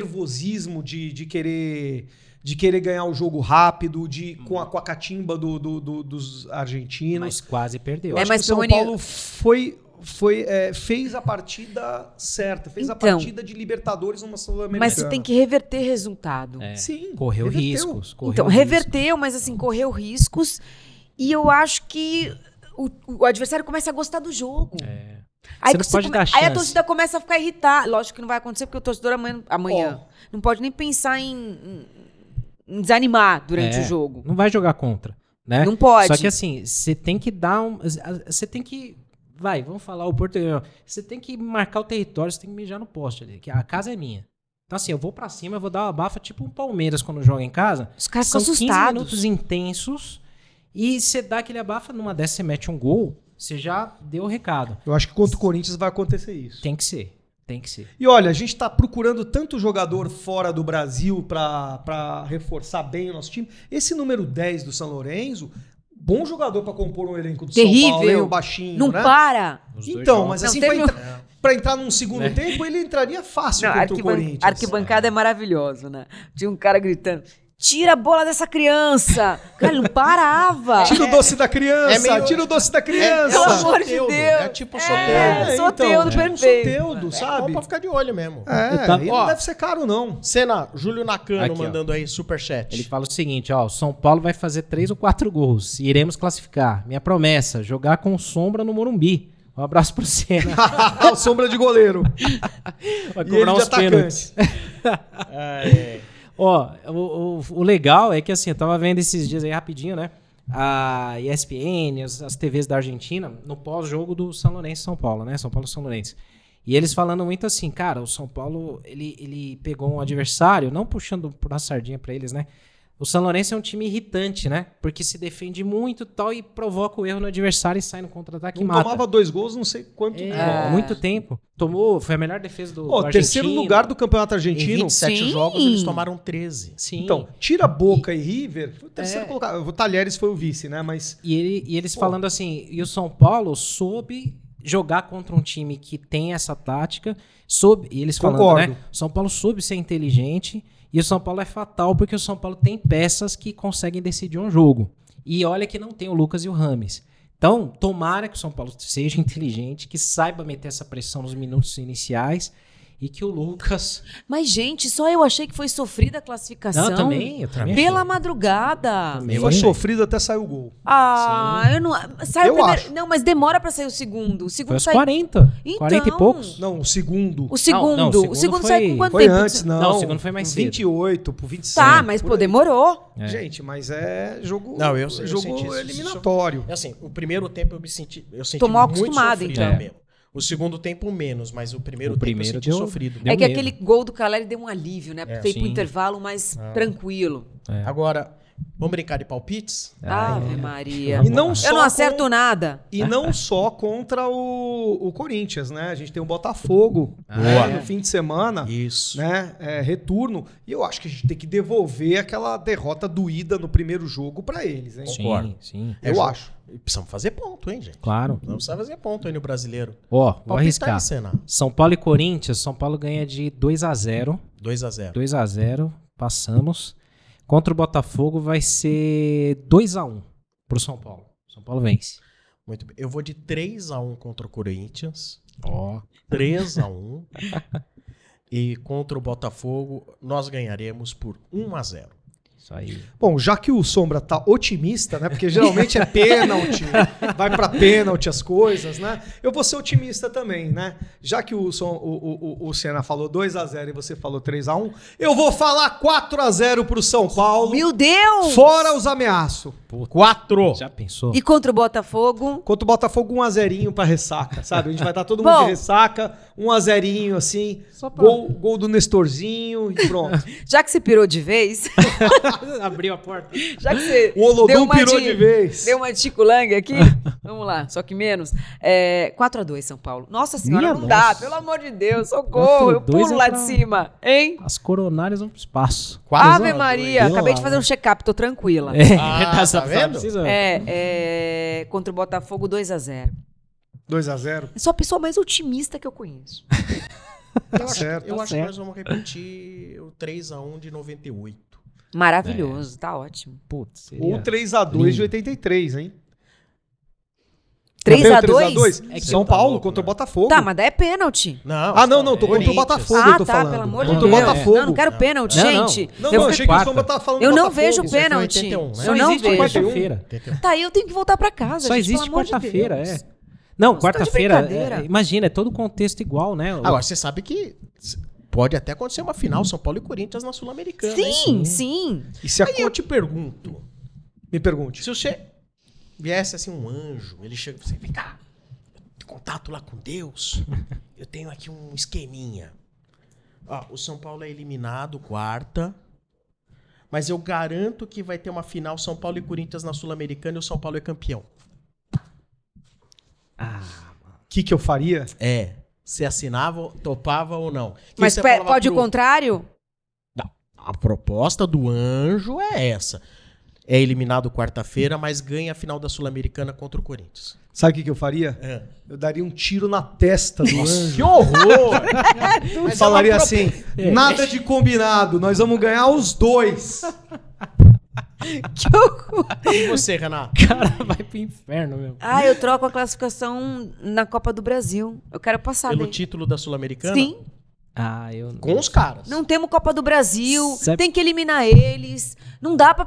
Speaker 4: nervosismo de, de querer de querer ganhar o jogo rápido, de com a, com a catimba do- do- do- dos argentinos.
Speaker 2: Mas quase perdeu.
Speaker 4: Eu
Speaker 3: É,
Speaker 4: acho
Speaker 3: mas
Speaker 4: que o São
Speaker 3: Peroni-
Speaker 4: Paulo foi, foi, é, fez a partida certa, fez a
Speaker 3: Então.
Speaker 4: partida de Libertadores numa Sul-Americana.
Speaker 3: Mas você tem que reverter resultado.
Speaker 2: É.
Speaker 4: Sim.
Speaker 2: Correu
Speaker 4: reverteu.
Speaker 2: riscos. Correu
Speaker 3: então,
Speaker 2: riscos.
Speaker 3: reverteu, mas assim, correu riscos. E eu acho que o, o adversário começa a gostar do jogo.
Speaker 2: É.
Speaker 3: Aí,
Speaker 2: Você não
Speaker 3: você
Speaker 2: pode
Speaker 3: come-
Speaker 2: dar
Speaker 3: aí a
Speaker 2: chance.
Speaker 3: torcida começa a ficar irritada. Lógico que não vai acontecer, porque o torcedor amanhã, amanhã não pode nem pensar em, em- em desanimar durante
Speaker 2: É.
Speaker 3: o jogo.
Speaker 2: Não vai jogar contra, né?
Speaker 3: Não pode.
Speaker 2: Só que assim, você tem que dar um... Você tem que... Vai, vamos falar o português. Você tem que marcar o território, você tem que mijar no poste ali. Que a casa é minha. Então assim, eu vou pra cima, eu vou dar uma bafa, tipo um Palmeiras quando joga em casa.
Speaker 3: Os caras ficam
Speaker 2: assim, São 15
Speaker 3: assustados.
Speaker 2: minutos intensos e você dá aquele abafa, numa dessa você mete um gol, você já deu o recado.
Speaker 4: Eu acho que contra o Corinthians vai acontecer isso.
Speaker 2: Tem que ser, tem que ser.
Speaker 4: E olha, a gente tá procurando tanto jogador fora do Brasil pra pra reforçar bem o nosso time. Esse número 10 do São Lourenço, bom jogador pra compor um elenco do São
Speaker 3: Terrível.
Speaker 4: Paulo, hein, o baixinho,
Speaker 3: Não
Speaker 4: né?
Speaker 3: para.
Speaker 2: Os dois É.
Speaker 4: Então,
Speaker 2: jogos.
Speaker 4: mas
Speaker 3: Não,
Speaker 4: assim,
Speaker 3: teve um-
Speaker 4: pra, entrar, pra entrar num segundo tempo, ele entraria fácil
Speaker 3: Não,
Speaker 4: contra o
Speaker 3: arquiban-
Speaker 4: Corinthians.
Speaker 3: arquibancada é maravilhoso, né? Tinha um cara gritando: tira a bola dessa criança! Cara, ele não parava!
Speaker 4: Tira o doce da criança!
Speaker 1: é meio-
Speaker 4: Tira o doce da
Speaker 1: É,
Speaker 4: criança!
Speaker 3: Pelo
Speaker 1: o
Speaker 3: amor de
Speaker 1: Soteudo,
Speaker 3: Deus.
Speaker 1: É tipo o
Speaker 3: É,
Speaker 1: Soteudo.
Speaker 3: Soteudo
Speaker 4: tipo um
Speaker 3: perfeito.
Speaker 4: Soteudo,
Speaker 1: É bom
Speaker 4: sabe?
Speaker 1: pra ficar de olho mesmo.
Speaker 4: É,
Speaker 2: Eu tava-
Speaker 4: e
Speaker 1: Ó.
Speaker 4: não deve ser caro, não.
Speaker 1: Senna, Júlio Nakano
Speaker 2: Aqui, ó.
Speaker 1: mandando aí superchat.
Speaker 2: Ele fala o seguinte, ó, o São Paulo vai fazer três ou quatro gols e iremos classificar. Minha promessa, jogar com sombra no Morumbi. Um abraço pro Senna.
Speaker 4: o sombra de goleiro.
Speaker 2: Vai
Speaker 4: E ele
Speaker 2: cobrar
Speaker 4: de
Speaker 2: uns pênaltis.
Speaker 4: atacante.
Speaker 1: Ai,
Speaker 2: Ó, o, o- o legal é que assim, eu tava vendo esses dias aí rapidinho, né? A ESPN, as, as TVs da Argentina, no pós-jogo do São Lourenço e São Paulo, né? São Paulo e São Lourenço. E eles falando muito assim, cara, o São Paulo, ele, ele pegou um adversário, não puxando por uma sardinha pra eles, né? O São Lourenço é um time irritante, né? Porque se defende muito e tal e provoca o erro no adversário e sai no contra-ataque e
Speaker 4: Não
Speaker 2: mata.
Speaker 4: tomava dois gols, não sei quanto.
Speaker 2: É,
Speaker 4: tempo.
Speaker 2: muito tempo. Tomou, foi a melhor defesa do,
Speaker 4: Ó,
Speaker 2: do
Speaker 4: terceiro
Speaker 2: argentino.
Speaker 4: lugar do campeonato argentino.
Speaker 1: 27
Speaker 3: Sim.
Speaker 1: jogos, eles tomaram 13.
Speaker 2: Sim.
Speaker 4: Então, tira Boca e River. Foi o terceiro
Speaker 2: É.
Speaker 4: colocado. O Talheres foi o vice, né? Mas
Speaker 2: E, ele- e eles falando assim, e o São Paulo soube jogar contra um time que tem essa tática, soube, e eles falando,
Speaker 4: Concordo.
Speaker 2: né? São Paulo soube ser inteligente e o São Paulo é fatal porque o São Paulo tem peças que conseguem decidir um jogo. E olha que não tem o Lucas e o Rames. Então, tomara que o São Paulo seja inteligente, que saiba meter essa pressão nos minutos iniciais e que o Lucas.
Speaker 3: Mas, gente, só eu achei que foi sofrida a classificação.
Speaker 2: Não, também, eu também.
Speaker 3: Pela
Speaker 2: achei.
Speaker 3: madrugada.
Speaker 2: Também.
Speaker 4: Foi
Speaker 2: achei.
Speaker 4: sofrido até sair o gol.
Speaker 3: Ah, eu não. Sai
Speaker 4: Eu
Speaker 3: o primeiro.
Speaker 4: acho.
Speaker 3: Não, mas demora pra sair o segundo.
Speaker 2: Foi
Speaker 3: O segundo
Speaker 2: aos
Speaker 3: sai.
Speaker 2: 40.
Speaker 3: Então.
Speaker 2: 40 e poucos.
Speaker 4: Não, o segundo.
Speaker 3: O segundo.
Speaker 2: não, o
Speaker 3: o segundo,
Speaker 2: segundo
Speaker 3: sai
Speaker 2: foi-
Speaker 3: com quanto
Speaker 4: Foi
Speaker 3: tempo?
Speaker 4: antes, não.
Speaker 2: Não, o segundo foi mais cedo.
Speaker 4: 28 pro 27.
Speaker 3: Tá, mas pô,
Speaker 4: por aí.
Speaker 3: demorou.
Speaker 2: É.
Speaker 4: Gente, mas é jogo.
Speaker 1: Não, eu sei, eu
Speaker 4: jogo
Speaker 1: senti isso.
Speaker 4: eliminatório.
Speaker 1: É Assim, o primeiro tempo eu me senti, eu senti
Speaker 3: Tô mal
Speaker 1: muito
Speaker 3: acostumada,
Speaker 1: sofrido
Speaker 2: então.
Speaker 1: mesmo. O segundo tempo menos, mas o primeiro
Speaker 2: O
Speaker 1: tempo
Speaker 2: primeiro
Speaker 1: eu senti
Speaker 2: deu-
Speaker 1: sofrido.
Speaker 2: deu
Speaker 3: é que
Speaker 2: medo.
Speaker 3: aquele gol do Caleri deu um alívio, né? Porque foi pro
Speaker 2: Sim. Ah.
Speaker 3: intervalo mais tranquilo.
Speaker 2: É.
Speaker 1: Agora, vamos brincar de palpites?
Speaker 2: Ah,
Speaker 3: Ave
Speaker 2: é.
Speaker 3: Maria.
Speaker 4: E não
Speaker 3: Eu
Speaker 4: só
Speaker 3: não acerto nada.
Speaker 4: E não só contra o, o Corinthians, né? A gente tem o Botafogo
Speaker 1: Boa.
Speaker 4: né, no fim de semana,
Speaker 1: Isso.
Speaker 4: né? É, retorno. E eu acho que a gente tem que devolver aquela derrota doída no primeiro jogo pra eles, hein?
Speaker 1: Concordo.
Speaker 2: sim.
Speaker 1: É
Speaker 4: eu
Speaker 1: jogo.
Speaker 4: acho.
Speaker 1: E Precisamos fazer ponto, hein, gente?
Speaker 2: Claro.
Speaker 1: Não precisa fazer ponto aí no brasileiro.
Speaker 2: Ó, vou
Speaker 1: Palpitar
Speaker 2: arriscar.
Speaker 1: aí, Senna.
Speaker 2: São Paulo e Corinthians. São Paulo ganha de 2 a 0
Speaker 1: 2x0.
Speaker 2: 2 a 0 passamos. Contra o Botafogo vai ser 2 a 1 pro São Paulo. São Paulo vence.
Speaker 1: Muito bem. Eu vou de 3x1 contra o Corinthians.
Speaker 2: Ó.
Speaker 1: 3x1. e contra o Botafogo, nós ganharemos por 1x0.
Speaker 2: Isso aí.
Speaker 4: Bom, já que o Sombra tá otimista, né? Porque geralmente é pênalti, vai pra pênalti as coisas, né? Eu vou ser otimista também, né? Já que o, Som- o, o, o- o Senna falou 2x0 e você falou 3x1, eu vou falar 4x0 pro São Paulo.
Speaker 3: Meu Deus!
Speaker 4: Fora os ameaços.
Speaker 1: 4!
Speaker 2: Já pensou?
Speaker 3: E contra o Botafogo?
Speaker 4: Enquanto o Botafogo, um a zerinho pra ressaca, sabe? A gente vai estar todo mundo
Speaker 3: Bom.
Speaker 4: de ressaca, um a zerinho, assim. Gol, gol do Nestorzinho e pronto.
Speaker 3: Já que você pirou de vez,
Speaker 2: Abriu a porta.
Speaker 3: já que você.
Speaker 4: O Olodum pirou de,
Speaker 3: vez.
Speaker 4: vez.
Speaker 3: Deu uma ticulangue aqui? Vamos lá, só que menos. É, 4x2 São Paulo. Nossa senhora,
Speaker 2: Minha
Speaker 3: não dá,
Speaker 2: nossa.
Speaker 3: pelo amor de Deus, socorro, eu
Speaker 2: 4x2
Speaker 3: pulo
Speaker 2: é
Speaker 3: lá
Speaker 2: pra-
Speaker 3: de cima, hein?
Speaker 2: As coronárias vão pro espaço.
Speaker 3: Ave Maria, acabei de fazer um check-up, tô tranquila.
Speaker 2: É,
Speaker 1: Ah, tá
Speaker 2: só- só
Speaker 1: vendo?
Speaker 2: precisa-
Speaker 3: É, é, contra o Botafogo 2x0.
Speaker 4: 2x0.
Speaker 3: Eu sou a pessoa mais otimista que eu conheço.
Speaker 4: Tá certo.
Speaker 1: Eu
Speaker 2: Tá
Speaker 1: acho que
Speaker 2: certo.
Speaker 1: nós vamos repetir o 3x1 de 98.
Speaker 3: Maravilhoso, tá ótimo.
Speaker 2: Putz, seria...
Speaker 4: Ou 3x2 de
Speaker 2: Lindo.
Speaker 4: 83, hein? Não tem o
Speaker 3: 3x2?
Speaker 4: 3x2?
Speaker 2: É que
Speaker 4: São
Speaker 2: você tá
Speaker 4: Paulo
Speaker 1: louco,
Speaker 4: contra o
Speaker 1: né?
Speaker 4: Botafogo.
Speaker 3: Tá, mas daí é pênalti.
Speaker 1: Não.
Speaker 4: Ah, não, não, tô contra o
Speaker 1: Corinthians.
Speaker 4: Botafogo. eu
Speaker 3: Ah,
Speaker 4: tô
Speaker 3: tá,
Speaker 4: falando.
Speaker 3: pelo amor de
Speaker 2: Contra
Speaker 4: Contra
Speaker 3: Deus.
Speaker 4: o
Speaker 3: Não,
Speaker 4: Botafogo.
Speaker 3: eu não quero pênalti,
Speaker 2: Não, não.
Speaker 3: gente.
Speaker 4: Não,
Speaker 3: eu
Speaker 4: não,
Speaker 2: fui
Speaker 4: achei que o
Speaker 2: quarta.
Speaker 4: Sombra tava falando
Speaker 3: eu não
Speaker 4: Botafogo.
Speaker 3: vejo
Speaker 1: Isso é
Speaker 3: pênalti.
Speaker 1: 81, né?
Speaker 3: Eu
Speaker 2: Só
Speaker 3: não
Speaker 2: existe um
Speaker 3: vejo.
Speaker 2: quarta-feira.
Speaker 1: Entendeu?
Speaker 3: Tá, eu tenho que voltar pra casa.
Speaker 2: Só
Speaker 3: gente, pelo
Speaker 2: existe
Speaker 3: amor de
Speaker 2: quarta-feira,
Speaker 3: Deus.
Speaker 2: é. Não,
Speaker 3: Vocês estão de
Speaker 2: quarta-feira.
Speaker 3: brincadeira.
Speaker 2: é, imagina, é todo o contexto igual, né?
Speaker 4: Ah,
Speaker 2: O-
Speaker 1: Agora, você sabe que pode até acontecer uma final São Paulo e Corinthians na Sul-Americana. hein?
Speaker 3: Sim, sim.
Speaker 4: E se a...
Speaker 1: Aí eu te pergunto,
Speaker 4: Me pergunte.
Speaker 1: se você viesse assim um anjo, ele chega e você, vem cá, eu tenho contato lá com Deus, eu tenho aqui um esqueminha. Ó, o São Paulo é eliminado quarta, mas eu garanto que vai ter uma final São Paulo e Corinthians na Sul-Americana e o São Paulo é campeão.
Speaker 2: Ah,
Speaker 4: O que, que eu faria?
Speaker 1: É. Se assinava, topava ou não. Que
Speaker 3: Mas
Speaker 1: você
Speaker 3: pe-
Speaker 1: falava
Speaker 3: pode o
Speaker 1: pro-
Speaker 3: contrário?
Speaker 1: A proposta do anjo é essa. É eliminado quarta-feira, mas ganha a final da Sul-Americana contra o Corinthians.
Speaker 4: Sabe o que, que eu faria?
Speaker 1: É.
Speaker 4: Eu daria um tiro na testa do anjo.
Speaker 1: Que horror! é
Speaker 4: Mas falaria assim: nada de combinado, nós vamos ganhar os dois.
Speaker 1: E você, Renato?
Speaker 2: o cara vai pro inferno, meu.
Speaker 3: Ah, eu troco a classificação na Copa do Brasil. Eu quero passar
Speaker 1: Pelo
Speaker 3: Tá bem.
Speaker 1: título da Sul-Americana?
Speaker 3: Sim,
Speaker 2: Ah, eu.
Speaker 1: Com os caras.
Speaker 3: não temos Copa do Brasil,
Speaker 2: Sabe-
Speaker 3: tem que eliminar eles. Não dá pra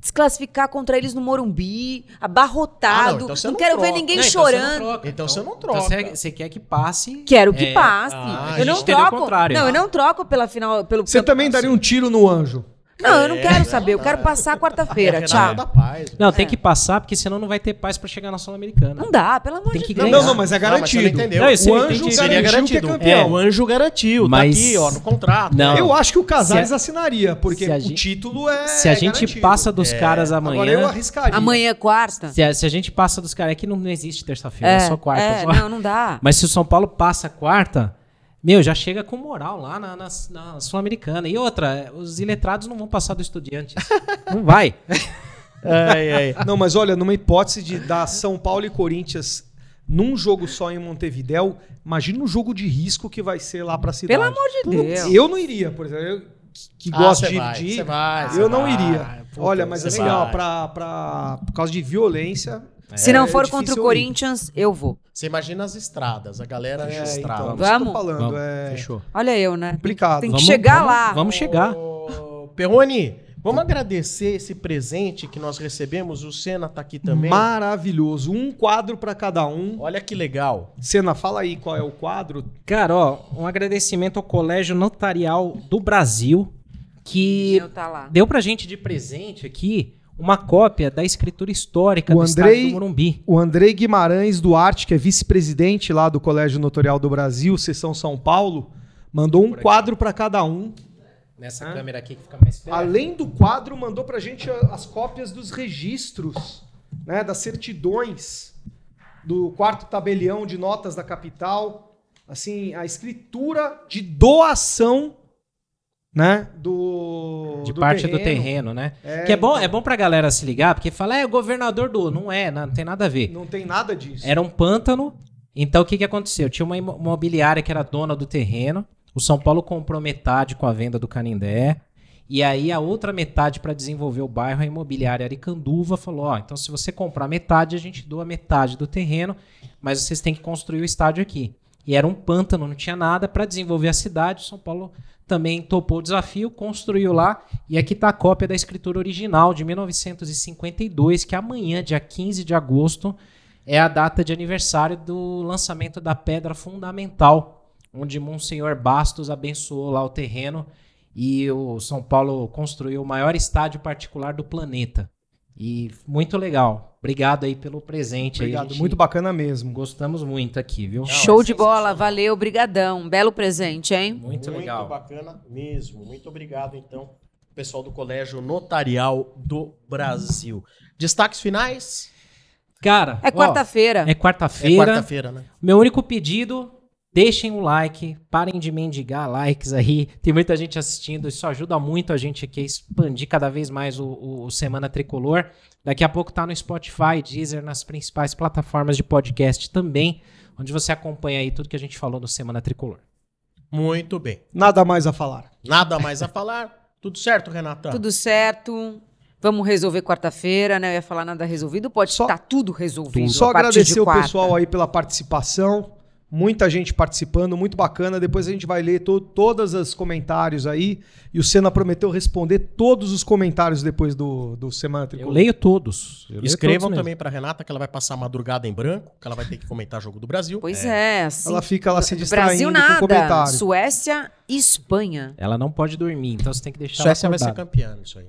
Speaker 3: desclassificar contra eles no Morumbi, abarrotado.
Speaker 1: Ah, não,
Speaker 3: não,
Speaker 1: então você não
Speaker 3: quero ver
Speaker 1: troca.
Speaker 3: ninguém
Speaker 2: Não, então você não
Speaker 3: chorando.
Speaker 2: troca.
Speaker 1: Então você não
Speaker 2: Então
Speaker 1: troca.
Speaker 2: você- você quer que passe.
Speaker 3: Quero que
Speaker 2: É,
Speaker 3: passe.
Speaker 1: ah,
Speaker 3: eu
Speaker 1: a
Speaker 3: não
Speaker 1: gente entendeu
Speaker 2: o
Speaker 3: troco.
Speaker 2: contrário. né? tá-
Speaker 3: Não, eu não troco pela final, pelo
Speaker 4: Você também daria um tiro no anjo.
Speaker 3: Não, eu não
Speaker 1: É,
Speaker 3: quero
Speaker 1: não,
Speaker 3: saber, eu
Speaker 1: não.
Speaker 3: quero passar quarta-feira,
Speaker 1: Renato
Speaker 3: tchau.
Speaker 1: da É paz.
Speaker 2: Não, tem que passar, porque senão não vai ter paz pra chegar na Sul-Americana.
Speaker 3: Não dá, pelo amor
Speaker 2: Tem
Speaker 3: de
Speaker 2: que
Speaker 3: Deus.
Speaker 2: ganhar.
Speaker 4: Não, não, mas é
Speaker 1: Não, mas você não
Speaker 4: garantido.
Speaker 1: entendeu.
Speaker 2: Não, esse-
Speaker 4: o
Speaker 2: eu
Speaker 4: anjo
Speaker 2: entendi.
Speaker 1: Seria
Speaker 4: garantiu
Speaker 1: garantido.
Speaker 4: que é campeão.
Speaker 1: É, o anjo garantiu.
Speaker 2: Mas-
Speaker 1: Tá aqui, ó, no contrato.
Speaker 2: Não.
Speaker 4: Eu acho que o Casares
Speaker 2: Se
Speaker 4: assinaria, porque
Speaker 2: se a
Speaker 4: o
Speaker 2: gente-
Speaker 4: título é.
Speaker 2: se a gente
Speaker 4: garantido.
Speaker 2: passa dos caras
Speaker 4: Agora eu
Speaker 2: amanhã.
Speaker 4: arriscaria.
Speaker 3: Amanhã é quarta?
Speaker 2: Se a, se a gente passa dos caras. É que não, não existe terça-feira, é, só quarta.
Speaker 3: É,
Speaker 2: só-
Speaker 3: não, não dá.
Speaker 2: Mas se o São Paulo passa quarta. Meu, já chega com moral lá na, na- na Sul-Americana. E outra, os iletrados não vão passar do estudiante. não vai.
Speaker 1: Ai, ai.
Speaker 4: Não, mas olha, numa hipótese de dar São Paulo e Corinthians num jogo só em Montevidéu, imagina o jogo de risco que vai ser lá pra cidade.
Speaker 5: Pelo amor de Deus.
Speaker 4: Eu não iria, por exemplo. Eu que- que
Speaker 1: Ah,
Speaker 4: gosto
Speaker 1: cê
Speaker 4: de,
Speaker 1: vai,
Speaker 4: de
Speaker 1: cê
Speaker 4: ir,
Speaker 1: vai, cê
Speaker 4: eu não
Speaker 1: vai.
Speaker 4: iria.
Speaker 1: Puta,
Speaker 4: Olha, mas
Speaker 1: cê
Speaker 4: assim, ó,
Speaker 1: vai.
Speaker 4: pra, pra, por causa de violência.
Speaker 5: Se não
Speaker 4: é
Speaker 5: for
Speaker 4: difícil
Speaker 5: contra o
Speaker 4: eu ir.
Speaker 5: Corinthians, eu vou.
Speaker 1: Você imagina as estradas, a galera
Speaker 4: É,
Speaker 1: é
Speaker 4: então,
Speaker 1: estrada.
Speaker 4: isso que eu tô
Speaker 5: Vamos.
Speaker 4: falando,
Speaker 2: Vamos,
Speaker 4: é
Speaker 2: Fechou.
Speaker 5: Olha eu, né?
Speaker 4: complicado.
Speaker 5: Tem que chegar lá.
Speaker 2: Vamos chegar.
Speaker 1: Ô, Perrone, vamos agradecer esse presente que nós recebemos. O Senna tá aqui também.
Speaker 4: Maravilhoso. Um quadro pra cada um.
Speaker 1: Olha que legal.
Speaker 4: Cena, fala aí qual é o quadro.
Speaker 2: Cara, ó, um agradecimento ao Colégio Notarial do Brasil, que
Speaker 5: Eu tá lá.
Speaker 2: deu pra gente de presente aqui uma cópia da escritura histórica
Speaker 4: O
Speaker 2: do
Speaker 4: Andrei-
Speaker 2: Estado do Morumbi.
Speaker 4: O Andrei Guimarães Duarte, que é vice-presidente lá do Colégio Notorial do Brasil, Seção São Paulo, mandou um quadro pra cada um.
Speaker 2: Nessa
Speaker 4: Hã?
Speaker 2: câmera aqui que fica mais perto.
Speaker 4: Além do quadro, mandou pra gente a- as cópias dos registros, né, das certidões do quarto tabelião de notas da capital, assim, a escritura de doação, né, do então.
Speaker 2: De parte do terreno, né? que é bom, é bom pra galera se ligar, porque fala, é governador do. Não é, não, tem nada a ver.
Speaker 4: Não tem nada disso.
Speaker 2: Era um pântano. Então o que, que aconteceu? Tinha uma imo- imobiliária que era dona do terreno. O São Paulo comprou metade com a venda do Canindé. E aí a outra metade para desenvolver o bairro, a imobiliária Aricanduva falou: ó, então se você comprar metade, a gente doa metade do terreno, mas vocês têm que construir o estádio aqui. E era um pântano, não tinha nada para desenvolver a cidade. O São Paulo também topou o desafio, construiu lá. E aqui está a cópia da escritura original de 1952, que amanhã, dia 15 de agosto, é a data de aniversário do lançamento da Pedra Fundamental, onde Monsenhor Bastos abençoou lá o terreno e o São Paulo construiu o maior estádio particular do planeta. E muito legal. Obrigado aí pelo presente. aí,
Speaker 4: Obrigado,
Speaker 2: gente.
Speaker 4: muito bacana mesmo.
Speaker 2: Gostamos muito aqui, viu?
Speaker 5: Show
Speaker 1: é
Speaker 5: de bola, valeu, brigadão. Belo presente, hein?
Speaker 2: Muito legal.
Speaker 1: bacana mesmo. Muito obrigado, então, pessoal do Colégio Notarial do Brasil. Destaques finais?
Speaker 2: Cara,
Speaker 5: É
Speaker 2: ó,
Speaker 5: quarta-feira.
Speaker 2: é
Speaker 1: É
Speaker 2: quarta-feira.
Speaker 1: quarta-feira, né?
Speaker 2: Meu único pedido, deixem o like, parem de mendigar likes aí. Tem muita gente assistindo, isso ajuda muito a gente aqui a expandir cada vez mais o, o- o Semana Tricolor. Daqui a pouco tá no Spotify, Deezer, nas principais plataformas de podcast também, onde você acompanha aí tudo que a gente falou no Semana Tricolor.
Speaker 1: Muito bem.
Speaker 4: Nada mais a falar.
Speaker 1: Nada mais a falar. Tudo certo, Renata?
Speaker 5: Tudo certo. Vamos resolver quarta-feira, né? Eu ia falar nada resolvido, pode
Speaker 4: Só-
Speaker 5: estar tudo resolvido.
Speaker 4: Só
Speaker 5: a partir
Speaker 4: agradecer
Speaker 5: de
Speaker 4: o
Speaker 5: quarta.
Speaker 4: pessoal aí pela participação. Muita gente participando, muito bacana. Depois a gente vai ler to todos os comentários aí. E o Senna prometeu responder todos os comentários depois do, do Semana
Speaker 2: Eu
Speaker 4: Tricolor.
Speaker 2: leio todos. Eu leio todos
Speaker 1: Escrevam
Speaker 2: mesmo.
Speaker 1: também pra Renata que ela vai passar a madrugada em branco, que ela vai ter que comentar jogo do Brasil.
Speaker 5: Pois é, assim.
Speaker 4: Ela fica lá se
Speaker 5: do
Speaker 4: distraindo
Speaker 5: Brasil
Speaker 4: com
Speaker 5: nada.
Speaker 4: comentários.
Speaker 5: Suécia e Espanha.
Speaker 2: Ela não pode dormir, então você tem que deixar
Speaker 1: Suécia
Speaker 2: ela
Speaker 1: vai ser
Speaker 2: acordada.
Speaker 1: campeã nisso aí.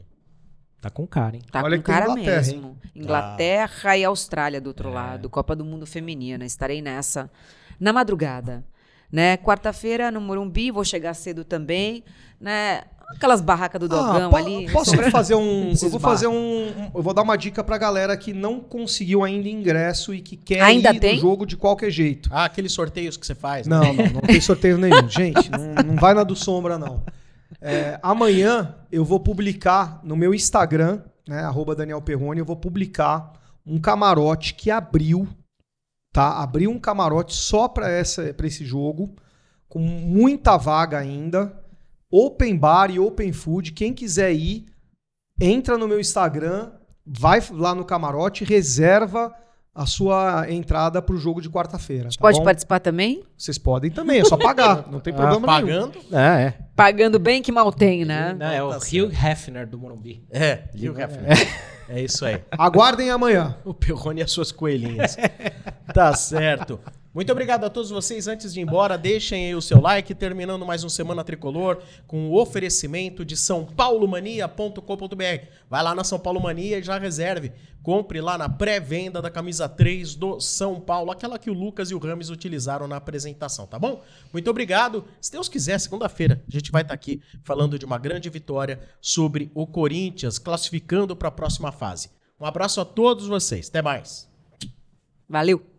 Speaker 2: Tá com cara, hein?
Speaker 5: Tá
Speaker 4: Olha
Speaker 5: com
Speaker 4: que tem
Speaker 5: cara
Speaker 4: Inglaterra, É.
Speaker 5: mesmo. Inglaterra e Austrália do outro lado. Copa do Mundo Feminina. Estarei nessa na madrugada. Né? Quarta-feira no Morumbi, vou chegar cedo também. Né? Aquelas barracas do
Speaker 4: Ah,
Speaker 5: Dogão
Speaker 4: po-
Speaker 5: ali.
Speaker 4: posso fazer um. Eu vou
Speaker 2: Esses
Speaker 4: fazer um. um- Eu vou dar uma dica pra galera que não conseguiu ainda ingresso e que quer
Speaker 5: Ainda
Speaker 4: ir
Speaker 5: tem?
Speaker 4: no jogo de qualquer jeito.
Speaker 1: Ah, aqueles sorteios que você faz, né?
Speaker 4: Não, não, não tem sorteio nenhum. Gente, não, não vai na do Sombra, não. É, amanhã eu vou publicar no meu Instagram, né, arroba Daniel Perrone, eu vou publicar um camarote que abriu, tá? Abriu um camarote só para esse jogo, com muita vaga ainda. Open Bar e Open Food, quem quiser ir, entra no meu Instagram, vai lá no camarote, reserva a sua entrada pro jogo de quarta-feira. tá
Speaker 5: Pode
Speaker 4: bom?
Speaker 5: participar também?
Speaker 4: Vocês podem também, é só pagar. Não tem
Speaker 2: Ah,
Speaker 4: problema nenhum.
Speaker 1: Pagando?
Speaker 2: Ah, é.
Speaker 5: Pagando bem que mal tem, né?
Speaker 2: Não, é o
Speaker 1: Tá
Speaker 2: Hugh Hefner do Morumbi.
Speaker 1: É, e o Hefner? É isso aí.
Speaker 4: Aguardem amanhã.
Speaker 1: O Perrone e as suas coelhinhas. tá certo. Muito obrigado a todos vocês. Antes de ir embora, deixem aí o seu like. Terminando mais um Semana Tricolor com o oferecimento de sãopaulomania.com.br. Vai lá na São Paulo Mania e já reserve. Compre lá na pré-venda da camisa 3 do São Paulo, aquela que o Lucas e o Rames utilizaram na apresentação, tá bom? Muito obrigado. Se Deus quiser, segunda-feira a gente vai estar aqui falando de uma grande vitória sobre o Corinthians, classificando para a próxima fase. Um abraço a todos vocês. Até mais.
Speaker 5: Valeu.